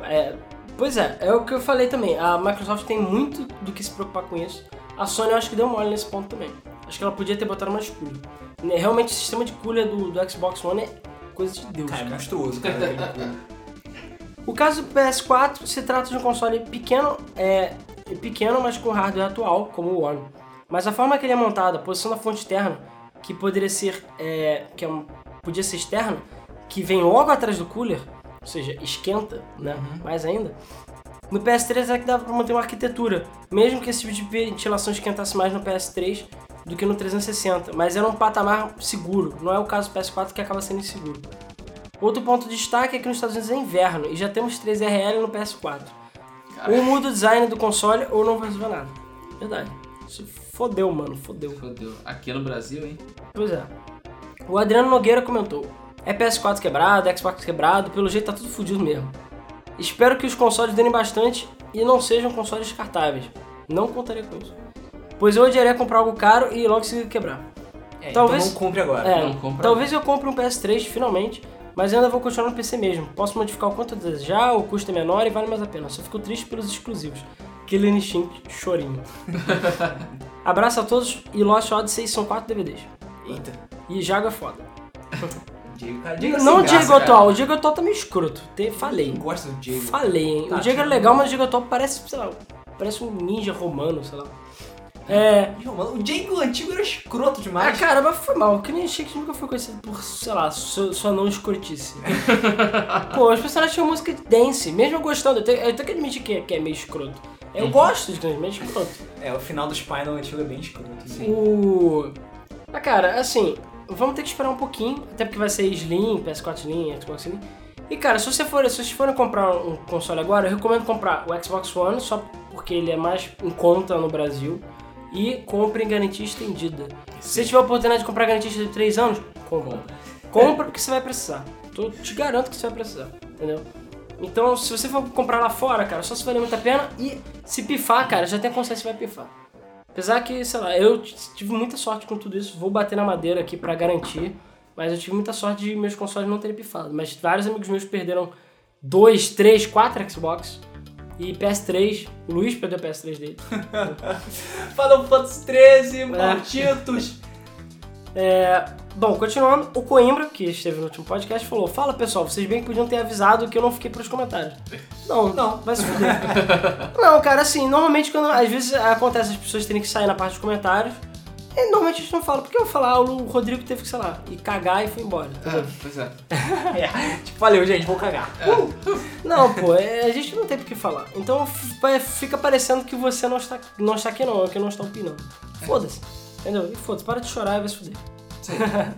Speaker 2: É, pois é, é o que eu falei também. A Microsoft tem muito do que se preocupar com isso. A Sony eu acho que deu mole nesse ponto também. Acho que ela podia ter botado mais cooler. Né, Realmente o sistema de cooler do, do Xbox One é coisa de Deus,
Speaker 1: Cara, é
Speaker 2: cara.
Speaker 1: monstruoso, cara.
Speaker 2: O caso do PS4 se trata de um console pequeno, é, pequeno mas com hardware atual, como o One. Mas a forma que ele é montado, a posição da fonte externa, que poderia ser, é, que é um- podia ser externa, que vem logo atrás do cooler, ou seja, esquenta, né? Mais ainda. No PS3 é que dava pra manter uma arquitetura, mesmo que esse tipo de ventilação esquentasse mais no PS3 do que no 360, mas era um patamar seguro, não é o caso do PS4 que acaba sendo inseguro. Outro ponto de destaque é que nos Estados Unidos é inverno e já temos 3RL no PS4. Ou muda o design do console ou não vai resolver nada. Verdade. Isso fodeu, mano, fodeu.
Speaker 3: Fodeu. Aqui no Brasil, hein?
Speaker 2: Pois é. O Adriano Nogueira comentou: É PS4 quebrado, é Xbox quebrado, pelo jeito tá tudo fodido mesmo. Espero que os consoles derem bastante e não sejam consoles descartáveis. Não contaria com isso. Pois eu odiaria comprar algo caro e logo se quebrar.
Speaker 1: *laughs* É,
Speaker 2: Talvez-
Speaker 1: Então não compre agora.
Speaker 2: É,
Speaker 3: Não compra.
Speaker 2: talvez eu compre um PS3 finalmente, mas eu ainda vou continuar no PC mesmo. Posso modificar o quanto eu desejar, o custo é menor e vale mais a pena. Só fico triste pelos exclusivos. Killer Instinct,
Speaker 1: *laughs*
Speaker 2: chorinho. Abraço a todos e Lost Odyssey são 4 DVDs.
Speaker 1: Eita.
Speaker 2: E Jago é foda.
Speaker 1: Diego, cara, Diego é
Speaker 2: não o
Speaker 1: sem
Speaker 2: Diego
Speaker 1: graça, cara.
Speaker 2: Atual, o Diego Atual tá meio escroto. Te, falei.
Speaker 1: Não gosto do Diego.
Speaker 2: Falei, hein?
Speaker 1: Tá,
Speaker 2: o Diego
Speaker 1: Diego.
Speaker 2: era legal, mas o Diego Atual parece, sei lá, parece um ninja romano, sei lá. É.
Speaker 1: Diego, mano, O Diego antigo era escroto
Speaker 2: Ah,
Speaker 1: demais.
Speaker 2: cara, mas foi mal. O Killer Instinct nunca foi conhecido por, sei lá, sua, sua não escrotice. Pô, os personagens tinham música de dance, mesmo eu gostando. Eu tenho, eu tenho que admitir que, é- que é meio escroto. Eu gosto de Killer Instinct, mas é escroto.
Speaker 1: É, o final do Spinal antigo é bem escroto.
Speaker 2: O... Ah, cara, assim, vamos ter que esperar um pouquinho, até porque vai ser Slim, PS4 Slim, Xbox Slim. E, cara, se, você for, se vocês forem comprar um console agora, eu recomendo comprar o Xbox One, só porque ele é mais em conta no Brasil. E comprem garantia estendida. Se você tiver a oportunidade de comprar garantia de 3 anos, compra. Compra porque você vai precisar. Tô, te garanto que você vai precisar, entendeu? Então, se você for comprar lá fora, cara, só se valer muito a pena. E se pifar, cara, já tem consciência que vai pifar. Apesar que, sei lá, eu t- tive muita sorte com tudo isso, vou bater na madeira aqui pra garantir, mas eu tive muita sorte de meus consoles não terem pifado. Mas vários amigos meus perderam dois, três, quatro Xbox E PS3, o Luiz perdeu o PS3 dele.
Speaker 1: Final Fantasy
Speaker 2: É.
Speaker 1: 13,
Speaker 2: *laughs* malditos. É, bom, continuando, o Coimbra, que esteve no último podcast, falou: Fala pessoal, vocês bem que podiam ter avisado que eu não fiquei pros comentários. Não,
Speaker 1: Não.
Speaker 2: vai se fuder. não, cara, assim, normalmente quando. Às vezes acontece as pessoas terem que sair na parte dos comentários. E normalmente a gente não fala, porque eu falar, ah, o Rodrigo teve que, sei lá, e cagar e foi embora. entendeu?
Speaker 3: Ah, pois é.
Speaker 1: É, tipo, valeu, gente, vou cagar.
Speaker 2: Não, pô, é, a gente não tem por que falar. Então f- pa- fica parecendo que você não está, não está aqui, não, eu que não estou opinando. Foda-se. Entendeu? E foda-se, para de chorar e vai se fuder. *laughs*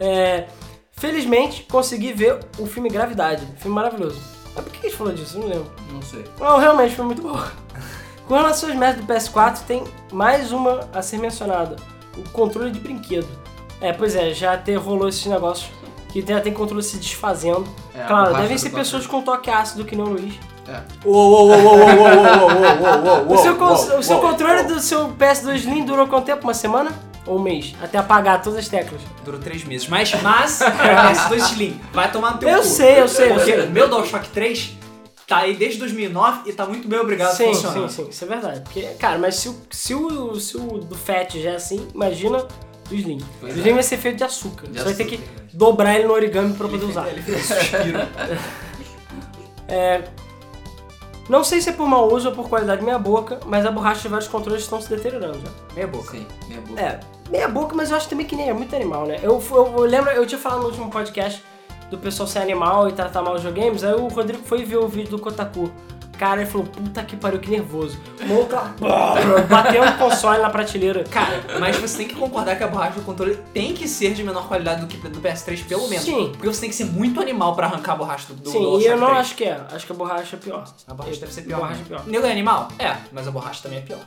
Speaker 2: É, felizmente, consegui ver o filme Gravidade. Filme maravilhoso. Mas por que a gente falou disso? Eu não lembro.
Speaker 3: Não sei.
Speaker 2: Não, realmente foi muito bom. Com relação aos métodos do PS4, tem mais uma a ser mencionada: o controle de brinquedo. É, pois é, já até rolou esses negócios que já tem controle se desfazendo.
Speaker 3: É, a
Speaker 2: claro,
Speaker 3: borracha
Speaker 2: devem
Speaker 3: do
Speaker 2: ser
Speaker 3: controle.
Speaker 2: pessoas com toque ácido que não o Luiz.
Speaker 1: Uou, uou, uou, uou, uou, uou, uou, uou, uou, uou,
Speaker 2: o seu, con-
Speaker 1: uou,
Speaker 2: o seu
Speaker 1: uou,
Speaker 2: controle
Speaker 1: uou.
Speaker 2: do seu PS2 Slim durou quanto tempo? Uma semana? Ou um mês? Até apagar todas as teclas.
Speaker 1: Durou três meses, mas, mas, PS2 Slim, vai tomar no teu
Speaker 2: Eu
Speaker 1: cu.
Speaker 2: sei, eu sei, eu
Speaker 1: um- Porque
Speaker 2: sei.
Speaker 1: meu DualShock 3 tá aí desde 2009 e tá muito bem, obrigado,
Speaker 2: sim,
Speaker 1: funciona.
Speaker 2: sim, sim, isso é verdade. Porque, cara, mas se o, se o, se o do Fat já é assim, imagina do Slim. O
Speaker 3: Pois
Speaker 2: Slim
Speaker 3: é.
Speaker 2: vai ser feito de açúcar.
Speaker 3: De
Speaker 2: Você vai ter que
Speaker 3: açúcar,
Speaker 2: dobrar ele no origami pra poder usar.
Speaker 1: Ele fez um suspiro.
Speaker 2: Não sei se é por mau uso ou por qualidade meia boca, mas a borracha de vários controles estão se deteriorando já.
Speaker 1: Meia boca.
Speaker 3: Sim, minha boca.
Speaker 2: É, meia boca, mas eu acho também que nem é muito animal, né? Eu, eu, eu lembro, eu tinha falado no último podcast do pessoal ser animal e tratar mal os videogames, aí o Rodrigo foi ver o vídeo do Kotaku. Cara, ele falou, puta que pariu, que nervoso. Moca, *laughs* bateu um console na prateleira.
Speaker 1: Cara, mas você tem que concordar que a borracha do controle tem que ser de menor qualidade do que do PS3, pelo menos.
Speaker 2: Sim.
Speaker 1: Porque você tem que ser muito animal pra arrancar a borracha do, do
Speaker 2: Sim, e
Speaker 1: DualShock
Speaker 2: eu não
Speaker 1: 3.
Speaker 2: acho que é. Acho que a borracha é pior.
Speaker 1: A borracha deve ser pior.
Speaker 2: A borracha é pior.
Speaker 1: Nego é animal? É, mas a borracha também é pior.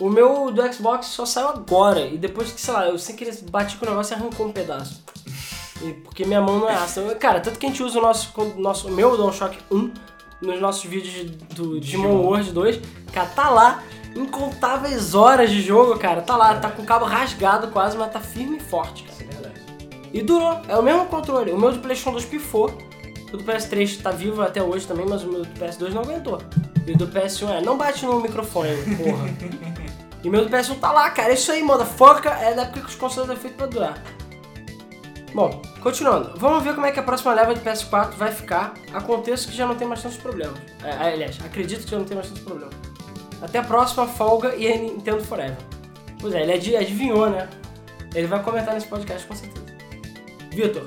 Speaker 2: O meu do Xbox só saiu agora, e depois que, sei lá, eu sem querer bati com o negócio e arrancou um pedaço.
Speaker 1: *laughs*
Speaker 2: E porque minha mão não é ácida. Eu- Cara, tanto que a gente usa o nosso, o nosso o meu DualShock 1 nos nossos vídeos do Digimon World 2, cara, tá lá incontáveis horas de jogo, cara, tá lá, tá com o cabo rasgado quase, mas tá firme e forte, cara.
Speaker 1: Isso é verdade.
Speaker 2: E durou, é o mesmo controle. O meu do PlayStation 2 pifou, o do PS3 tá vivo até hoje também, mas o meu do PS2 não aguentou. E o do PS1 é, não bate no microfone, porra. E meu do PS1 tá lá, cara. Isso aí, motherfucker. É da época que os consoles eram feitos pra durar. Bom, continuando. Vamos ver como é que a próxima leva de PS4 vai ficar. Aconteço que já não tem mais tantos problemas. É, aliás, acredito que já não tem mais tantos problemas. Até a próxima folga e a Nintendo Forever. Pois é, ele adi- adivinhou, né? Ele vai comentar nesse podcast com certeza. Vitor,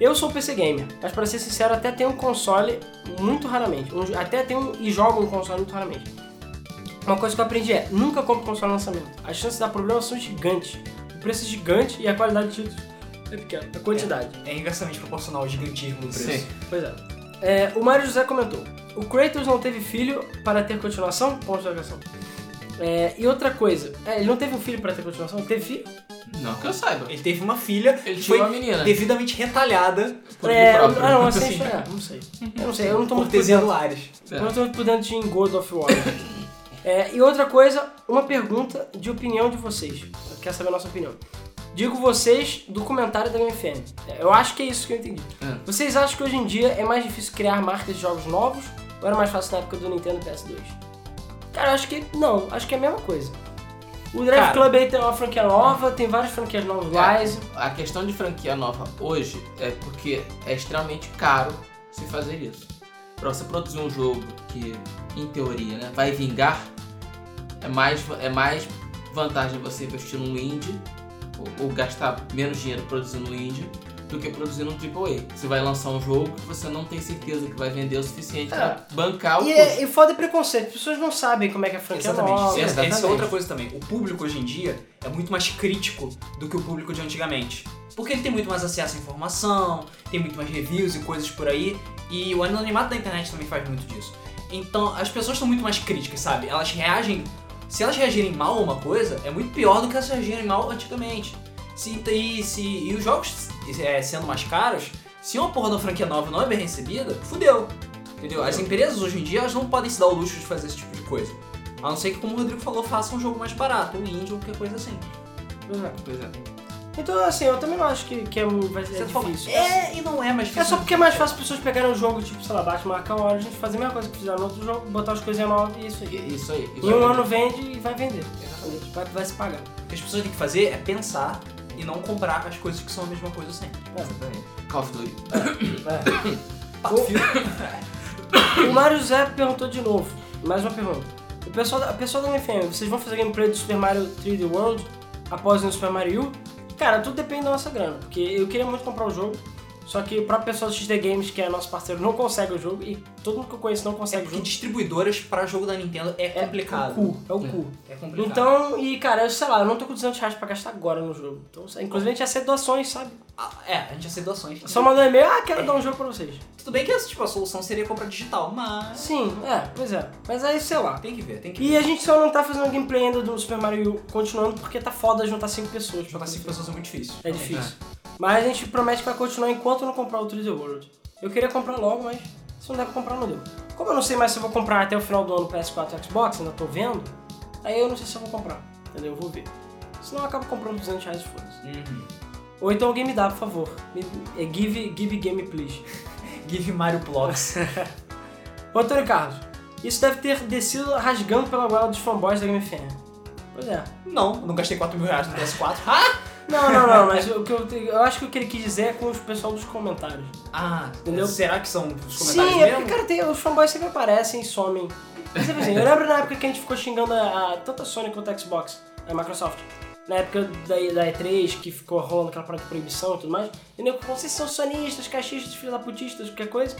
Speaker 2: eu sou PC gamer, mas pra ser sincero, até tenho um console muito raramente. Um- até tenho e jogo um console muito raramente. Uma coisa que eu aprendi é, nunca compre console no lançamento. As chances de dar problema são gigantes. O preço é gigante e a qualidade de títulos é pequena. A quantidade.
Speaker 1: É inversamente proporcional ao gigantismo do preço.
Speaker 3: Sim.
Speaker 2: Pois é. É, O Mário José comentou: O Kratos não teve filho para ter continuação? Ponto de interrogação. É, e outra coisa, é, ele não teve um filho para ter continuação? Ele teve filho?
Speaker 3: Não que eu saiba.
Speaker 1: Ele teve uma filha
Speaker 3: Ele
Speaker 1: que
Speaker 3: tinha
Speaker 1: foi
Speaker 3: uma menina.
Speaker 1: devidamente retalhada
Speaker 3: Por
Speaker 2: é,
Speaker 3: ele próprio.
Speaker 2: Ah, não, assim,
Speaker 1: né? *laughs* Sim.
Speaker 2: é, não sei. Eu não sei, eu não tô
Speaker 1: por
Speaker 2: muito por dentro.
Speaker 1: Lares.
Speaker 2: Eu não tô muito por dentro de God of
Speaker 3: *coughs*
Speaker 2: War. É, e outra coisa, uma pergunta de opinião de vocês. Eu quero saber a nossa opinião. Digo vocês do comentário da MFN. É, Eu acho que é isso que eu entendi.
Speaker 3: É.
Speaker 2: Vocês acham que hoje em dia é mais difícil criar marcas de jogos novos ou era mais fácil na época do Nintendo PS2? Cara, eu acho que não, acho que é a mesma coisa. O Drive
Speaker 1: Cara.
Speaker 2: Club aí tem uma franquia nova, tem várias franquias novas
Speaker 3: É.
Speaker 2: lá. Rise.
Speaker 3: A questão de franquia nova hoje é porque é extremamente caro se fazer isso. Pra você produzir um jogo que, em teoria, né, vai vingar, é mais, é mais vantagem você investir num indie ou, ou gastar menos dinheiro produzindo um indie do que produzindo um AAA. Você vai lançar um jogo que você não tem certeza que vai vender o suficiente pra bancar o
Speaker 2: E,
Speaker 3: custo.
Speaker 2: é, e foda preconceito, as pessoas não sabem como é que é a franquia nova.
Speaker 1: Exatamente. Essa- Essa é
Speaker 3: exatamente.
Speaker 1: outra coisa também. O público hoje em dia é muito mais crítico do que o público de antigamente. Porque ele tem muito mais acesso à informação, tem muito mais reviews e coisas por aí. E o anonimato da internet também faz muito disso. Então, as pessoas estão muito mais críticas, sabe? Elas reagem. Se elas reagirem mal a uma coisa, é muito pior do que elas reagirem mal antigamente. Se, e, se, e os jogos é, sendo mais caros, se uma porra da franquia nova não é bem recebida, fudeu. Entendeu? As empresas hoje em dia elas não podem se dar o luxo de fazer esse tipo de coisa. A não ser que, como o Rodrigo falou, faça um jogo mais barato, um indie ou qualquer coisa assim.
Speaker 2: Exato.
Speaker 3: Pois é.
Speaker 2: Então, assim, eu também não acho que, que é, mu- vai ser
Speaker 1: Você fala,
Speaker 2: difícil.
Speaker 1: é e não é mais
Speaker 2: É
Speaker 1: difícil.
Speaker 2: só porque é mais fácil as pessoas pegarem um jogo, tipo, sei lá, Batman Arkham Origins, a gente fazer a mesma coisa que fizeram no outro jogo, botar as coisinhas novas e é isso aí.
Speaker 3: Isso aí. Isso
Speaker 2: Em um
Speaker 3: aí.
Speaker 2: ano vende e vai vender. Exatamente. Vai, vai se pagar.
Speaker 1: O que as pessoas têm que fazer é pensar e não comprar as coisas que são a mesma coisa sempre.
Speaker 3: Call of Duty.
Speaker 2: É. *coughs* O Mário Zé perguntou de novo. Mais uma pergunta. O pessoal, da- o pessoal da MFM, vocês vão fazer gameplay do Super Mario 3D World após o Super Mario U? Cara, tudo depende da nossa grana, porque eu queria muito comprar o jogo, só que o próprio pessoal do XD Games, que é nosso parceiro, não consegue o jogo, e todo mundo que eu conheço não
Speaker 1: É
Speaker 2: consegue o
Speaker 1: porque
Speaker 2: jogo.
Speaker 1: distribuidoras pra jogo da Nintendo é
Speaker 2: o
Speaker 1: complicado.
Speaker 2: cu, é o cu.
Speaker 1: É complicado.
Speaker 2: Então, e cara, eu sei lá, eu não tô com 200 reais pra gastar agora no jogo. Então, inclusive a gente aceita doações, sabe?
Speaker 1: Ah, é, a gente aceita doações.
Speaker 2: Só mandou um e-mail, ah, quero dar um jogo pra vocês.
Speaker 1: Tudo bem que essa, tipo, a solução seria comprar digital, mas.
Speaker 2: Sim, é, pois é. Mas aí, sei lá.
Speaker 1: Tem que ver, tem que ver.
Speaker 2: E a gente só não tá fazendo gameplay ainda do Super Mario U continuando porque tá foda juntar 5 pessoas. pra
Speaker 1: Jogar
Speaker 2: fazer.
Speaker 1: 5 pessoas é muito difícil.
Speaker 2: É difícil. Mas a gente promete que vai continuar enquanto não comprar o 3D World. Eu queria comprar logo, mas se não der pra comprar, não deu. Como eu não sei mais se eu vou comprar até o final do ano o PS4 e Xbox, ainda tô vendo, aí eu não sei se eu vou comprar. Entendeu? Eu vou ver. Senão eu acabo comprando 200 reais de foda
Speaker 1: Uhum.
Speaker 2: Ou então alguém me dá, por favor. Me- é give, give game, please.
Speaker 1: É. Give Mario
Speaker 2: *laughs*
Speaker 1: Blocks.
Speaker 2: Ô, Antônio Carlos, isso deve ter descido rasgando pela goela dos fanboys da Game FM. Pois é.
Speaker 1: não, eu não gastei 4 mil reais no PS4. Ah!
Speaker 2: Não, não, não, mas o que eu, eu acho que o que ele quis dizer é com o pessoal dos comentários.
Speaker 1: Ah,
Speaker 2: Entendeu?
Speaker 1: Será que são os comentários
Speaker 2: Sim, é
Speaker 1: mesmo?
Speaker 2: porque, cara, tem, os fanboys sempre aparecem e somem. Mas, assim, *laughs* eu lembro na época que a gente ficou xingando a, a, tanto a Sony quanto a Xbox, a Microsoft. Na época da, da E3, que ficou rolando aquela parada de proibição e tudo mais. E nego, vocês são sonistas, caixistas, filha da putistas, qualquer coisa.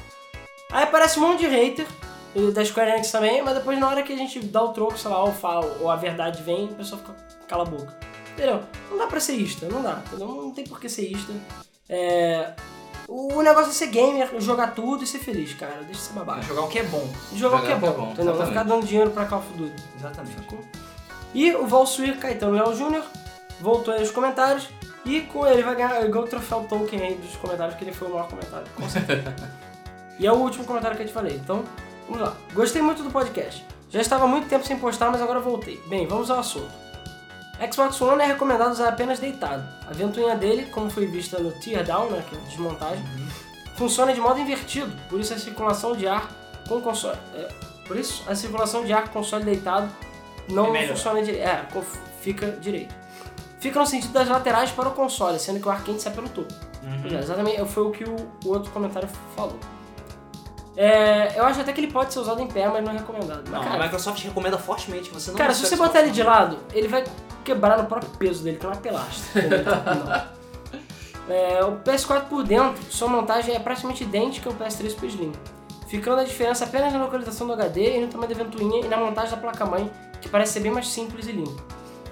Speaker 2: Aí aparece um monte de hater, e da Square Enix também, mas depois na hora que a gente dá o troco, sei lá, ou fala, ou a verdade vem, o pessoal fica cala a boca. Entendeu? Não dá pra ser ista, não dá, entendeu? Não tem por que ser ista. É, O negócio é ser gamer, jogar tudo e ser feliz, cara. Deixa de ser
Speaker 1: Ah,
Speaker 2: babaca.
Speaker 1: Jogar o que é bom.
Speaker 2: Jogar o que é
Speaker 3: Jogar o que é
Speaker 2: bom,
Speaker 3: bom,
Speaker 2: entendeu? Não
Speaker 3: exatamente.
Speaker 2: ficar dando dinheiro pra Call of Duty.
Speaker 1: Exatamente.
Speaker 2: Sacou? E o Valsuir Caetano Leal Júnior voltou aí nos comentários e com ele vai ganhar, ganhar o troféu Tolkien aí dos comentários, que ele foi o maior comentário, com certeza. e é o último comentário que eu te falei, então vamos lá. Gostei muito do podcast. Já estava há muito tempo sem postar, mas agora voltei. Bem, vamos ao assunto. Xbox One é recomendado usar apenas deitado. A ventoinha dele, como foi vista no teardown, né, que é a desmontagem, funciona de modo invertido, por isso a circulação de ar com o console... é, por isso a circulação de ar com o console deitado
Speaker 1: É
Speaker 2: não
Speaker 1: melhor.
Speaker 2: funciona direito. É, co- fica direito. Fica no sentido das laterais para o console, sendo que o ar quente sai pelo topo.
Speaker 1: Uhum.
Speaker 2: Pois é, Exatamente, foi o que o, o outro comentário falou. É, eu acho até que ele pode ser usado em pé, mas não é recomendado. Mas,
Speaker 1: Não,
Speaker 2: cara,
Speaker 1: a Microsoft recomenda fortemente que você não
Speaker 2: Cara,
Speaker 1: use
Speaker 2: se você
Speaker 1: Xbox
Speaker 2: botar ele de
Speaker 1: One.
Speaker 2: lado, ele vai quebrar no próprio peso dele, que é uma pelastra. entendeu?
Speaker 1: *laughs*
Speaker 2: Não. É, o PS4 por dentro, sua montagem é praticamente idêntica ao PS3 pro Slim, ficando a diferença apenas na localização do HD e no tamanho da ventoinha e na montagem da placa-mãe, que parece ser bem mais simples e limpa.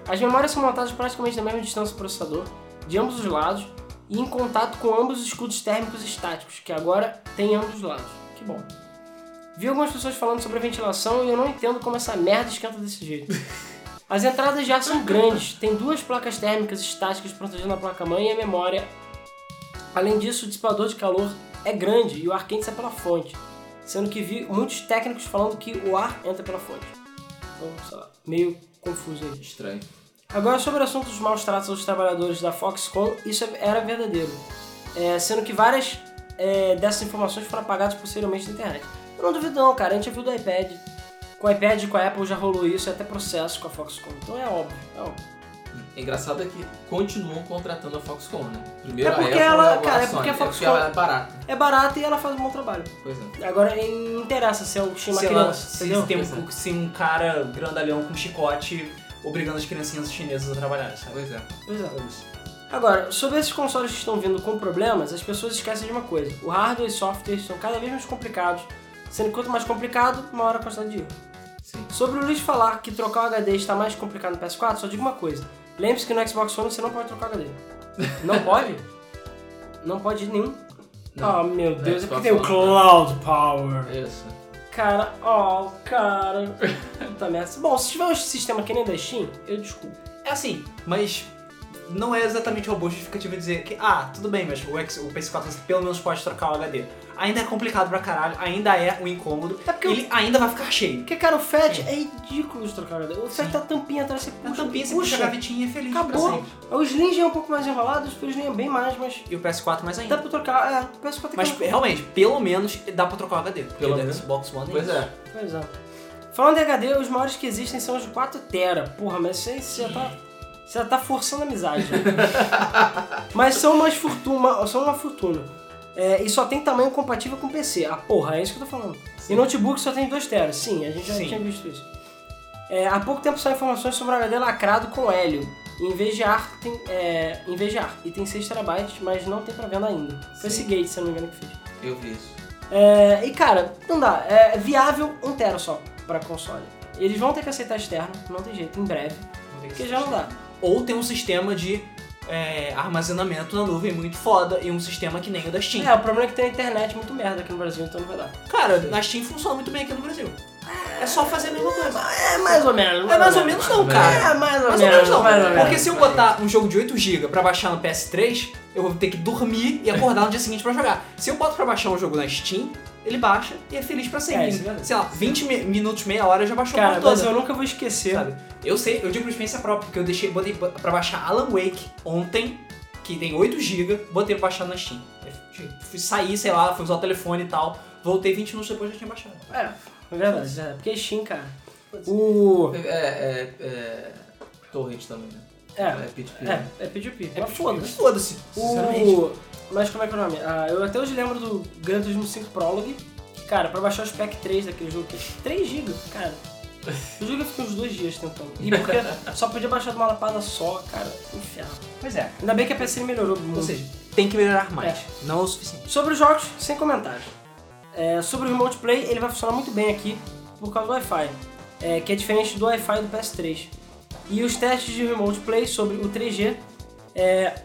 Speaker 2: As memórias são montadas praticamente na mesma distância do processador, de ambos os lados, e em contato com ambos os escudos térmicos estáticos, que agora tem ambos os lados. Que bom. Vi algumas pessoas falando sobre a ventilação e eu não entendo como essa merda esquenta desse jeito. As entradas de ar são grandes, tem duas placas térmicas estáticas protegendo a placa-mãe e a memória. Além disso, o dissipador de calor é grande e o ar quente sai pela fonte, sendo que vi muitos técnicos falando que o ar entra pela fonte. Então, sei lá, meio confuso aí.
Speaker 3: Estranho.
Speaker 2: Agora sobre o assunto dos maus tratos aos trabalhadores da Foxconn, isso era verdadeiro. É, sendo que várias é, dessas informações foram apagadas posteriormente na internet. Eu não duvido não, cara, a gente já viu do iPad. Com o iPad e com a Apple já rolou isso e até processo com a Foxconn. Então é óbvio, é óbvio.
Speaker 3: Engraçado é que continuam contratando a Foxconn, né? Primeiro
Speaker 2: É porque
Speaker 3: a Apple,
Speaker 2: ela-
Speaker 3: agora
Speaker 2: cara, é
Speaker 3: a Sony.
Speaker 2: porque a Foxconn-
Speaker 3: ela é barata.
Speaker 2: É barato e ela faz um bom trabalho.
Speaker 3: Pois é.
Speaker 2: Agora não interessa se é o Chima
Speaker 1: Sei lá,
Speaker 2: criança,
Speaker 1: se,
Speaker 2: entendeu?
Speaker 1: tem
Speaker 3: Pois
Speaker 1: um, se um cara grandalhão com chicote obrigando as criancinhas chinesas a trabalhar, sabe?
Speaker 3: Pois é.
Speaker 2: Pois é. Agora, sobre esses consoles que estão vindo com problemas, as pessoas esquecem de uma coisa: o hardware e software estão cada vez mais complicados, sendo que quanto mais complicado, maior a quantidade de erro.
Speaker 3: Sim.
Speaker 2: Sobre o Luiz falar que trocar o HD está mais complicado no PS4, só digo uma coisa: lembre-se que no Xbox One você não pode trocar o HD. Não pode? não pode de nenhum.
Speaker 3: Não.
Speaker 2: oh, meu Deus, é
Speaker 3: Xbox
Speaker 2: porque tem o
Speaker 3: One.
Speaker 1: né?
Speaker 2: Cloud Power.
Speaker 3: Isso.
Speaker 2: Cara, oh, cara. Puta merda. Bom, se tiver um sistema que nem da Steam, eu desculpo.
Speaker 1: É assim, mas não é exatamente uma boa justificativa dizer que, ah, tudo bem, mas o, X- o PS4 pelo menos pode trocar o HD. ainda é complicado pra caralho, ainda é um incômodo.
Speaker 2: É porque,
Speaker 1: Ele ainda vai ficar cheio.
Speaker 2: porque, cara, o Fat é, ridículo de trocar HD. O Fat tá tampinha atrás, você puxa,
Speaker 1: Na tampinha você puxa a
Speaker 2: puxa.
Speaker 1: gavetinha e é feliz
Speaker 2: Acabou.
Speaker 1: pra sempre.
Speaker 2: O Slim já é um pouco mais enrolado, o Super Slim é bem mais, mas
Speaker 1: E o PS4 mais
Speaker 2: dá
Speaker 1: ainda.
Speaker 2: pra trocar. É, o PS4 tem
Speaker 1: Mas
Speaker 2: que-
Speaker 1: realmente, pelo menos dá pra trocar o HD. porque
Speaker 3: Pelo
Speaker 1: o da
Speaker 3: menos.
Speaker 1: Xbox One
Speaker 3: Pois
Speaker 1: isso.
Speaker 3: é.
Speaker 2: Pois é. Falando de HD, os maiores que existem são os de 4 tera. Porra, mas você, você já tá. Você já tá forçando a amizade. né? mas são umas fortuna, são uma fortuna. É, e só tem tamanho compatível com PC. Ah, porra, é isso que eu tô falando. E notebook só tem 2 teras. Sim, a gente já
Speaker 1: Sim.
Speaker 2: tinha visto isso. É, há pouco tempo saíram informações sobre um HD lacrado com hélio. Em vez de ar, tem, é, em vez de ar. E tem 6 terabytes, mas não tem pra venda ainda. Foi esse
Speaker 3: Sim.
Speaker 2: Gate, se eu não me engano, que fez.
Speaker 3: Eu vi isso.
Speaker 2: É, e cara, não dá. É viável um tera só pra console. Eles vão ter que aceitar externo, não tem jeito, em breve,
Speaker 1: Não tem que
Speaker 2: porque já é não dá.
Speaker 1: Ou tem um sistema de é, armazenamento na nuvem muito foda e um sistema que nem o da Steam.
Speaker 2: É, o problema é que tem a internet muito merda aqui no Brasil, então não vai dar.
Speaker 1: Cara, na Steam funciona muito bem aqui no Brasil. É só fazer a mesma coisa.
Speaker 2: É mais ou menos.
Speaker 1: É mais ou menos não, cara.
Speaker 2: É mais ou
Speaker 1: Mais ou
Speaker 2: menos,
Speaker 1: menos não.
Speaker 2: mais ou menos.
Speaker 1: Porque se eu botar um jogo de 8GB pra baixar no PS3, eu vou ter que dormir e acordar no dia seguinte pra jogar. Se eu boto pra baixar um jogo na Steam, ele baixa e é feliz pra
Speaker 2: É, isso é
Speaker 1: sempre.
Speaker 2: verdade.
Speaker 1: sei lá, 20 mi- minutos, meia hora, já baixou
Speaker 2: Cara,
Speaker 1: a porra
Speaker 2: mas
Speaker 1: toda.
Speaker 2: eu nunca vou esquecer.
Speaker 1: Sabe? Eu sei, eu digo por experiência própria, porque eu deixei, botei ba- pra baixar Alan Wake ontem, que tem 8GB, botei pra baixar na Steam. Eu Fui sair, sei lá, fui usar o telefone e tal, voltei 20 minutos depois já tinha baixado.
Speaker 2: É, é verdade, é. Porque é Steam, cara. O.
Speaker 3: É, é, é torrent também, né?
Speaker 2: É.
Speaker 3: P2P. né?
Speaker 2: É, é P2P. É foda-se.
Speaker 1: Foda-se. Sinceramente.
Speaker 2: O... Mas como é que é o nome? Ah, eu até hoje lembro do Gran Turismo 5 Prologue. que, Cara, pra baixar o Spec 3 daquele jogo que é 3 GB, cara. O jogo eu fiquei uns dois dias tentando.
Speaker 1: *laughs*
Speaker 2: E porque só podia baixar de uma lapada só, cara. Inferno.
Speaker 1: Pois é.
Speaker 2: Ainda bem que a PC melhorou muito.
Speaker 1: Ou seja, tem que melhorar mais. Não é o suficiente.
Speaker 2: Sobre os jogos, sem comentário. É, sobre o Remote Play, ele vai funcionar muito bem aqui por causa do Wi-Fi, é, que é diferente do Wi-Fi do PS3. E os testes de Remote Play sobre o 3G, é,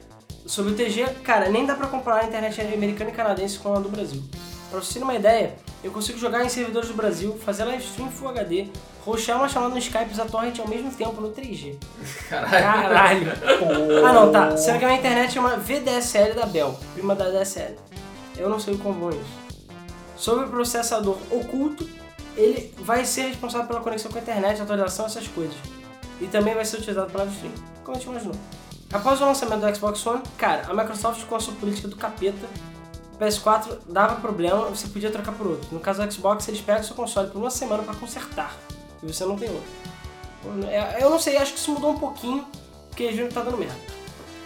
Speaker 2: sobre o 3G, cara, nem dá pra comparar a internet americana e canadense com a do Brasil. Pra você ter uma ideia, eu consigo jogar em servidores do Brasil, fazer live stream Full HD, roxar uma chamada no Skype e usar torrent ao mesmo tempo no 3G.
Speaker 3: Caralho.
Speaker 2: Caralho! Ah não, tá. Sendo que a minha internet é uma VDSL da Bell, prima da DSL. Eu não sei como é isso. Sobre o processador oculto, ele vai ser responsável pela conexão com a internet, atualização, essas coisas. E também vai ser utilizado para live stream, como a gente imaginou. Após o lançamento do Xbox One, cara, a Microsoft com a sua política do capeta, o PS4 dava problema, você podia trocar por outro. No caso do Xbox, eles pegam seu console por uma semana para consertar, e você não tem outro. É, Eu não sei, acho que isso mudou um pouquinho, porque a gente tá dando merda.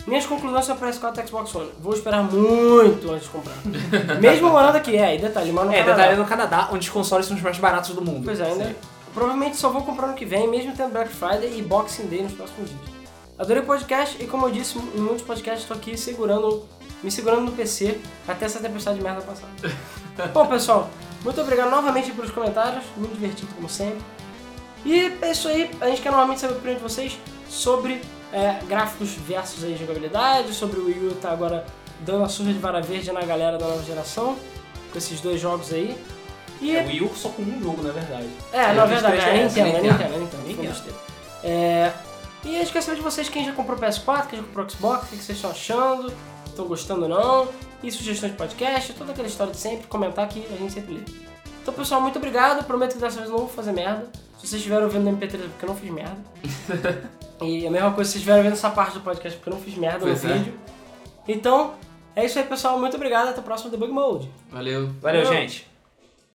Speaker 2: Minhas conclusões são para PS4 e Xbox One. Vou esperar muito antes de comprar.
Speaker 1: *laughs*
Speaker 2: Mesmo morando aqui, é, e detalhe, mano.
Speaker 1: É, detalhe no Canadá, onde os consoles são os mais baratos do mundo.
Speaker 2: Pois é, ainda. Provavelmente só vou comprar no que vem, mesmo tendo Black Friday e Boxing Day nos próximos dias. Adorei o podcast e como eu disse em muitos podcasts, estou aqui segurando, me segurando no PC até essa tempestade de merda passar. Bom, pessoal, muito obrigado novamente pelos comentários, muito divertido como sempre. E é isso aí, a gente quer novamente saber a opinião de vocês sobre é, gráficos versus aí jogabilidade, sobre o Wii U tá agora dando a surra de vara verde na galera da nova geração, com esses dois jogos aí. E
Speaker 1: É o Wii U só com um jogo, na verdade.
Speaker 2: é, não, é
Speaker 3: Nintendo
Speaker 2: verdade, é
Speaker 3: Switch,
Speaker 2: Nintendo, é
Speaker 3: Nintendo.
Speaker 2: Nintendo, é Nintendo. foi
Speaker 1: Nintendo.
Speaker 2: besteira. É, E a gente quer saber de vocês quem já comprou PS4, quem já comprou Xbox, o que vocês estão achando, estão gostando ou não, e sugestões de podcast, toda aquela história de sempre, comentar que a gente sempre lê. Então, pessoal, muito obrigado. Prometo que dessa vez não vou fazer merda. Se vocês estiveram ouvindo no MP3 é porque eu não fiz merda. e a mesma coisa se vocês estiveram vendo essa parte do podcast porque eu não fiz merda
Speaker 3: Pois
Speaker 2: no
Speaker 3: é.
Speaker 2: vídeo. Então, é isso aí, pessoal. Muito obrigado. Até o próximo Debug Mode.
Speaker 3: Valeu.
Speaker 1: Valeu,
Speaker 2: Valeu.
Speaker 1: gente.